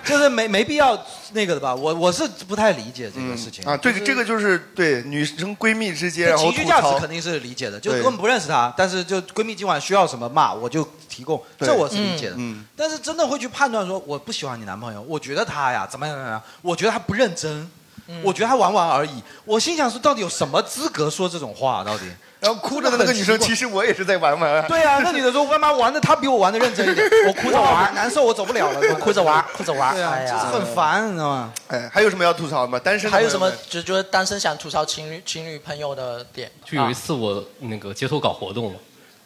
Speaker 4: 就是没没必要那个的吧。我我是不太理解这个事情、
Speaker 2: 啊，对，这个就是对女生闺蜜之间，
Speaker 4: 这
Speaker 2: 然后
Speaker 4: 情绪价
Speaker 2: 吐
Speaker 4: 值
Speaker 2: 槽
Speaker 4: 肯定是理解的，就
Speaker 2: 对
Speaker 4: 根本不认识他，但是就闺蜜今晚需要什么骂，我就提供，
Speaker 2: 对
Speaker 4: 这我是理解的。
Speaker 2: 嗯嗯
Speaker 4: 但是真的会去判断说，我不喜欢你男朋友，我觉得他呀怎么样怎么样，我觉得他不认真，
Speaker 2: 嗯
Speaker 4: 我觉得他玩玩而已。我心想说，到底有什么资格说这种话？到底？
Speaker 2: 然后哭着的那个女生，其实我也是在玩玩。
Speaker 4: 对啊，那女的说干嘛玩的？她比我玩的认真一点，我哭着 玩，难受，我走不了了，
Speaker 1: 哭着玩，哭着玩，
Speaker 4: 对啊
Speaker 1: 哎呀，
Speaker 4: 就是很烦，你知道吗？
Speaker 2: 哎，还有什么要吐槽的吗？单身的
Speaker 1: 还有什
Speaker 2: 朋友
Speaker 1: 么
Speaker 2: 们？
Speaker 1: 就觉得单身想吐槽情侣情侣朋友的点？
Speaker 9: 就有一次我那个街头搞活动嘛，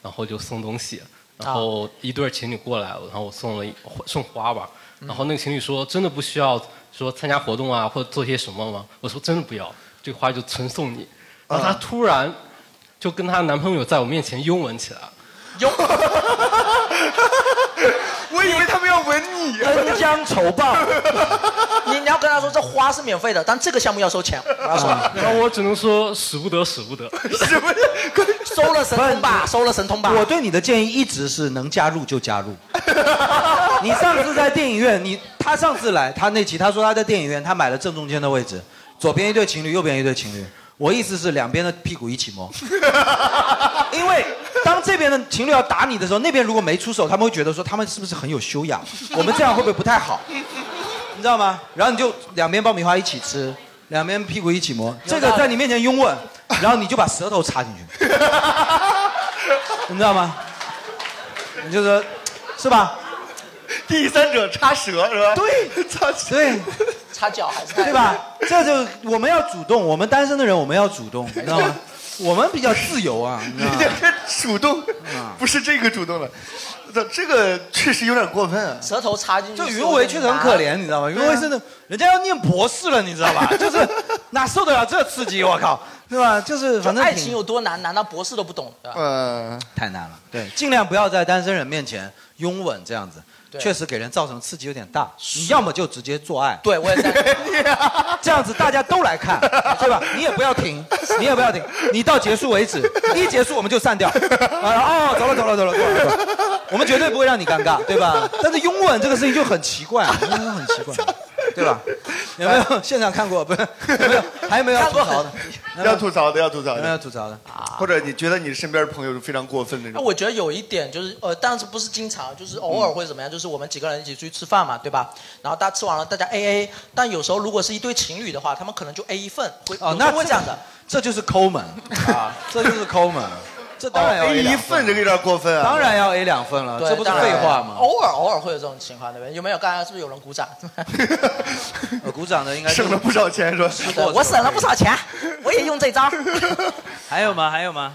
Speaker 9: 然后就送东西，然后一对儿情侣过来，然后我送了一送花吧，
Speaker 1: 嗯
Speaker 9: 然后那个情侣说真的不需要说参加活动啊或者做些什么吗？我说真的不要，这个花就纯送你。然后她突然就跟她男朋友在我面前拥吻起来，
Speaker 2: 我以为他们要吻你，
Speaker 1: 恩将仇报。 你你要跟他说这花是免费的，但这个项目要收钱。我要说，
Speaker 4: 啊
Speaker 9: 然后我只能说使不得使不得。
Speaker 1: 收了神通吧，收了神通吧。
Speaker 4: 我对你的建议一直是能加入就加入。 你上次在电影院，你他上次来，他那期他说他在电影院，他买了正中间的位置，左边一对情侣，右边一对情侣。我意思是两边的屁股一起摸， 因为当这边的情侣要打你的时候，那边如果没出手，他们会觉得说他们是不是很有修养？我们这样会不会不太好？你知道吗？然后你就两边爆米花一起吃，两边屁股一起磨，这个在你面前拥吻，然后你就把舌头插进 去，你知道吗？你就说，是吧？
Speaker 2: 第三者插舌是吧？
Speaker 4: 对，
Speaker 2: 插
Speaker 4: 对，
Speaker 1: 擦脚还是
Speaker 4: 对吧？这就我们要主动，我们单身的人我们要主动，你知道吗？我们比较自由啊，你知道
Speaker 2: 你
Speaker 4: 吗？
Speaker 2: 这个主动
Speaker 4: 嗯
Speaker 2: 不是这个主动了，这这个确实有点过分啊。
Speaker 1: 舌头插进去。
Speaker 4: 就云维确实很可怜，你知道吗？云维真的，人家要念博士了，你知道吧？就是哪受得了这刺激？我靠，对吧？就是反
Speaker 1: 就
Speaker 4: 正
Speaker 1: 爱
Speaker 4: 挺
Speaker 1: 情有多难？难道博士都不懂？对吧
Speaker 2: 呃，
Speaker 4: 太难了。对，尽量不要在单身人面前拥吻这样子，
Speaker 1: 对
Speaker 4: 确实给人造成刺激有点大。你要么就直接做爱，
Speaker 1: 对我也 在，
Speaker 4: 这样子大家都来看，对吧？你也不要停，你也不要停，你到结 束为止，一结束我们就散掉。啊哦，走了走了走了走了，走 了我们绝对不会让你尴尬，对吧？但是拥吻这个事情就很奇怪，真的很奇怪。 对吧？有没有现场看过？不是，有没有 还有没有要吐槽的？
Speaker 2: 要吐槽的，要吐槽的，啊
Speaker 4: 要吐槽的。啊
Speaker 2: 或者你觉得你身边朋友是非常过分的那
Speaker 1: 那
Speaker 2: 种？
Speaker 1: 我觉得有一点就是，呃，但是不是经常，就是偶尔会怎么样？就是我们几个人一起出去吃饭嘛，对吧？然后大家吃完了，大家 A A。但有时候如果是一对情侣的话，他们可能就 A 一份，会
Speaker 4: 哦
Speaker 1: 有，时
Speaker 4: 那
Speaker 1: 候会这样的。，
Speaker 4: 这就是抠门啊，这就是抠门，这当然要
Speaker 1: 哦
Speaker 2: 哎
Speaker 4: A 两
Speaker 1: 一份
Speaker 2: 这个有点过分
Speaker 1: 啊
Speaker 4: 当然要 A 两份了，
Speaker 1: 对
Speaker 4: 这不是
Speaker 1: 当然
Speaker 4: 废话吗？
Speaker 1: 偶尔偶尔会有这种情况，对不对？有没有？刚才是不是有人鼓掌？
Speaker 4: 呃鼓掌 的应该省
Speaker 2: 了不少钱，说
Speaker 4: 是
Speaker 1: 对我省了不少钱，我也用这 招。
Speaker 4: 还有吗？还有吗？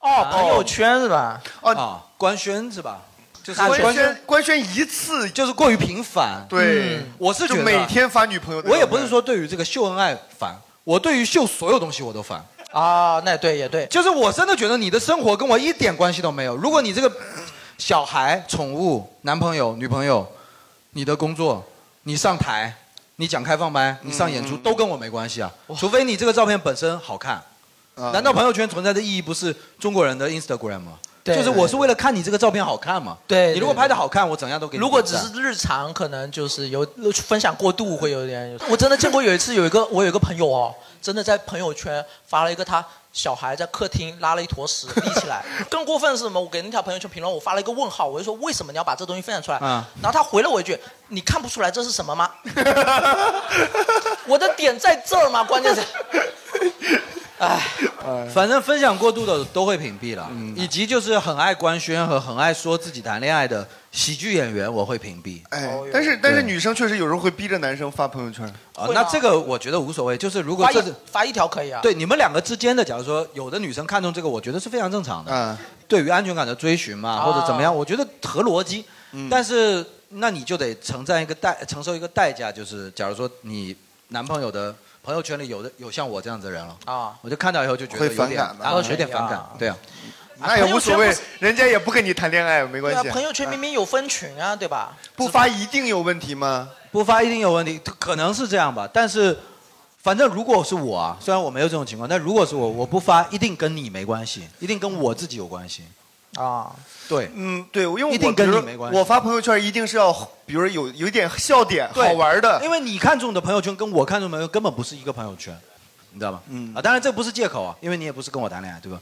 Speaker 1: 哦，朋友圈是吧？
Speaker 4: 哦，官宣是吧？就是
Speaker 1: 官宣
Speaker 2: 啊官宣一次
Speaker 4: 就是过于频繁。
Speaker 2: 对
Speaker 4: 嗯我是觉
Speaker 2: 就
Speaker 4: 得
Speaker 2: 每天发女朋友的
Speaker 4: 我也不是说对于这个秀恩爱烦，我对于秀所有东西我都烦。
Speaker 1: 啊，那对也对，
Speaker 4: 就是我真的觉得你的生活跟我一点关系都没有。如果你这个小孩、宠物、男朋友、女朋友，你的工作，你上台，你讲开放麦，你上演出、
Speaker 1: 嗯
Speaker 4: 都跟我没关系啊，除非你这个照片本身好看。
Speaker 2: 啊
Speaker 4: 难道朋友圈存在的意义不是中国人的 Instagram 吗？
Speaker 1: 对
Speaker 4: 就是我是为了看你这个照片好看嘛。
Speaker 1: 对
Speaker 4: 你如果
Speaker 1: 对
Speaker 4: 拍的好看，我怎样都给你
Speaker 1: 如果
Speaker 4: 点
Speaker 1: 只
Speaker 4: 赞
Speaker 1: 是日常，可能就是有分享过度，会有点。我真的见过有一次，有一个我有一个朋友哦，真的在朋友圈发了一个他小孩在客厅拉了一坨屎立起 来。更过分的是什么？我给那条朋友圈评论，我发了一个问号，我就说为什么你要把这东西分享出来？
Speaker 4: 嗯
Speaker 1: 然后他回了我一句：“你看不出来这是什么吗？” 我的点在这儿吗？关键是，
Speaker 2: 呃
Speaker 4: 反正分享过度的都会屏蔽了，
Speaker 2: 嗯
Speaker 4: 以及就是很爱官宣和很爱说自己谈恋爱的喜剧演员，我会屏蔽。
Speaker 2: 哎，但是但是
Speaker 4: 哦对
Speaker 2: 女生确实有时候会逼着男生发朋友圈。
Speaker 4: 啊，那这个我觉得无所谓，就是如果
Speaker 1: 发
Speaker 4: 这
Speaker 1: 一
Speaker 4: 是
Speaker 1: 发一条可以啊。
Speaker 4: 对你们两个之间的，假如说有的女生看中这个，我觉得是非常正常的。
Speaker 1: 嗯
Speaker 4: 对于安全感的追寻嘛，
Speaker 1: 啊
Speaker 4: 或者怎么样，我觉得合逻辑。
Speaker 1: 嗯
Speaker 4: 但是那你就得承担一个代，承受一个代价，就是假如说你男朋友的朋友圈里有的有像我这样子的人了，
Speaker 1: 啊，
Speaker 4: 我就看到以后就觉得
Speaker 2: 会
Speaker 4: 有
Speaker 2: 反
Speaker 4: 点
Speaker 2: 感吧
Speaker 4: 啊有点反感，对啊。
Speaker 2: 那也无所
Speaker 1: 嗯朋友
Speaker 2: 谓
Speaker 1: 圈不，
Speaker 2: 人家也不跟你谈恋爱，
Speaker 1: 对
Speaker 2: 没关
Speaker 1: 啊
Speaker 2: 系。，
Speaker 1: 朋友
Speaker 4: 嗯
Speaker 1: 圈明明有分群啊，对吧？
Speaker 2: 不发一定有问题吗？
Speaker 4: 不发一定有问题，可能是这样吧。但是，反正如果是我啊，虽然我没有这种情况，但如果是我，我不发一定跟你没关系，一定跟我自己有关系。
Speaker 1: 啊，
Speaker 4: 对，
Speaker 2: 嗯，对，因为我
Speaker 4: 一定跟
Speaker 2: 比如
Speaker 4: 你没关系
Speaker 2: 我发朋友圈一定是要，比如有有一点笑点，
Speaker 4: 对
Speaker 2: 好玩的。
Speaker 4: 因为你看中的朋友圈跟我看中的朋友圈根本不是一个朋友圈，你知道吗？嗯啊，当然这不是借口啊，因为你也不是跟我谈恋爱，对吧？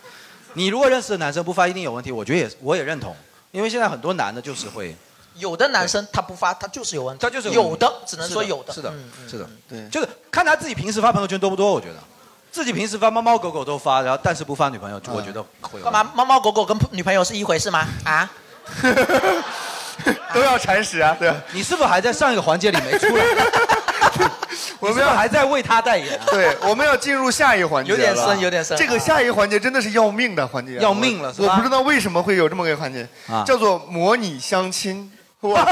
Speaker 4: 你如果认识的男生不发一定有问题，我觉得也我也认同，因为现在很多男的就是会，
Speaker 1: 有的男生他不发，他就是有问题，他就是
Speaker 4: 有
Speaker 1: 有
Speaker 4: 问题
Speaker 1: 的，只能说有的。嗯
Speaker 4: 是的，是的，
Speaker 2: 对，
Speaker 4: 就是看他自己平时发朋友圈多不多，我觉得。自己平时发猫猫狗狗都发，然后但是不发女朋友，就我觉得会有问题
Speaker 1: 啊干嘛？猫猫狗狗跟女朋友是一回事吗？ 啊？
Speaker 2: 都要铲屎啊！对，
Speaker 4: 你是不是还在上一个环节里没 出来？我们要还在为他代言、啊
Speaker 2: 对，我们要进入下一环节了。
Speaker 4: 有点深有点深啊
Speaker 2: 这个下一环节真的是要命的环节，
Speaker 4: 要命了
Speaker 2: 我
Speaker 4: 是吧
Speaker 2: 我不知道为什么会有这么个环节，
Speaker 4: 啊
Speaker 2: 叫做模拟相亲。 哇，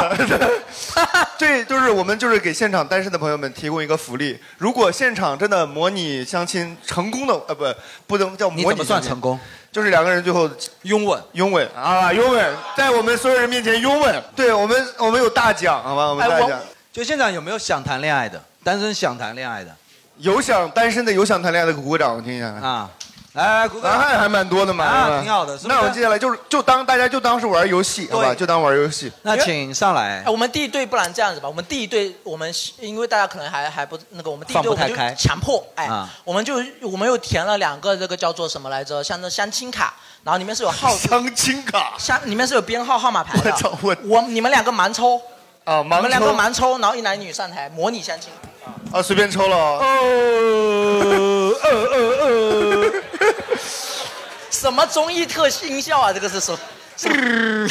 Speaker 2: 对，就是我们就是给现场单身的朋友们提供一个福利。如果现场真的模拟相亲成功的，呃，不，不能叫模拟
Speaker 4: 你怎么算
Speaker 2: 相亲
Speaker 4: 成功？
Speaker 2: 就是两个人最后
Speaker 4: 拥吻，
Speaker 2: 拥吻啊，拥吻，在我们所有人面前拥吻。对我们，我们有大奖，好吧，我们大奖。
Speaker 4: 哎就现场有没有想谈恋爱的？单身想谈恋爱的
Speaker 2: 有想单身的，有想谈恋爱的，鼓鼓掌，我听一下。
Speaker 4: 啊，来，鼓
Speaker 2: 掌，还还蛮多的嘛，
Speaker 4: 啊
Speaker 2: 是吧
Speaker 4: 挺好的是不是
Speaker 2: 那我接下来就是就当大家就当是玩游戏，好吧，就当玩游戏。
Speaker 4: 那请上来
Speaker 1: 哎，我们第一队不然这样子吧，我们第一队我们因为大家可能还还不那个，我们第一
Speaker 4: 放
Speaker 1: 队
Speaker 4: 不
Speaker 1: 我们
Speaker 4: 太
Speaker 1: 就
Speaker 4: 开，
Speaker 1: 强迫哎，
Speaker 4: 啊
Speaker 1: 我们就我们又填了两个这个叫做什么来着，像那相亲卡，然后里面是有号
Speaker 2: 相亲卡，
Speaker 1: 相里面是有编号号码牌的。
Speaker 2: 我操我
Speaker 1: 你们两个盲抽，
Speaker 2: 啊，
Speaker 1: 你们
Speaker 2: 盲
Speaker 1: 两个
Speaker 2: 抽
Speaker 1: 盲抽，然后一男一女上台模拟相亲。
Speaker 2: 啊，随便抽了哦。呃呃呃呃，
Speaker 1: 什么综艺特音效啊？这个是什么？什 么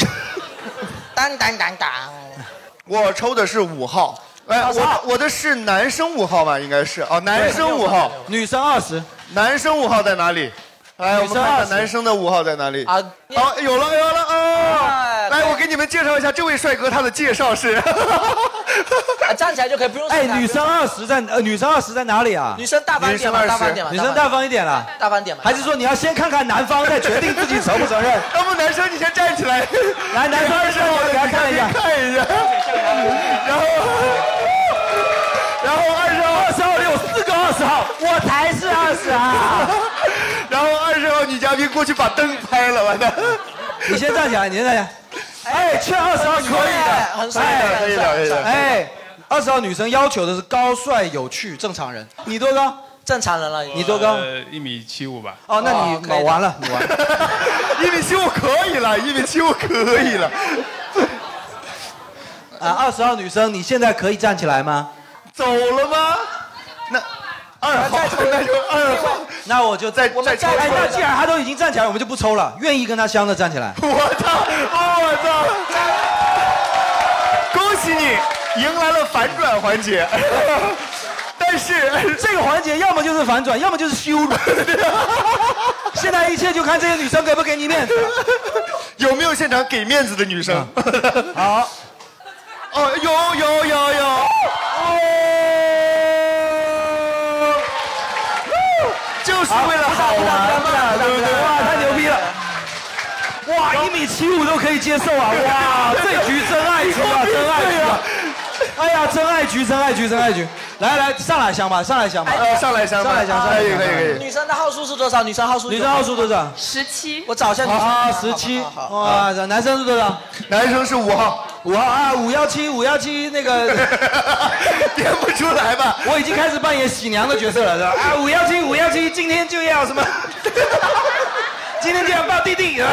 Speaker 1: 当当当当，
Speaker 2: 我抽的是五号。哎，我的我的是男生五号吧，应该是哦，男生五号，
Speaker 4: 女生二十，
Speaker 2: 男生五号在哪里？哎来，我
Speaker 4: 女
Speaker 2: 们
Speaker 4: 生
Speaker 2: 看看
Speaker 4: 20
Speaker 2: 男生的五号在哪里。
Speaker 1: 啊，
Speaker 2: 好，有了有了
Speaker 4: 哎
Speaker 2: 哦！来，我给你们介绍一下这位帅哥，他的介 绍是。
Speaker 1: 啊站起来就可以，不用。
Speaker 4: 哎，女生二十在呃，女生二十在哪里啊？
Speaker 1: 女生大方一点嘛，大方一点嘛，
Speaker 4: 女生大方一点啦。
Speaker 1: 大方一点嘛。
Speaker 4: 还是说你要先看看男方，再决定自己承不承认？
Speaker 2: 要不男生你先站起来，
Speaker 4: 来，男生二十，我给大家看一下，
Speaker 2: 看一下。哎然后，然后二十号、
Speaker 4: 二十号有四个二十
Speaker 1: 哦
Speaker 4: 号，我才是二十 啊。
Speaker 2: 然后二十号女嘉宾过去把灯拍了，完蛋。
Speaker 4: 你先哎站起来，你先站起来。哎，欠二十号可以的，
Speaker 1: 很帅很帅
Speaker 4: 哎
Speaker 2: 可以的可以的
Speaker 4: 哎，二十号女生要求的是高帅有趣正常人，你多高？
Speaker 1: 正常人了，
Speaker 4: 你多高？
Speaker 10: 呃，一米七五吧。
Speaker 4: 哦，那
Speaker 2: 啊
Speaker 4: 你
Speaker 10: 可以的
Speaker 4: 我完了，你完了。
Speaker 2: 一米七五可以了，一米七五可以了。
Speaker 4: 啊，二十号女生，你现在可以站起来吗？
Speaker 2: 走了吗？那二号，那就二号。
Speaker 4: 那我就再
Speaker 2: 再抽
Speaker 4: 哎，
Speaker 2: 一
Speaker 4: 那
Speaker 2: 个
Speaker 4: 既然她都已经站起来，我们就不抽了。愿意跟她相的站起 来。
Speaker 2: 我操！我操！恭喜你迎来了反转环 节，但是
Speaker 4: 这个环节要么就是反转，要么就是羞 辱。现在一切就看这个女生给不给你面子。
Speaker 2: 有没有现场给面子的女生？
Speaker 4: 啊好。
Speaker 2: 哦，有有有有。哦 就是为了好玩嘛，对不对？
Speaker 4: 哇，太牛逼 了！哇，一米七五都可以接受啊！哇，这局真爱局 啊，真爱局啊！ 哎呀，真爱局，真爱局，真爱局！来来，上来一箱吧，上来一箱吧，
Speaker 2: 呃上来一箱吧哎
Speaker 4: 上来一箱，上来一箱，
Speaker 1: 女生的号数是多少？女生号数？
Speaker 4: 女生号数多少？
Speaker 1: 十七。我找一下女生。
Speaker 4: 啊，十七，哇塞，男生是多少？
Speaker 2: 男生是五号，
Speaker 4: 五号啊，五幺七，五幺七那个，
Speaker 2: 编不出来吧？
Speaker 4: 我已经开始扮演喜娘的角色了，是吧？啊，五幺七，五幺七，今天就要什么？今天就要抱弟弟啊！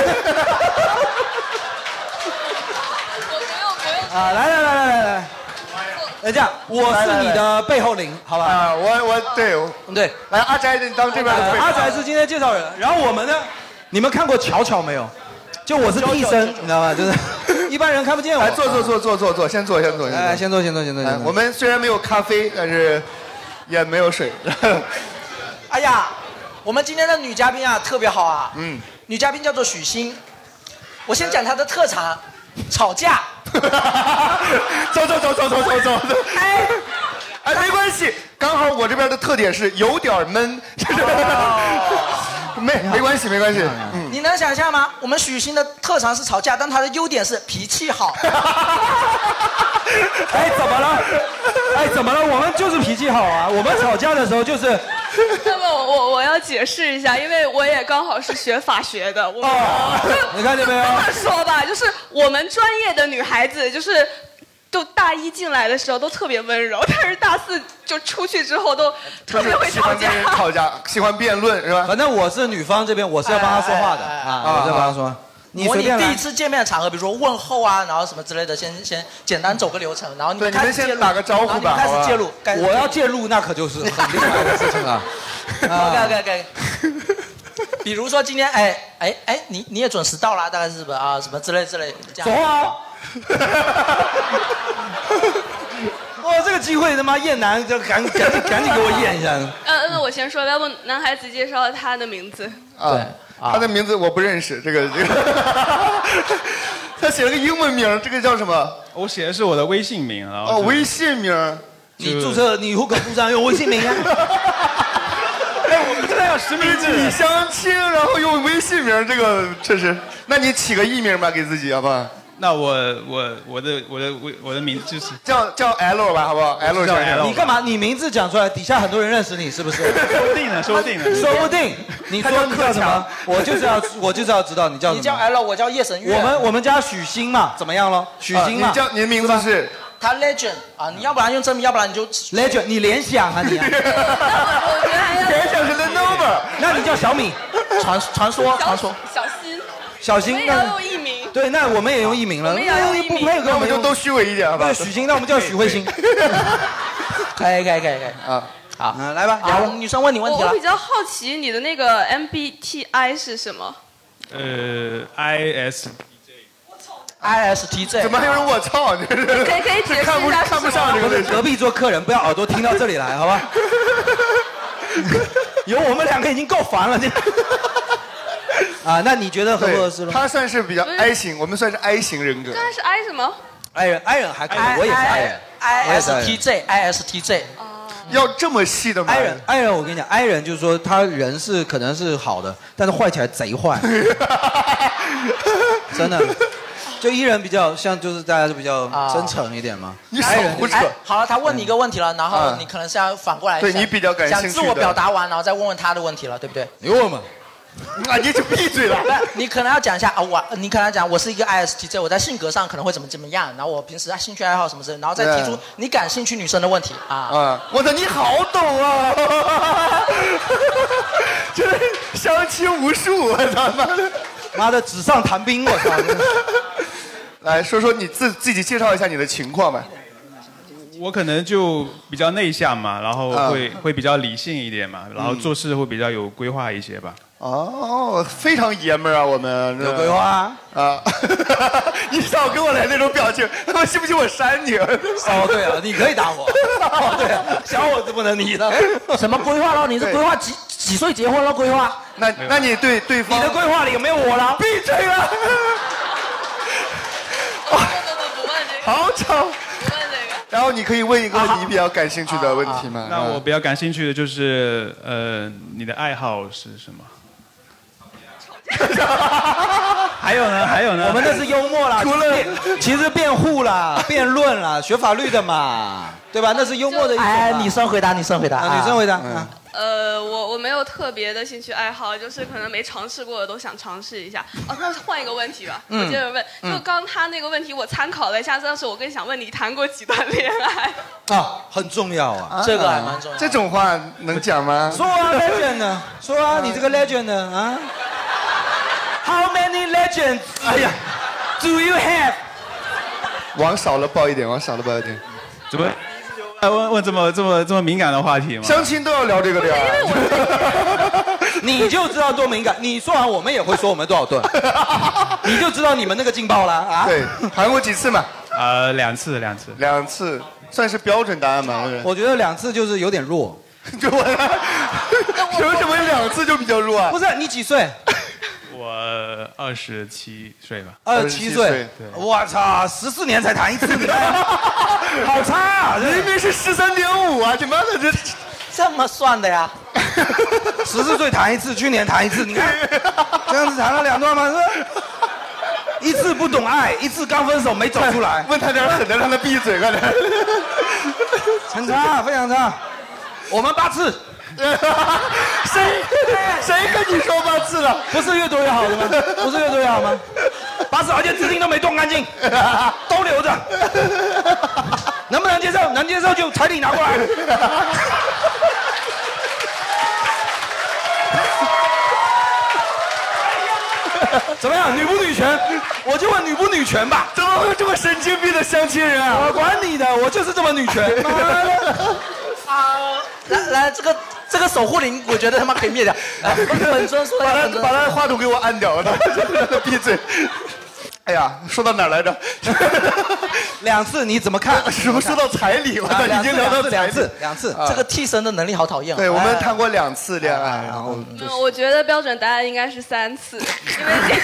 Speaker 4: 啊，来来来来来来，哎这样，我是你的背后灵，好吧？
Speaker 2: 啊，我我对
Speaker 4: 对，哎
Speaker 2: 来阿宅，你当这边的背后
Speaker 4: 阿宅是今天介绍人，然后我们呢，你们看过巧巧没有？就我是替身，你知道吗？就是一般人看不见我。
Speaker 2: 来哎坐坐坐坐坐坐，先坐先坐先
Speaker 4: 哎
Speaker 2: 坐，
Speaker 4: 先坐先坐先坐
Speaker 2: 哎。我们虽然没有咖啡，但是也没有水。
Speaker 1: 哎呀，我们今天的女嘉宾啊特别好啊，
Speaker 2: 嗯，
Speaker 1: 女嘉宾叫做许昕，我先讲她的特长，吵架。
Speaker 2: 走走走走走走走。
Speaker 1: 哎，
Speaker 2: 哎，没关系，刚好我这边的特点是有点闷，
Speaker 4: 哦哎
Speaker 2: 没没关系没关系，嗯，
Speaker 1: 你能想象吗？我们许昕的特长是吵架，但她的优点是脾气 好。
Speaker 4: 哎，怎么了？哎，怎么了？我们就是脾气好啊，我们吵架的时候就是。
Speaker 22: 那么我我我要解释一下，因为我也刚好是学法学的。我们、
Speaker 4: 你看见没有？
Speaker 22: 这么说吧，就是我们专业的女孩子，就是就大一进来的时候都特别温柔， 但是大四就出去之后都特别会
Speaker 2: 喜
Speaker 22: 吵
Speaker 2: 欢
Speaker 22: 架
Speaker 2: 跟。人吵架，喜欢辩论是吧？
Speaker 4: 反正我是女方这边，我是要帮她说话的啊，我是要帮她说话。你
Speaker 1: 模
Speaker 4: 随
Speaker 1: 拟
Speaker 4: 便
Speaker 1: 第一
Speaker 4: 来。
Speaker 1: 次见面的场合，比如说问候啊，然后什么之类的，先先简单走个流程，然后你们
Speaker 2: 对你
Speaker 1: 开
Speaker 2: 们
Speaker 1: 始
Speaker 2: 先
Speaker 1: 介入
Speaker 2: 打个招呼吧
Speaker 1: 然后你们开始介入
Speaker 2: 好吧，
Speaker 1: 开始
Speaker 4: 我要介入，那可就是很厉害的事情了。
Speaker 1: OK
Speaker 2: 啊
Speaker 1: OK OK。比如说今天，哎哎哎，你你也准时到啦，大概是吧啊，什么之类之类，这样。
Speaker 4: 走啊！哇，这个机会他妈厌男，就赶赶紧赶紧给我验一下。
Speaker 2: 啊
Speaker 22: 呃，那我先说，要不男孩子介绍他的名字？
Speaker 2: 啊，他的名字我不认识，这个这个，他写了个英文名，这个叫什么？
Speaker 10: 我写的是我的微信名啊。
Speaker 2: 哦，微信名。
Speaker 4: 你注册你户口簿上用微信名啊？
Speaker 2: 哎，我们现在要实名制。 你相亲，然后用微信名，这个确实。那你起个艺名吧，给自己好不好？
Speaker 10: 那我我我的我的我我的名字就是
Speaker 2: 叫叫 L 吧，好不好？L
Speaker 10: 叫
Speaker 2: 先生
Speaker 10: L
Speaker 4: 你干嘛？你名字讲出来，底下很多人认识你，是不是？说
Speaker 10: 不定呢，说不定呢。
Speaker 4: 说不定你
Speaker 1: 他
Speaker 4: 说
Speaker 1: 叫
Speaker 4: 你叫什么，我就是要我就是要知道你叫什
Speaker 1: 你
Speaker 4: 么。
Speaker 1: 叫 L，我叫叶神月。
Speaker 4: 我们我们家许昕嘛，怎么样咯？许昕嘛，
Speaker 1: 啊你叫
Speaker 2: 你的名字是
Speaker 1: 他 Legend 啊，你要不然用真名，要不然你就
Speaker 4: Legend，你联想啊你啊，
Speaker 2: 联想是 Lenovo，
Speaker 4: 那你叫小米，
Speaker 1: 传传说传说，
Speaker 22: 小新。
Speaker 4: 小新
Speaker 22: 我也
Speaker 4: 那
Speaker 22: 要用艺名。
Speaker 4: 对，那我们也用艺名了，
Speaker 22: 我们也要用艺名
Speaker 4: 不配合，
Speaker 2: 那我们就都虚伪一点好吧
Speaker 4: 那许昕，那我们叫许慧欣。
Speaker 1: 可以可以可以可以
Speaker 2: 啊，
Speaker 1: 好，
Speaker 4: 来吧，
Speaker 1: 好，哎女生问你问
Speaker 22: 我
Speaker 1: 题
Speaker 22: 我
Speaker 1: 了
Speaker 22: 比。较好奇你的那个 MBTI 是什么？
Speaker 10: 呃，IS
Speaker 1: ISTJ，
Speaker 2: 怎么还有人我操？你
Speaker 22: 可以可以解释一下
Speaker 2: 看不
Speaker 22: 是什么
Speaker 2: 看不上这个
Speaker 4: 我
Speaker 2: 位
Speaker 4: 们
Speaker 2: 置。
Speaker 4: 隔壁桌客人不要耳朵听到这里来，好吧？有我们两个已经够烦 了，这啊，那你觉得合不合适
Speaker 2: 对
Speaker 4: 咯？
Speaker 2: 他算是比较
Speaker 4: 嗯
Speaker 2: I 型，我们算是 I 型人格
Speaker 22: 刚。才是 I 什么？
Speaker 4: 爱人爱人还可以，我也
Speaker 1: 哎
Speaker 4: 是爱人。我也是 I 人
Speaker 1: ISTJ ISTJ，
Speaker 2: 要这么细的吗？
Speaker 4: 爱人，爱人，我跟你讲，爱人就是说他人是可能是好的，但是坏起来贼 坏，真的。就艺人比较像，就是大家就比较真诚一点嘛。
Speaker 1: 哎哎好了，他问你一个问题了，然后
Speaker 4: 嗯
Speaker 1: 你可能是要反过来想。
Speaker 4: 对你比较感兴趣的
Speaker 1: 想自我表达完，然后再问问他的问题了，对不对？
Speaker 4: 你问嘛，
Speaker 2: 啊，你就闭嘴 了。
Speaker 1: 你可能要讲一下啊，我你可能要讲我是一个 ISTJ，我在性格上可能会怎么怎么样，然后我平时啊兴趣爱好什么之类的，然后再提出
Speaker 2: 嗯
Speaker 1: 你感兴趣女生的问题啊。
Speaker 2: 啊， 我操，你好 懂啊！真的相亲无数，我操妈的！
Speaker 4: 妈的，纸上谈兵，我操！
Speaker 2: 来说说你自自己介绍一下你的情况吧。
Speaker 10: 我可能就比较内向嘛，然后
Speaker 2: 啊
Speaker 10: 会、会比较理性一点嘛，然后做事会比较有规划一些吧。
Speaker 2: 哦，非常爷们儿啊，我们
Speaker 10: 有规划啊
Speaker 2: 啊！ 你少给我来那种表情，他妈信不信我扇你？哦，
Speaker 4: 对啊了，你可以打 我。哦，对了，小伙子不能你的。
Speaker 1: 什么规划了？你是规划
Speaker 4: 几
Speaker 1: 几岁结婚了？规划？
Speaker 2: 那那你对对方
Speaker 4: 你的规划里有没有我了？
Speaker 2: 闭嘴啊了！好吵。然后你可以问一个
Speaker 1: 啊
Speaker 2: 你比较感兴
Speaker 4: 啊
Speaker 2: 趣的问题吗？
Speaker 10: 那我比较感兴趣的就是，呃，你的爱好是什么？还有 呢？还有呢？
Speaker 4: 我们那是幽默啦，
Speaker 10: 除了
Speaker 4: 辩其实辩护啦、辩论啦，学法律的嘛，对吧？那是幽默的一种嘛。
Speaker 1: 哎，女生回答，女生回答，
Speaker 4: 啊女生回答啊
Speaker 22: 呃，我我没有特别的兴趣爱好，就是可能没尝试过的都想尝试一下。哦，那换一个问题吧，
Speaker 12: 嗯
Speaker 22: 我接着问。
Speaker 12: 嗯
Speaker 22: 就刚他那个问题，我参考了一下，但是我更想问你谈过几段恋爱？
Speaker 4: 啊，很重要啊，
Speaker 2: 这个还蛮重要这种话能讲吗？
Speaker 4: 说啊，legend 呢？说啊，你这个 legend 呢？啊？How many legends？哎呀，Do you have？
Speaker 2: 往少了报一点，往少了报一点。
Speaker 10: 怎么？问问这么这么这么敏感的话
Speaker 4: 嗯
Speaker 10: 题吗？
Speaker 2: 相亲都要聊这个的呀。
Speaker 4: 你就知道多敏感。你说完，我们也会说我们多少顿，你就知道你们那个劲爆了啊。
Speaker 2: 对，谈过几次嘛？
Speaker 10: 呃，两次，两次，
Speaker 2: 两次，算是标准答案吧。
Speaker 4: 我觉得两次就是有点 弱。
Speaker 2: 为什么两次就比较弱啊？
Speaker 4: 不是你几岁？
Speaker 10: 我二十七岁吧。
Speaker 4: 二十呃七岁。我操，十四年才谈一次恋爱，好差啊！
Speaker 2: 明明是十三点五啊！你妈的这
Speaker 1: 这么算的 呀？
Speaker 4: 十四岁谈一次，去年谈一次，你看这样子谈了两段吗？是 吧一次不懂爱，一次刚分手没走出来。
Speaker 2: 问他点狠的，让他闭嘴，快点。
Speaker 4: 很差，啊非常差。我们八 次。
Speaker 2: 谁谁跟你说八次了？
Speaker 4: 不是越多越好的吗？不是越多越好吗？八次，而且纸巾都没动干净，都留着。能不能接受？能接受就彩礼拿过来。怎么样，女不女权？我就问女不女权吧。
Speaker 2: 怎么会有这么神经病的相亲人啊？
Speaker 4: 我管你的，我就是这么女权。妈的
Speaker 1: 啊，来来，这个这个守护灵，我觉得他妈可以灭
Speaker 4: 啊
Speaker 1: 掉。来本尊说的，
Speaker 2: 把他
Speaker 1: 本尊
Speaker 2: 把他话筒给我按掉， 闭嘴。哎呀，说到哪儿来着？
Speaker 4: 两次你怎么看？啊
Speaker 2: 什么 说到彩礼了？已经聊到彩
Speaker 1: 两
Speaker 2: 礼
Speaker 1: 次，
Speaker 4: 两次
Speaker 2: 啊
Speaker 1: 这个替身的能力好讨厌啊。
Speaker 2: 对我们
Speaker 1: 哎
Speaker 2: 谈过两次恋爱，
Speaker 4: 哎
Speaker 2: 然后就
Speaker 22: 嗯
Speaker 2: 是，
Speaker 22: 我觉得标准答案应该是三次，因为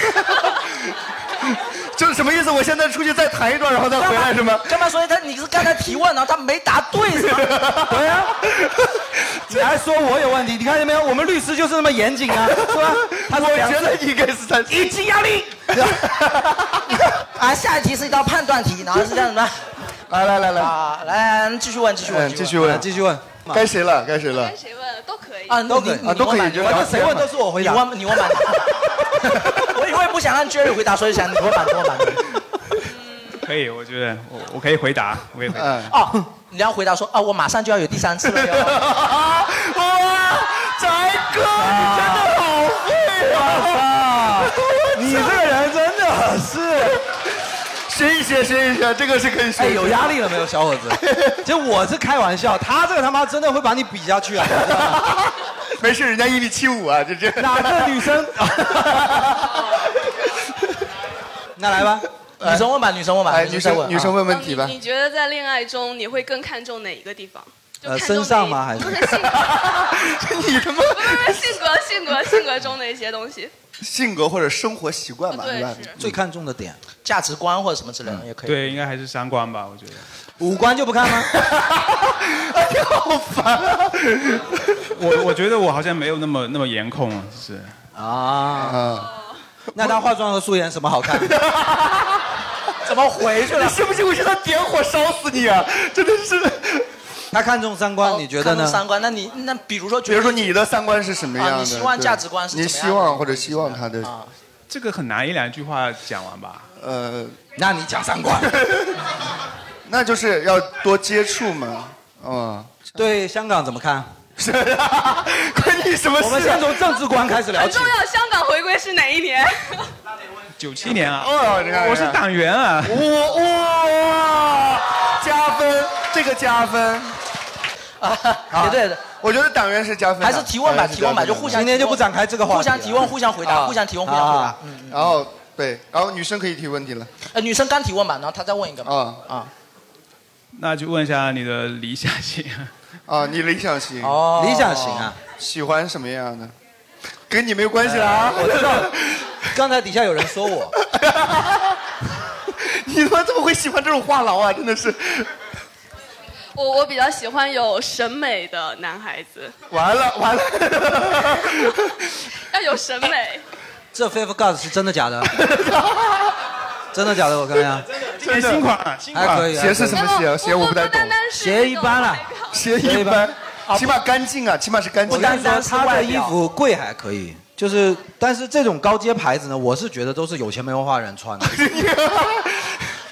Speaker 2: 就是什么意思？我现在出去再谈一段，然后再回来是吗？
Speaker 1: 干嘛说他你是刚才提问，然后他没答对是吗？
Speaker 4: 对 啊，你还说我有问题？你看见没有？我们律师就是那么严谨啊，是吧？他说
Speaker 1: 我
Speaker 4: 两次
Speaker 1: 觉得应该是三次
Speaker 4: 一级压力。
Speaker 1: 啊，下一题是一道判断题，然后是这样子的。
Speaker 2: 来来来来，
Speaker 1: 啊，来来继续啊问，继续问，
Speaker 2: 嗯，继续问，嗯
Speaker 4: 继续问，
Speaker 2: 该谁了？该谁了？
Speaker 22: 谁问了都可以
Speaker 1: 啊，
Speaker 2: 都可以
Speaker 1: 你
Speaker 2: 啊都可
Speaker 1: 你
Speaker 2: 以
Speaker 1: 问吧
Speaker 2: 就聊天嘛
Speaker 1: 谁问都是我回答。你问，你问吧。我以为不想让 Jerry 回答，所以想你问吧，你问吧。
Speaker 10: 可以，我觉得我我可以回答，我可以回答。
Speaker 1: 哦，你要回答说啊，我马上就要有第三次了哟。
Speaker 2: 哇，宅哥，你真的好会
Speaker 4: 啊！你这个人真的 是。
Speaker 2: 学一学，学一学，这个是可以学。
Speaker 4: 哎，有压力了没有，小伙子？就我是开玩笑，他这个他妈真的会把你比下去啊！你知道 吗
Speaker 2: 没事，人家一米七五啊，这这
Speaker 4: 哪个女 生？那来吧，啊
Speaker 1: 女生问吧，女生问吧，
Speaker 2: 哎，
Speaker 1: 女生
Speaker 2: 女生
Speaker 1: 问，啊
Speaker 2: 女生问问题吧
Speaker 22: 你。你觉得在恋爱中你会更看重哪一个地方？
Speaker 4: 呃，身上吗？还是
Speaker 22: 不是性格，
Speaker 2: 你他妈
Speaker 22: 不是不是性格，性格性格中的一些东西。
Speaker 2: 性格或者生活习惯吧，
Speaker 22: 对
Speaker 2: 吧
Speaker 22: 是？
Speaker 4: 最看重的点，
Speaker 1: 价值观或者什么之类的也可以。
Speaker 10: 对，应该还是三观吧，我觉得。
Speaker 4: 五官就不看 吗？
Speaker 1: 哎
Speaker 2: 好烦啊！
Speaker 10: 我我觉得我好像没有那么那么颜控，就是
Speaker 4: 啊。那他化妆和素颜什么好看？
Speaker 1: 怎么回去了？
Speaker 2: 啊你信不信我现在点火烧死你啊！真的是，
Speaker 4: 他看重三观，你觉得
Speaker 1: 看重
Speaker 4: 呢？
Speaker 1: 三观，那你那比如说，
Speaker 2: 比如说你的三观是什么样的？
Speaker 1: 啊你希望
Speaker 2: 对
Speaker 1: 价值观是怎么
Speaker 2: 你
Speaker 1: 样的啊
Speaker 2: 希望或者希望他的
Speaker 10: 这个很难一两句话讲完吧？
Speaker 2: 呃，
Speaker 4: 那你讲三观，
Speaker 2: 那就是要多接触嘛。嗯，
Speaker 4: 对香港怎么看？
Speaker 2: 关你什么事啊
Speaker 4: 我们先从政治观开始聊
Speaker 22: 很
Speaker 4: 起
Speaker 22: 重。要，香港回归是哪一年？
Speaker 10: 九七年啊，
Speaker 2: 哦，你看，
Speaker 10: 我是党员啊。
Speaker 2: 哇哇，加分，这个加分。
Speaker 1: 啊，对的，
Speaker 2: 我觉得党员是加分的，
Speaker 1: 还是提问吧
Speaker 2: 党员是
Speaker 1: 提问吧
Speaker 2: 加分的
Speaker 1: 就互相今天就不展开这个话题了互相提问互相回答
Speaker 2: 啊
Speaker 1: 互相提问互相回答
Speaker 2: 啊
Speaker 1: 嗯嗯
Speaker 2: 然后对，然后女生可以提问题了。
Speaker 1: 呃，女生刚提问吧，然后她再问一个嘛。
Speaker 2: 啊
Speaker 1: 啊
Speaker 10: 那就问一下你的理想 型。
Speaker 2: 啊，你理想型
Speaker 1: 哦理想型
Speaker 4: 啊，
Speaker 2: 喜欢什么样的？跟你没有关系了啊！
Speaker 4: 呃我 知道，刚才底下有人说我，
Speaker 2: 你他妈怎么会喜欢这种话痨啊？真的是，
Speaker 22: 我我比较喜欢有审美的男孩子，
Speaker 2: 完了 完了，
Speaker 22: 要有审美。
Speaker 4: 这 Fifth God 是真的假 的？真的假的？我看一下，
Speaker 2: 真的新款啊新款
Speaker 4: 还可以。
Speaker 2: 鞋是什么鞋啊
Speaker 4: 还可以
Speaker 2: 鞋我不太懂
Speaker 4: 鞋一般啊啦，
Speaker 2: 鞋一般，起码干净啊，起码是干净。
Speaker 4: 不单说他的衣服贵还可以，就是但是这种高阶牌子呢，我是觉得都是有钱没文化人穿 的。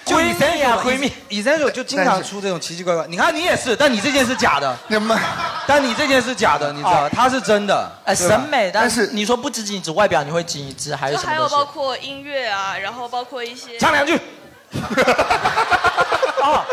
Speaker 4: 就以前有闺蜜，以前有就经常出这种奇奇怪怪。你看你也是，但你这件是假的。
Speaker 2: 你们，
Speaker 4: 但你这件是假的，你知道吧，它啊是真的。
Speaker 1: 哦哎，
Speaker 4: 对吧
Speaker 1: 审美，但是你说不仅仅只外表，你会仅只还有
Speaker 22: 就
Speaker 1: 什
Speaker 22: 还
Speaker 1: 么
Speaker 22: 有
Speaker 1: 东
Speaker 22: 包
Speaker 1: 西？
Speaker 22: 括音乐啊，然后包括一些
Speaker 1: 唱两句。哦，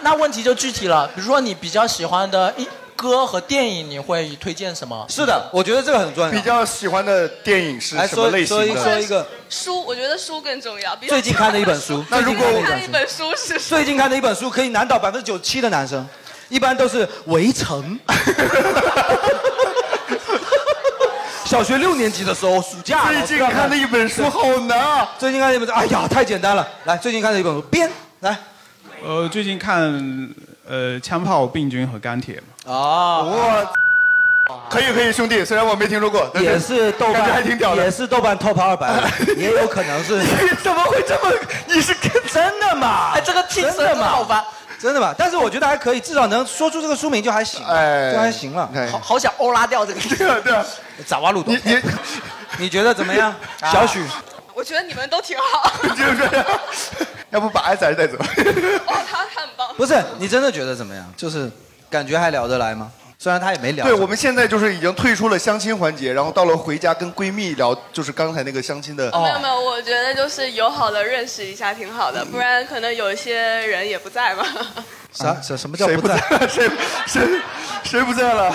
Speaker 1: 那问题就具体了，比如说你比较喜欢的一歌和电影，你会推荐什么？
Speaker 4: 是的，我觉得这个很重要。
Speaker 2: 比较喜欢的电影是
Speaker 1: 来
Speaker 2: 什
Speaker 1: 说
Speaker 2: 么类型
Speaker 1: 说一
Speaker 2: 的？
Speaker 1: 说一个
Speaker 22: 书，我觉得书更重要。比如，
Speaker 4: 最近看的一本书 最近看的一
Speaker 22: 看
Speaker 4: 本
Speaker 22: 一
Speaker 4: 书，
Speaker 22: 本书是什么
Speaker 4: 最近看的一本书可以难倒百分之九七的男生，一般都是《围 城》。小学六年级的时候，暑假
Speaker 2: 最近看的一本书好难啊！
Speaker 4: 最近看的一本书，哎呀，太简单了。来，最近看的一本书《编》，来，
Speaker 10: 呃，最近看呃《枪炮、病菌和钢铁》嘛。
Speaker 4: 哦，
Speaker 2: 我可以可以，兄弟，虽然我没听说过，但
Speaker 4: 也是豆
Speaker 2: 感觉
Speaker 4: 瓣，
Speaker 2: 还挺屌的。
Speaker 4: 也是豆瓣 top 二百，也有可能是。
Speaker 2: 你 怎么会这么？你是
Speaker 4: 真的吗？
Speaker 1: 哎这个替身
Speaker 4: 真的
Speaker 1: 真的
Speaker 4: 吗？
Speaker 1: 好烦
Speaker 4: 真的吗？但是我觉得还可以，至少能说出这个书名就还行，
Speaker 2: 哎
Speaker 4: 就还行了。
Speaker 1: 好好想欧拉掉这个。 对
Speaker 2: 啊对啊，
Speaker 4: 咋哇路你
Speaker 2: 你
Speaker 4: 你觉得怎么 样，小许？
Speaker 22: 我觉得你们都挺好。
Speaker 2: 要不把爱仔带走？
Speaker 22: 哦，他他很棒。
Speaker 4: 不是，你真的觉得怎么样？就是感觉还聊得来吗？虽然他也没聊。
Speaker 2: 对，我们现在就是已经退出了相亲环节，然后到了回家跟闺蜜聊，就是刚才那个相亲的。
Speaker 4: 哦
Speaker 22: 没有没有，我觉得就是友好的认识一下挺好的，不然可能有一些人也不在嘛。
Speaker 4: 啥什什么叫
Speaker 2: 谁不在？谁谁谁不 在了？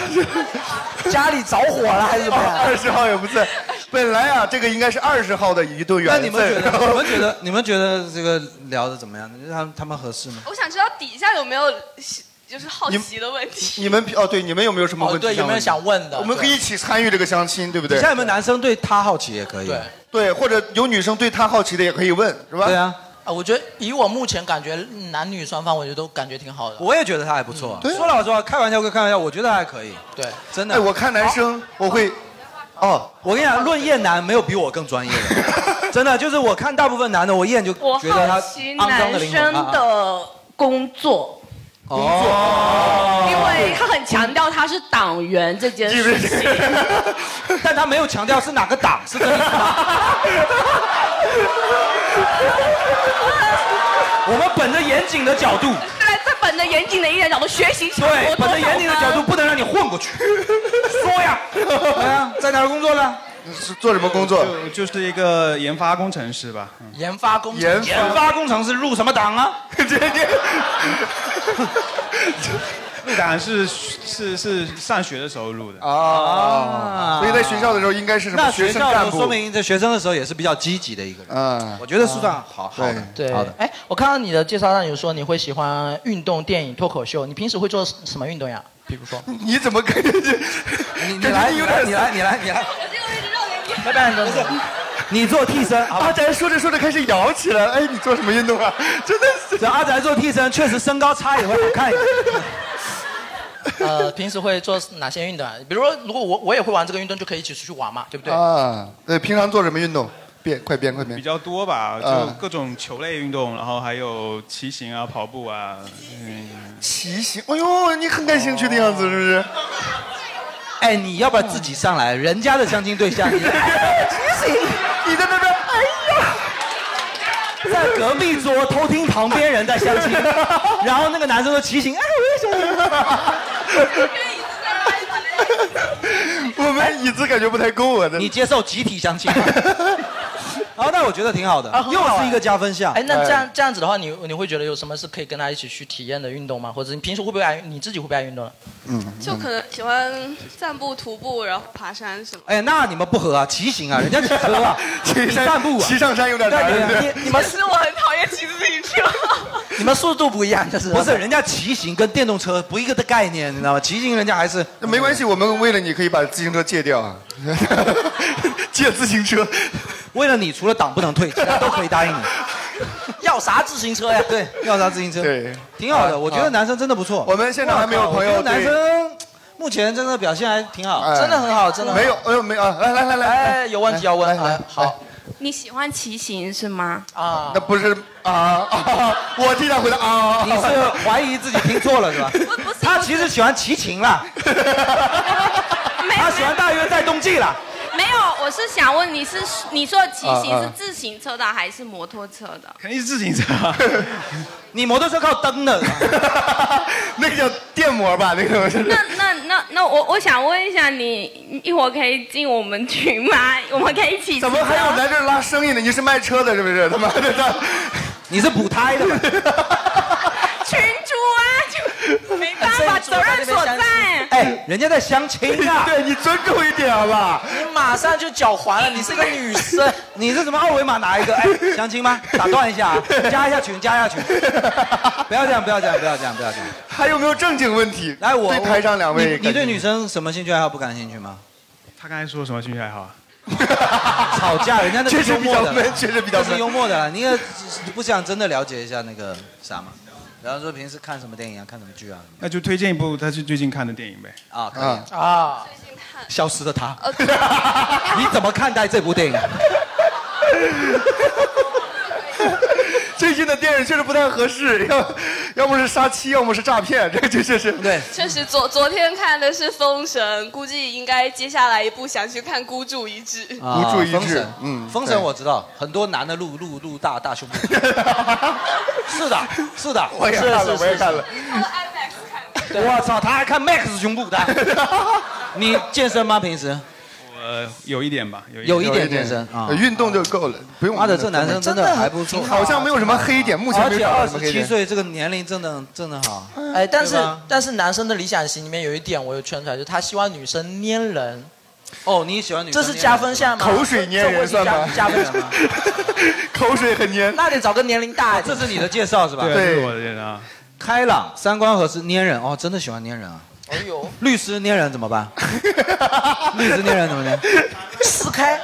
Speaker 1: 家里着火了还是怎么样
Speaker 2: 二十号也不在。本来啊，这个应该是二十号的一顿缘
Speaker 4: 那
Speaker 2: 分。
Speaker 4: 你们觉
Speaker 2: 然
Speaker 4: 得？
Speaker 2: 后
Speaker 4: 你们觉得？你们觉得这个聊的怎么样？你觉得他们他们合适吗？
Speaker 22: 我想知道底下有没有喜就是好奇的问 题。
Speaker 2: 你们哦，对，你们有没有什么问题？
Speaker 1: 对有没有想问的
Speaker 2: 我们可以一起参与这个相亲，对不对？
Speaker 4: 底下有没有男生对他好奇也可以？啊
Speaker 1: 对
Speaker 2: 对，或者有女生对他好奇的也可以问，是吧？
Speaker 4: 对啊。
Speaker 1: 啊，我觉得以我目前感觉，男女双方我觉得都感觉挺好的。嗯
Speaker 4: 我也觉得他还不错。啊说老实话，开玩笑归开玩笑，我觉得还可以。
Speaker 1: 对，
Speaker 4: 真的。
Speaker 2: 哎我看男生，我会。哦，
Speaker 4: 我跟你讲，论艳男没有比我更专业 的，真的就是我看大部分男的，我一眼就
Speaker 12: 我
Speaker 4: 觉得他
Speaker 12: 好奇
Speaker 4: 肮脏
Speaker 12: 男
Speaker 4: 的灵魂。
Speaker 12: 生
Speaker 4: 啊 啊
Speaker 12: 的工作，
Speaker 4: 哦，
Speaker 12: 因为他很强调他是党员这件事情。
Speaker 4: 但他没有强调是哪个党，是这个党。我们本着严谨的角度，
Speaker 12: 对，这本着严谨的一点角度学习全
Speaker 4: 对
Speaker 12: 国，多
Speaker 4: 本
Speaker 12: 啊
Speaker 4: 着严谨的角度，
Speaker 12: 少呢
Speaker 4: 不能让你混过去。说呀，对啊，在哪儿工作 呢？
Speaker 2: 是做什么工作？
Speaker 10: 就就是一个研发工程师吧。嗯
Speaker 1: 研发工
Speaker 10: 研发
Speaker 4: 研发工程师入什么党啊？
Speaker 10: 入党是是是上学的时候入的。
Speaker 2: 啊所以在学校的时候应该是什么
Speaker 4: 那
Speaker 2: 学
Speaker 4: 学
Speaker 2: 生
Speaker 4: 校
Speaker 2: 干
Speaker 4: 就
Speaker 2: 部？
Speaker 4: 说明在学生的时候也是比较积极的一个人。
Speaker 2: 嗯，
Speaker 4: 我觉得是这样，好好的，
Speaker 1: 对，
Speaker 4: 好的。
Speaker 1: 哎，我看到你的介绍上有说你会喜欢运动、电影、脱口秀，你平时会做什么运动呀？比如 说，
Speaker 2: 你怎么感觉这？
Speaker 4: 你你来，你来，你来，你来，你来。
Speaker 1: 拜拜，不是，
Speaker 4: 你做替身。阿
Speaker 2: 宅啊说着说着开始摇起来，哎，你做什么运动啊？ 真的是。
Speaker 4: 阿宅做替身，确实身高差也会好看一点。
Speaker 1: 呃，平时会做哪些运
Speaker 2: 呃
Speaker 1: 动啊？比如说，如果我我也会玩这个运动，就可以一起出去玩嘛，对不对？
Speaker 2: 啊，对，平常做什么运动？变，快变，快变
Speaker 10: 比。较多吧，就
Speaker 2: 嗯
Speaker 10: 各种球类运动，然后还有骑行啊、跑步啊。
Speaker 2: 骑行， 哎呦，你很感兴趣的样子，是不是？
Speaker 4: 哎，你要不然自己上来，人家的相亲对象，你
Speaker 7: 提醒
Speaker 2: 你在那边，哎呀，
Speaker 4: 在隔壁桌偷听旁边人在相亲，然后那个男生说骑行，哎，我也想
Speaker 2: 我们椅子感觉不太够啊！
Speaker 4: 你接受集体相亲吗？ 好，那我觉得挺啊好的，
Speaker 1: 啊
Speaker 4: 又是一个加分项。
Speaker 1: 哎，那这样这样子的话，你你会觉得有什么是可以跟他一起去体验的运动吗？或者你平时会不会爱你自己会不会爱运动呢？
Speaker 2: 嗯，
Speaker 22: 就可能喜欢散步、徒步，然后爬山什么。
Speaker 4: 哎，那你们不合啊，骑行啊，人家骑车啊，
Speaker 2: 骑
Speaker 4: 上散步啊，骑
Speaker 2: 上山有点
Speaker 4: 难你你们
Speaker 22: 其实我很讨厌骑自行车。
Speaker 4: 你们速度不一样，就是不是人家骑行跟电动车不一个的概念，你知道吗？骑行人家还是
Speaker 2: 没关系，我们为了你可以把自行车戒掉 啊，借自行车。
Speaker 4: 为了你，除了挡不能退，其他都可以答应你。要啥自行车呀？对，要啥自行车？
Speaker 2: 对，
Speaker 4: 挺好的，
Speaker 2: 啊
Speaker 4: 我觉得男生真的不错。
Speaker 2: 我们现场还没有朋友
Speaker 4: 我觉得男
Speaker 2: 对
Speaker 4: 生目前真的表现还挺好，真的很好，真的很好
Speaker 2: 没有，哎呦，没有啊！来来来来，
Speaker 4: 哎有问题要问
Speaker 2: 来来，好，
Speaker 12: 你喜欢骑行是吗？
Speaker 1: 啊
Speaker 2: 那不是啊啊！ 我替他回答啊！
Speaker 4: 你是怀疑自己听错了是吧？他其实喜欢齐秦啦，他喜欢大约在冬季啦。
Speaker 12: 没有，我是想问你是你说骑行
Speaker 4: 啊
Speaker 12: 是
Speaker 4: 啊
Speaker 12: 自行车的还是摩托车的？
Speaker 4: 肯定是自行车。你摩托车靠蹬的，
Speaker 2: 那个叫电摩吧，那个
Speaker 12: 那那那那我我想问一下你，你一会儿可以进我们群吗？我们可以一起骑
Speaker 2: 怎么还有
Speaker 12: 车
Speaker 2: 来这儿拉生意的？你是卖车的，是不是？他妈的，他
Speaker 4: 你是补胎的吧？
Speaker 12: 群主啊，就没办 法，责任所在。
Speaker 4: 哎，人家在相亲啊，
Speaker 2: 对你尊重一点好不好？
Speaker 1: 你马上就脚环了，你是个女 生，
Speaker 4: 你是什么二维码拿一个？哎，相亲吗？打断一下 啊，加一下群，加一下群。不要这样，不要这样，不要这样，不要这样。
Speaker 2: 还有没有正经问题？
Speaker 4: 来，我
Speaker 2: 对台上两位
Speaker 4: 你，你对女生什么兴趣爱好不感兴趣吗？
Speaker 10: 他刚才说什么兴趣爱好啊？
Speaker 4: 吵架，人家那
Speaker 10: 确
Speaker 4: 是
Speaker 10: 实
Speaker 4: 幽默的啦
Speaker 10: 比较闷，确实比较
Speaker 4: 那
Speaker 10: 闷
Speaker 4: 是幽默的啦。你也不想真的了解一下那个啥吗？比方说平时看什么电影啊，看什么剧啊？
Speaker 10: 那就推荐一部他最最近看的电影呗。
Speaker 4: 啊，可
Speaker 10: 啊
Speaker 4: 以啊。消失的她，你怎么看待这部电影？
Speaker 2: 最近的电影确实不太合适， 要要么是杀妻，要么是诈骗， 这这这是
Speaker 4: 对。
Speaker 22: 确实，昨昨天看的是《封神》，估计应该接下来一部想去看《孤注一 掷》
Speaker 4: 啊
Speaker 2: 孤注一掷
Speaker 4: 封神，
Speaker 2: 嗯
Speaker 4: 封
Speaker 2: 对
Speaker 4: 神我知道，很多男的露露露大大胸部，是的，是的，
Speaker 2: 我也看了
Speaker 4: 是是
Speaker 2: 我也看了
Speaker 4: 是是我操，他还看 Max 胸部的， 你健身吗？平时？
Speaker 10: 我有一点吧，有
Speaker 4: 有一点健身啊
Speaker 2: 运动就够了，不用。
Speaker 4: 妈的，这男生真的还不错，
Speaker 2: 好像没有什么黑点，目前
Speaker 4: 啊而
Speaker 2: 没
Speaker 4: 且
Speaker 2: 有
Speaker 4: 二
Speaker 2: 找到什
Speaker 4: 十
Speaker 2: 么黑
Speaker 4: 七
Speaker 2: 点。
Speaker 4: 岁这个年龄真的真的好，
Speaker 1: 哎，但是
Speaker 4: 对吧
Speaker 1: 但是男生的理想型里面有一点我有圈出来，就是他希望女生粘人，
Speaker 4: 哦，你喜欢女生
Speaker 1: 这是加分项吗？
Speaker 2: 口水粘人
Speaker 1: 这问题
Speaker 2: 算吗
Speaker 1: 加加分项吗？
Speaker 2: 口水很粘，
Speaker 1: 那得找个年龄大一点。
Speaker 4: 哦这是你的 介绍是吧？
Speaker 10: 对这是我的人啊。
Speaker 4: 开朗、三观合适、粘人哦，真的喜欢粘人啊！
Speaker 1: 哎呦，
Speaker 4: 律师粘人怎么办？律师粘人怎么粘？
Speaker 1: 撕开。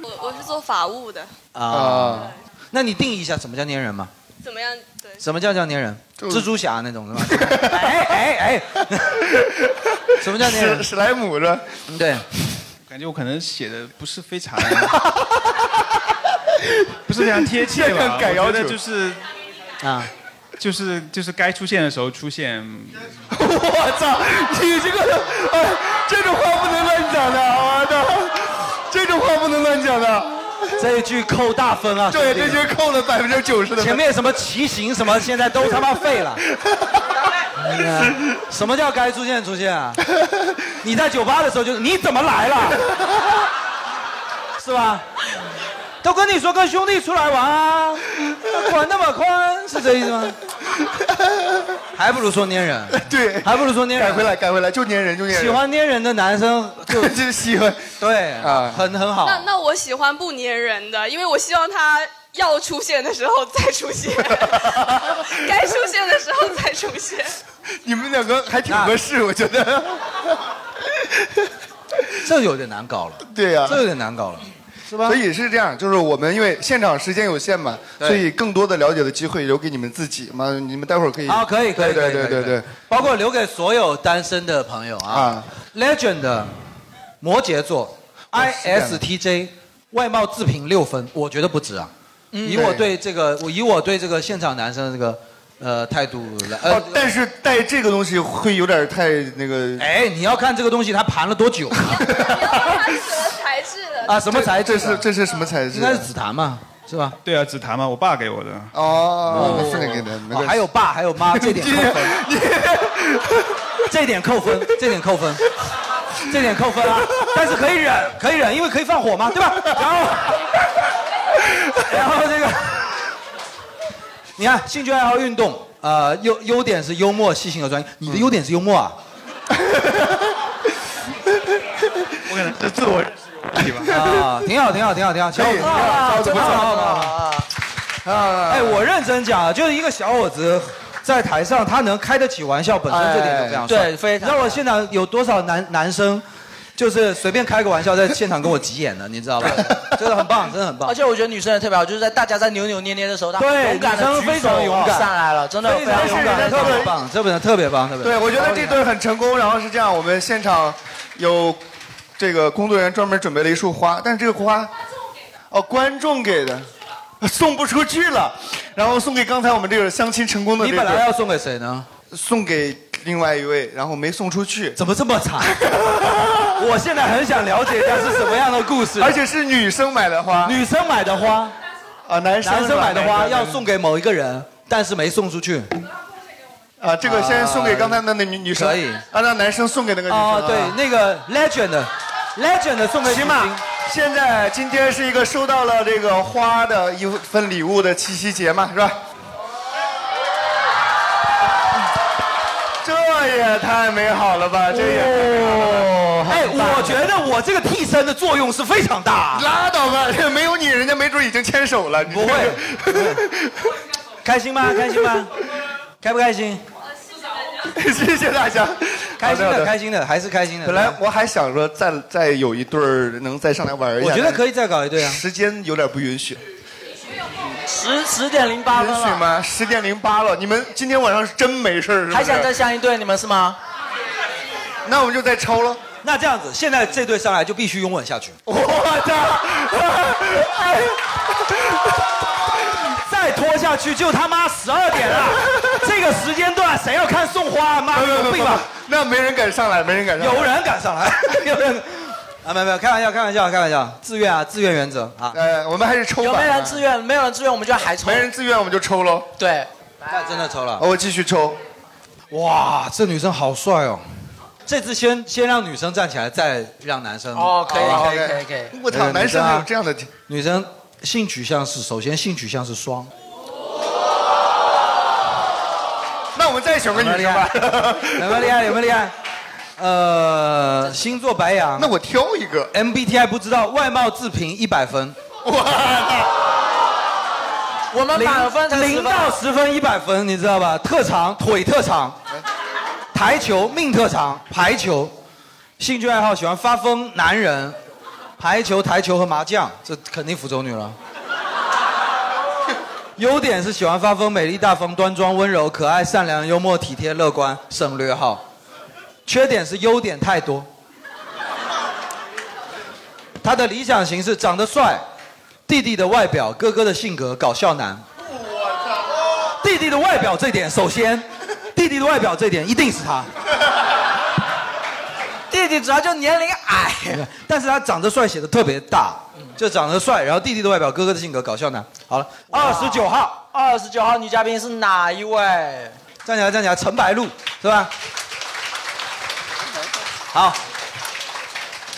Speaker 22: 我我是做法务的，
Speaker 4: 啊，那你定义一下什么叫粘人嘛？
Speaker 22: 怎么样？对，
Speaker 4: 什么叫叫粘人？蜘蛛侠那种是吧？哎哎 哎，什么叫粘人？
Speaker 10: 史史
Speaker 2: 莱姆是吧？
Speaker 4: 对，
Speaker 10: 感觉我可能写的不是非常，不是非常贴 切
Speaker 2: 现
Speaker 10: 吧
Speaker 2: 场？改要求
Speaker 10: 我觉得就是
Speaker 4: 啊，
Speaker 10: 就是就是该出现的时候出现。
Speaker 2: 我操，你这个，哎，这种话不能乱讲的，我的，这种话不能乱讲的。
Speaker 4: 这一句扣大分啊！
Speaker 2: 对，
Speaker 4: 兄
Speaker 2: 这
Speaker 4: 弟
Speaker 2: 就扣了百分之九十的分。
Speaker 4: 前面什么骑行什么，现在都他妈废 了。哎呀什么叫该出现出现啊？你在酒吧的时候就是你怎么来了，是吧？都跟你说跟兄弟出来玩啊，管那么宽，是这意思 吗？还不如说粘人，
Speaker 2: 对，
Speaker 4: 还不如说粘人。
Speaker 2: 改回来，改回来，就粘人，就粘人。
Speaker 4: 喜欢粘人的男生就
Speaker 2: 就喜欢，啊
Speaker 4: 对，很很好。
Speaker 22: 那那我喜欢不粘人的，因为我希望他要出现的时候再出 现，该出现的时候再出现。
Speaker 2: 你们两个还挺合适，我觉得。
Speaker 4: 这有点难搞了。
Speaker 2: 对呀、
Speaker 4: 这有点难搞了，是吧
Speaker 2: 所以是这样，就是我们因为现场时间有限嘛，
Speaker 4: 对
Speaker 2: 所以更多的了解的机会留给你们自己嘛。你们待会儿可以
Speaker 4: 啊，可以可以，可
Speaker 2: 对
Speaker 4: 以
Speaker 2: 对
Speaker 4: 可以
Speaker 2: 对对，
Speaker 4: 包括留给所有单身的朋友啊。Legend，摩羯座
Speaker 2: 是这样的
Speaker 4: ，ISTJ，外貌自评六分，我觉得不止啊。
Speaker 2: 嗯
Speaker 4: 以我对
Speaker 2: 对
Speaker 4: 这个，我以我对这个现场男生的这个呃态度来，呃
Speaker 2: 哦，，但是带这个东西会有点太那个。
Speaker 4: 哎，你要看这个东西它盘了多 久啊
Speaker 14: 材质的
Speaker 4: 啊？什么材质？
Speaker 10: 这是
Speaker 2: 这是什么材质
Speaker 10: 应该是
Speaker 4: 紫檀嘛，是吧？
Speaker 10: 对啊，紫檀嘛，我爸给我的。
Speaker 2: 哦
Speaker 10: 是那个的没关系
Speaker 4: 嗯还有爸，还有妈，这 点扣分， 这点扣分，这点扣分，这点扣分啊！但是可以忍，可以忍，因为可以放火嘛，对吧？然后， 然后这个，你看兴趣爱好运动，呃，优优点是幽默、细心和专业。你
Speaker 10: 嗯
Speaker 4: 的优点是幽默啊？
Speaker 10: 我可能是自我认识有问题吧。
Speaker 4: 啊，挺好，挺好，挺好，
Speaker 2: 哎
Speaker 4: 挺好，小伙子，
Speaker 2: 哦
Speaker 4: 啊
Speaker 10: 小伙子
Speaker 4: 真
Speaker 10: 不
Speaker 4: 好
Speaker 10: 错
Speaker 4: 好好好啊！哎，我认真讲啊，就是一个小伙子在台上，他能开得起玩笑，本身这点就非常帅。
Speaker 1: 哎对非常
Speaker 4: 你知道我现场有多少男男生，就是随便开个玩笑，在现场跟我急眼的，你知道吧？真的很棒，真的很棒。
Speaker 1: 而且我觉得女生也特别好，就是在大家在扭扭捏捏的时候，她
Speaker 4: 对，
Speaker 1: 勇敢
Speaker 4: 女
Speaker 1: 的
Speaker 4: 生非常勇敢，
Speaker 1: 上来了，真的
Speaker 4: 非常勇敢，特别棒，这本特别棒，特别棒。
Speaker 2: 对，我觉得这顿很成功。然后是这样，我们现场有这个工作人员专门准备了一束花，但是这个花，哦，观众给的，送不出去了。然后送给刚才我们这个相亲成功的这
Speaker 4: 你
Speaker 2: 对，
Speaker 4: 本来要送给谁呢？
Speaker 2: 送给另外一位，然后没送出去。
Speaker 4: 怎么这么惨？ 我现在很想了解一下是什么样的故事，
Speaker 2: 而且是女生买的花，
Speaker 4: 女生买的花，
Speaker 2: 啊，男生
Speaker 4: 男生买的花要送
Speaker 2: 给
Speaker 4: 给某一个人，但是没送出去。
Speaker 2: 啊，这个先送给刚才那那女女生，
Speaker 4: 可以
Speaker 2: 啊，让男生送给那个女生。啊
Speaker 4: 哦，对，那个 legend legend 送给
Speaker 2: 起码现在今天是一个收到了这个花的一份礼物的七夕节嘛，是吧？这也太美好了吧！这也太美好了吧
Speaker 4: 哎，我觉得我这个替身的作用是非常大啊。
Speaker 2: 拉倒吧，这没有你，人家没准已经牵手了。不
Speaker 4: 会， 开心吗？开心吗？开不开心？
Speaker 2: 谢谢大家，
Speaker 4: 开心
Speaker 2: 好
Speaker 4: 的，
Speaker 2: 的
Speaker 4: 开心的，还是开心的。
Speaker 2: 本来我还想说再再有一对儿能再上来玩一下，
Speaker 4: 我觉得可以再搞一对啊
Speaker 2: 时间有点不允许。
Speaker 1: 十十点零八分
Speaker 2: 允许
Speaker 1: 了，
Speaker 2: 吗？啊十点零八了，你们今天晚上是真没事儿是不是
Speaker 1: 还想再相一对，你们是吗？
Speaker 2: 那我们就再抽了。
Speaker 4: 那这样子，现在这对上来就必须拥吻下去。
Speaker 2: 我
Speaker 4: 哎操！再拖下去就他妈十二点 了，这个时间段谁要看送花？妈
Speaker 2: 不不
Speaker 4: 有
Speaker 2: 不
Speaker 4: 病
Speaker 2: 不
Speaker 4: 吧！
Speaker 2: 那没人敢上来，没人敢上来。
Speaker 4: 有人敢 上来，有人啊，没有没有，开玩笑，开玩笑，开玩笑，自愿啊，自愿原则啊。
Speaker 2: 呃，我们还是抽吧。
Speaker 1: 有没有人自愿？没有人自愿，我们就还抽。没
Speaker 2: 人自愿，我们就抽喽。
Speaker 1: 对，
Speaker 4: 那真的抽了。
Speaker 2: 我继续抽。
Speaker 4: 哇，这女生好帅哦！这次先先让女生站起来，再让男生。
Speaker 1: 哦，可以，
Speaker 4: 好吧
Speaker 1: 可以，可以，可以。
Speaker 2: 我操，男生还有这样的？
Speaker 4: 女生性取向是首先性取向是双，
Speaker 2: 那我们再选个女生吧。
Speaker 4: 有没有厉害？有没有厉害？呃，星座白羊。那
Speaker 2: 我挑一个。
Speaker 4: MBTI 不知道，外貌自评一百分。
Speaker 1: 我们满分才
Speaker 4: 零
Speaker 1: 10分
Speaker 4: 到十分一百分，你知道吧？特长腿特长，台球命特长排球，兴趣爱好喜欢发疯男人，排球、台球和麻将，这肯定福州女了。优点是喜欢发疯、美丽、大方、端庄、温柔、可爱、善良、幽默、体贴、乐观，省略号。缺点是优点太多。他的理想型是长得帅，弟弟的外表，哥哥的性格，搞笑男。弟弟的外表这点，首先，弟弟的外表这点一定是他。
Speaker 1: 弟弟主要就年龄哎矮，
Speaker 4: 但是他长得帅，写的特别大，就长得帅，然后弟弟的外表，哥哥的性格，搞笑男。好了，二十九号，
Speaker 1: 二十九号女嘉宾是哪一位？
Speaker 4: 站起来，站起来，陈白露是吧？好，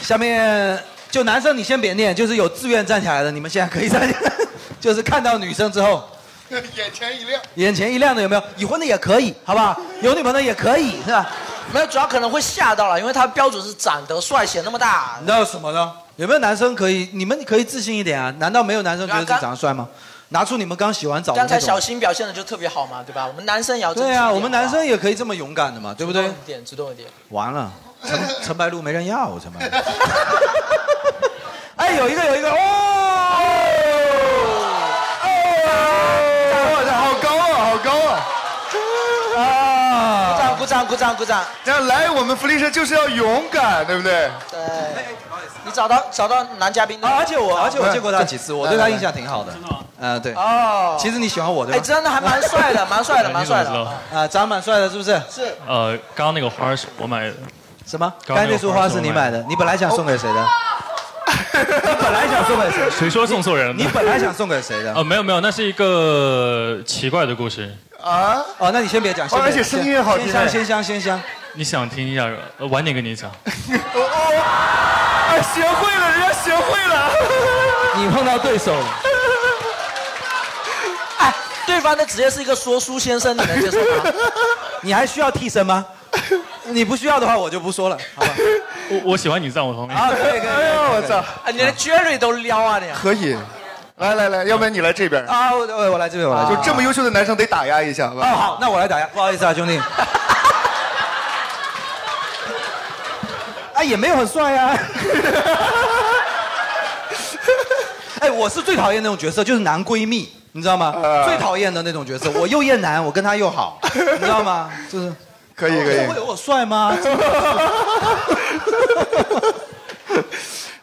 Speaker 4: 下面就男生你先别念，就是有自愿站起来的，你们现在可以站起来， 就是看到女生之后，
Speaker 2: 眼前一亮。
Speaker 4: 眼前一亮的有没有？已婚的也可以，好不好？有女朋友的也可以，是吧？
Speaker 1: 没有，主要可能会吓到了，因为他标准是长得帅，显那么大。
Speaker 4: 你知道什么呢？有没有男生可以？你们可以自信一点啊！难道没有男生觉得自己长得帅吗？拿出你们刚洗完澡的
Speaker 1: 刚
Speaker 4: 那种。
Speaker 1: 才小新表现的就特别好嘛，对吧？我们男生也要争气一
Speaker 4: 对
Speaker 1: 点
Speaker 4: 啊，我们男生也可以这么勇敢的嘛，对不
Speaker 1: 主
Speaker 4: 对
Speaker 1: 动？一点，主动一点。
Speaker 4: 完了，陈陈白露没人要，陈白露。哎，有一个有一个哦，
Speaker 2: 我操，好高啊，好高啊！
Speaker 4: 啊
Speaker 1: 鼓掌，鼓掌，鼓掌，鼓掌！
Speaker 2: 那来我们福利社就是要勇敢，对不对？
Speaker 1: 对，你
Speaker 5: 找到找到男嘉宾的。
Speaker 4: 啊而且我而且我见过他几次，我对他印象挺好的。
Speaker 5: 真
Speaker 4: 的嗯，对。
Speaker 5: 哦，
Speaker 4: 其实你喜欢我对吧？
Speaker 5: 哎，真的还蛮 帅的，蛮帅的，蛮帅的。
Speaker 3: 的。
Speaker 4: 啊，长得蛮帅的，是不是？
Speaker 5: 是。
Speaker 3: 呃，刚刚那个花是我买的。
Speaker 4: 什么？
Speaker 3: 刚刚
Speaker 4: 刚才那束花是你买的你本来想送给谁的？
Speaker 3: 你
Speaker 4: 本来想送给谁？
Speaker 3: 谁说送错人了？
Speaker 4: 你本来想送给谁的？
Speaker 3: 呃，没有没有，那是一个奇怪的故事。
Speaker 5: 啊？
Speaker 4: 哦，那你先别讲，先别讲先香先香先香。
Speaker 3: 你想听一下，呃晚点跟你讲。
Speaker 2: 哦
Speaker 4: 哎，学会了，人家学会了。你碰到对手，
Speaker 5: 对方的职业是一个说书先生，你能接受吗？
Speaker 4: 你还需要替身吗？你不需要的话，我就不说了，好吧？
Speaker 3: 我我喜欢你在我旁边。
Speaker 4: 啊，可以可以。哎呦，我操！
Speaker 5: 啊，你连 Jerry 都撩啊你！
Speaker 2: 可以，来来来，要不然你来这边。
Speaker 4: 啊，我我我来这边，我来这
Speaker 2: 就
Speaker 4: 边
Speaker 2: 这么优秀的男生得打压一下，好
Speaker 4: 哦，
Speaker 2: 吧？
Speaker 4: 好，那我来打压，不好意思啊，兄弟。哎，也没有很帅啊。哎，我是最讨厌那种角色，就是男闺蜜，你知道吗？最讨厌的那种角色，我又厌男，我跟他又好， 你知道吗？就是
Speaker 2: 可以可以
Speaker 4: 会有我帅吗？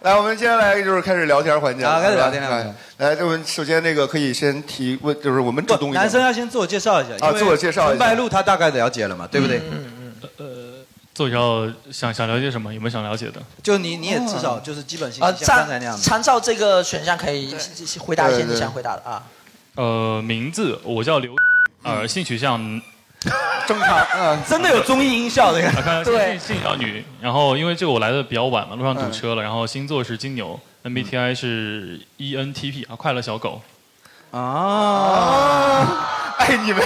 Speaker 2: 来，我们接下来就是开始聊天环节了
Speaker 4: 啊开始聊天
Speaker 2: 好
Speaker 4: 聊
Speaker 2: 吧哎
Speaker 4: 天
Speaker 2: 来，来我们首先那个可以先提问，就是我们主动一点。
Speaker 4: 男生要先自我介绍一下
Speaker 2: 啊自我介绍一下
Speaker 4: 陈白露他大概了解了嘛，对不对？
Speaker 3: 呃做一下想想了解什么？有没有想了解的？
Speaker 4: 就你你也至少就是基本信
Speaker 5: 啊，
Speaker 4: 息像刚才那
Speaker 5: 参
Speaker 4: 样的。
Speaker 5: 参照这个选项可以回答一些你想回答的啊。
Speaker 3: 呃，名字我叫
Speaker 4: 嗯
Speaker 3: 刘，呃，性取向
Speaker 2: 正常，嗯，
Speaker 4: 真的有综艺音效的呀
Speaker 3: 啊看
Speaker 4: 对
Speaker 3: 性性取向女，然后因为这个我来的比较晚嘛，路上堵
Speaker 4: 嗯
Speaker 3: 车了，然后星座是金牛，MBTI 是 ENTP 啊，快乐小狗。
Speaker 4: 啊！
Speaker 2: 哎，你们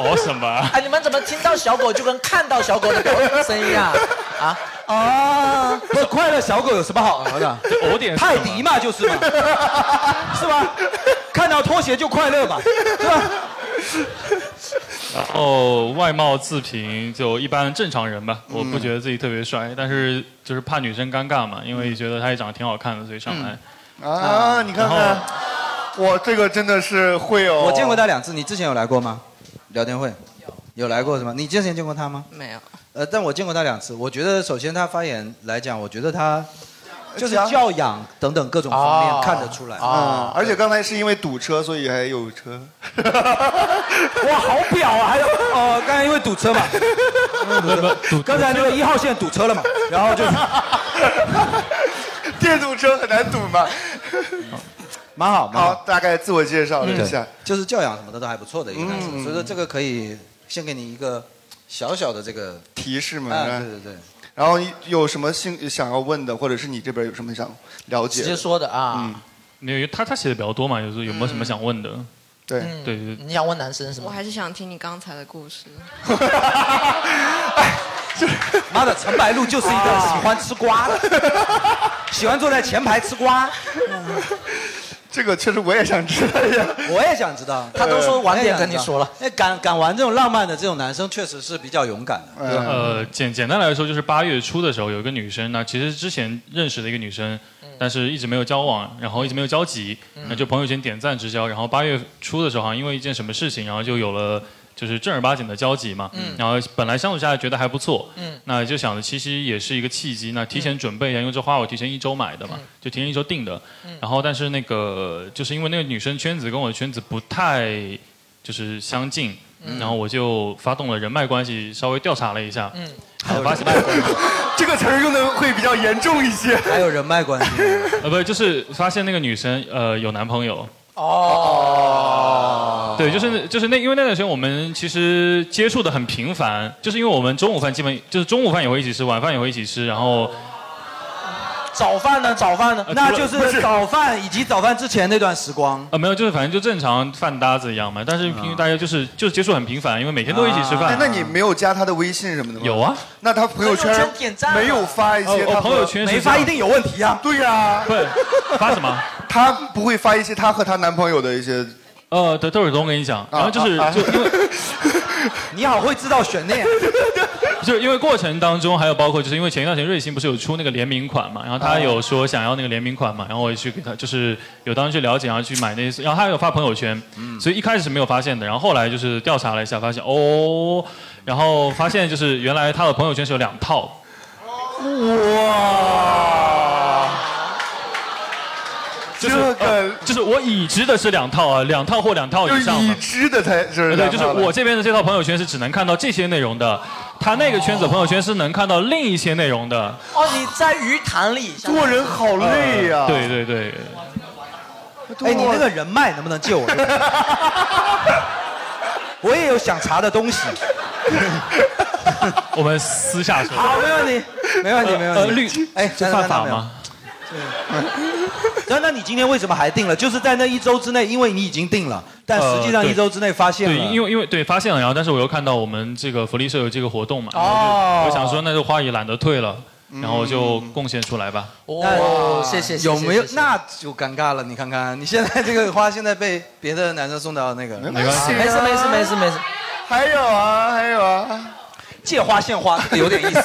Speaker 3: 哦什么啊？
Speaker 5: 哎，你们怎么听到小狗就跟看到小狗的狗声音 啊？啊？
Speaker 4: 啊，不是快乐小狗有什么好聊的？
Speaker 3: 偶点
Speaker 4: 泰迪嘛，就是 嘛，是吧？看到拖鞋就快乐吧，对吧？
Speaker 3: 然后外貌自评就一般正常人
Speaker 4: 嗯
Speaker 3: 吧，我不觉得自己特别帅，但是就是怕女生尴尬嘛，因
Speaker 4: 嗯
Speaker 3: 为觉得她也长得挺好看的，所以上
Speaker 5: 嗯
Speaker 3: 来。
Speaker 2: 啊，你看看，我这个真的是会哦。
Speaker 4: 我见过他两次，你之前有来过吗？聊天会有来过是吗？你之前见过他吗？
Speaker 5: 没有。
Speaker 4: 呃，但我见过他两次，我觉得首先他发言来讲，我觉得他就是
Speaker 2: 讲
Speaker 4: 教养等等各种方面
Speaker 2: 哦
Speaker 4: 看得出来
Speaker 2: 啊、
Speaker 4: 啊。
Speaker 2: 而且刚才是因为堵车，所以还有车。
Speaker 4: 哇，好表啊！还有哦，刚才因为堵 车嘛，
Speaker 5: 嗯
Speaker 4: 刚才那个一号线堵车了嘛，然后就
Speaker 2: 电动车很难堵嘛。
Speaker 4: 蛮好，蛮
Speaker 2: 好，大概自我介绍了一下。
Speaker 4: 就是教养什么的都还不错的一个男生，
Speaker 2: 嗯
Speaker 4: 所以说这个可以先给你一个小小的这个
Speaker 2: 提示嘛
Speaker 4: 啊，
Speaker 2: 是吧
Speaker 4: 对对对，
Speaker 2: 然后有什么兴想要问的，或者是你这边有什么想了解？嗯
Speaker 3: 直接
Speaker 5: 说的啊。
Speaker 3: 没有，嗯因为他他写的比较多嘛，就是有没有什么想问的？
Speaker 2: 对
Speaker 5: 嗯
Speaker 3: 对对，
Speaker 5: 你想问男生什
Speaker 13: 我
Speaker 5: 么？
Speaker 13: 还是想听你刚才的故事。
Speaker 4: 妈的，陈白露就是一个
Speaker 2: 啊
Speaker 4: 喜欢吃瓜的，喜欢坐在前排吃瓜。
Speaker 2: 这个确实我也想知道一下，
Speaker 4: 我也想知道。
Speaker 2: 嗯
Speaker 5: 他都说晚
Speaker 2: 哎
Speaker 5: 点跟你说了。
Speaker 4: 那哎敢敢玩这种浪漫的这种男生，确实是比较勇敢的。
Speaker 2: 嗯
Speaker 4: 对吧
Speaker 3: 呃，简简单来说，就是八月初的时候，有一个女生呢，其实之前认识的一个女生，
Speaker 5: 嗯
Speaker 3: 但是一直没有交往，然后一直没有交集，那就朋友圈点赞之交。然后八月初的时候，好像因为一件什么事情，然后就有了就是正儿八经的交集嘛。
Speaker 5: 嗯
Speaker 3: 然后本来相处下来觉得还不错，
Speaker 23: 嗯
Speaker 3: 那就想着其实也是一个契机，那
Speaker 5: 嗯
Speaker 3: 提前准备一下，因为这花我提前一周买的嘛，就提前一周订的。
Speaker 23: 嗯
Speaker 5: 嗯
Speaker 3: 然后但是那个就是因为那个女生圈子跟我的圈子不太就是相近，
Speaker 23: 嗯
Speaker 3: 然后我就发动了人脉关系，稍微调查了一下，
Speaker 23: 嗯
Speaker 3: 然后发现
Speaker 2: 这个词儿用的 会比较严重一些。
Speaker 4: 还有人脉关系，
Speaker 3: 呃不就是发现那个女生呃有男朋友。
Speaker 5: 哦，
Speaker 3: 对，就是那就是那，因为那段时间我们其实接触的很频繁，就是因为我们中午饭基本就是中午饭也会一起吃，晚饭也会一起吃，然
Speaker 2: 哦
Speaker 3: 后
Speaker 5: 早饭呢？早饭呢？
Speaker 3: 啊
Speaker 4: 那就是早饭以及早饭之前那段时光。
Speaker 3: 啊，没有，就是反正就正常饭搭子一样嘛。但是平时大家就是、就是接触很频繁，因为每天都一起吃饭。
Speaker 2: 哎嗯那你没有加他的微信什么的吗？
Speaker 3: 有啊，
Speaker 2: 那他朋友圈
Speaker 3: 朋友圈点赞啊
Speaker 2: 没有发一些
Speaker 3: 哦
Speaker 2: 他和，
Speaker 3: 哦朋友圈是没发这样一定
Speaker 4: 有问题啊。
Speaker 2: 对呀，
Speaker 3: 对，发什么？
Speaker 2: 他不会发一些她和她男朋友的一些。
Speaker 3: 呃，对，等会儿我跟你讲，然后就是、
Speaker 2: 啊啊
Speaker 3: 就因为
Speaker 4: 你好会知道选 恋，
Speaker 3: 啊 就是因为过程当中，还有包括就是因为前一段时间瑞幸不是有出那个联名款嘛，然后他有说想要那个联名款嘛，然后我也去给他就是有当时去了解，然后去买那些，然后他有发朋友圈，
Speaker 2: 嗯
Speaker 3: 所以一开始是没有发现的，然后后来就是调查了一下，发现哦，然后发现就是原来他的朋友圈是有两套，
Speaker 4: 哇！
Speaker 3: 就是呃就是我已知的是两套啊，两套或两套以上嘛。
Speaker 2: 知的才是
Speaker 3: 呃对，就是
Speaker 2: 两套的
Speaker 3: 我这边的这套朋友圈是只能看到这些内容的，他那个圈子朋友圈是能看到另一些内容的。
Speaker 1: 哦，你在鱼塘里
Speaker 2: 做人好累呀、
Speaker 4: 啊
Speaker 3: 呃对对对，
Speaker 4: 哎，你那个人脉能不能借我？ 我也有想查的东西。
Speaker 3: 我们私下说。
Speaker 4: 好，没问题，没问题，
Speaker 3: 呃
Speaker 4: 没问
Speaker 3: 呃
Speaker 4: 题。
Speaker 3: 律
Speaker 4: 哎，
Speaker 3: 这
Speaker 4: 等等
Speaker 3: 犯法
Speaker 4: 等等
Speaker 3: 吗？
Speaker 4: 那那你今天为什么还定了？就是在那一周之内，因为你已经定了，但实际上一周之内发现了。
Speaker 3: 呃对，因为因为对发现了，然后但是我又看到我们这个福利社有这个活动嘛，然后就
Speaker 4: 哦
Speaker 3: 我想说那就花也懒得退了，然后就贡献出来吧。
Speaker 4: 嗯
Speaker 1: 哦，谢谢。谢谢
Speaker 5: 有没有
Speaker 1: 谢？谢
Speaker 5: 那就尴尬了。你看看，你现在这个花现在被别的男生送到那个，没
Speaker 1: 关
Speaker 4: 啊
Speaker 1: 系没事没事没事没事。
Speaker 2: 还有啊，还有啊，
Speaker 4: 借花献花，
Speaker 5: 啊
Speaker 4: 这个有点意思。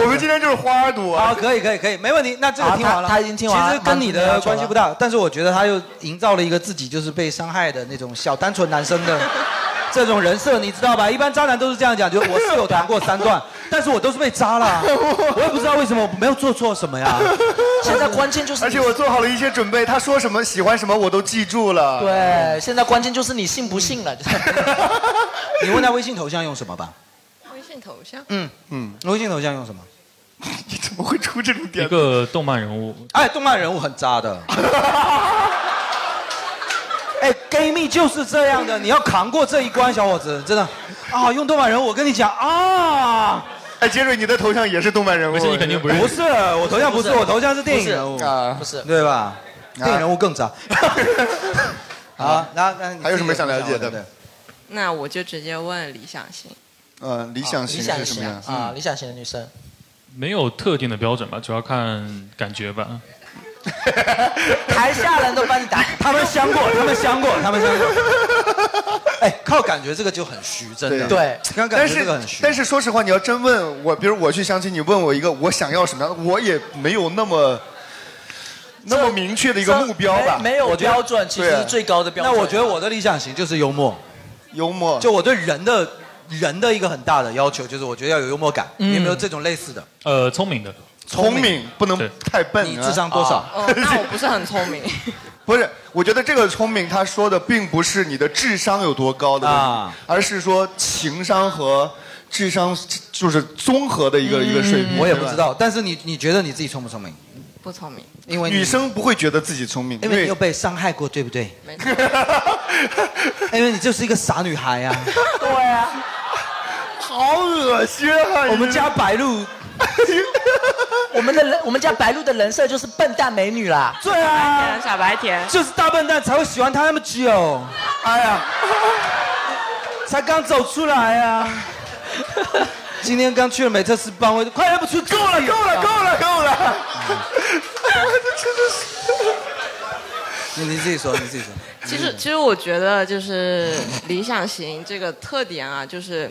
Speaker 2: 我们今天就是花朵。啊
Speaker 4: 好，啊可以可以可以，没问题。那这个
Speaker 5: 啊
Speaker 4: 听完了，
Speaker 5: 他他已经听完了
Speaker 4: 其实跟你
Speaker 5: 蛮重要
Speaker 4: 的
Speaker 5: 的
Speaker 4: 关系不大，但是我觉得他又营造了一个自己就是被伤害的那种小单纯男生的 这种人设，你知道吧？一般渣男都是这样讲，就我是有谈过三段，但是我都是被渣了啊，我也不知道为什么，我没有做错什么呀。
Speaker 1: 现在关键就是，
Speaker 2: 而且我做好了一些准备，他说什么喜欢什么我都记住了。
Speaker 1: 对，现在关键就是你信不信 了。
Speaker 4: 你问他微信头像用什么吧？
Speaker 13: 微信头像，
Speaker 4: 嗯嗯，微信头像用 什么？
Speaker 2: 怎么会出这种
Speaker 3: 一个动漫人物，
Speaker 4: 哎，动漫人物很渣 的。哎，gay 蜜就是这样的，你要扛过这一关，小伙子，真的。啊，用动漫人物，我跟你讲啊。
Speaker 2: 哎，杰瑞，你的头像也是动漫人物。
Speaker 4: 不
Speaker 2: 不
Speaker 4: 是你肯定不认识不是我头像不是我头像是电影人物
Speaker 1: 啊，不是
Speaker 4: 对吧？电影人物更渣。好，那那你
Speaker 2: 啊还有什么想了解的？
Speaker 13: 那我就直接问理想型。
Speaker 2: 嗯，理
Speaker 1: 想型是什么样
Speaker 2: 嗯
Speaker 1: 啊？理想型的女生，
Speaker 3: 没有特定的标准吧，主要看感觉吧。
Speaker 1: 台下人都帮你打。
Speaker 4: 他们相过，他们相过，他们相过。 哎，靠感觉这个就很虚，真的。刚感
Speaker 2: 但
Speaker 4: 觉
Speaker 2: 是
Speaker 4: 这个很虚。
Speaker 2: 但是说实话，你要真问我，比如我去相亲，你问我一个我想要什么样的，我也没有那么那么明确的一个目标吧。
Speaker 1: 没没有标准，其实是最高的标准。
Speaker 4: 那我觉得我的理想型就是幽默，
Speaker 2: 幽默。
Speaker 4: 就我对人的人的一个很大的要求，就是我觉得要有幽默感。
Speaker 3: 嗯
Speaker 4: 你有没有这种类似的？
Speaker 3: 呃，聪明的，
Speaker 4: 聪明
Speaker 2: 不能太笨啊
Speaker 4: 你智商多少？
Speaker 13: 哦，那我不是很聪明。
Speaker 2: 不是，我觉得这个聪明，他说的并不是你的智商有多高的问题，
Speaker 4: 啊
Speaker 2: 而是说情商和智商就是综合的一个、一个水平。
Speaker 4: 嗯我也
Speaker 2: 对
Speaker 4: 不
Speaker 2: 吧
Speaker 4: 知道，但是你你觉得你自己聪不聪明？
Speaker 13: 不聪明，
Speaker 4: 因为你
Speaker 2: 女生不会觉得自己聪明，
Speaker 4: 因为你有被伤害过，对不对？
Speaker 13: 没错。
Speaker 4: 因为你就是一个傻女孩呀、啊。
Speaker 2: 对啊，好恶心啊！
Speaker 4: 我们家白 鹿，
Speaker 1: 我们的人，我们家白鹿的人设就是笨蛋美女啦。
Speaker 4: 对啊，
Speaker 13: 傻白 甜，
Speaker 4: 就是大笨蛋才会喜欢他那么久。哎呀，才刚走出来啊！今天刚去了美特斯邦威，快认不出够了，够了，够了，够了！你 你自己说，你自己说。
Speaker 13: 其实，其实我觉得就是理想型这个特点啊，就是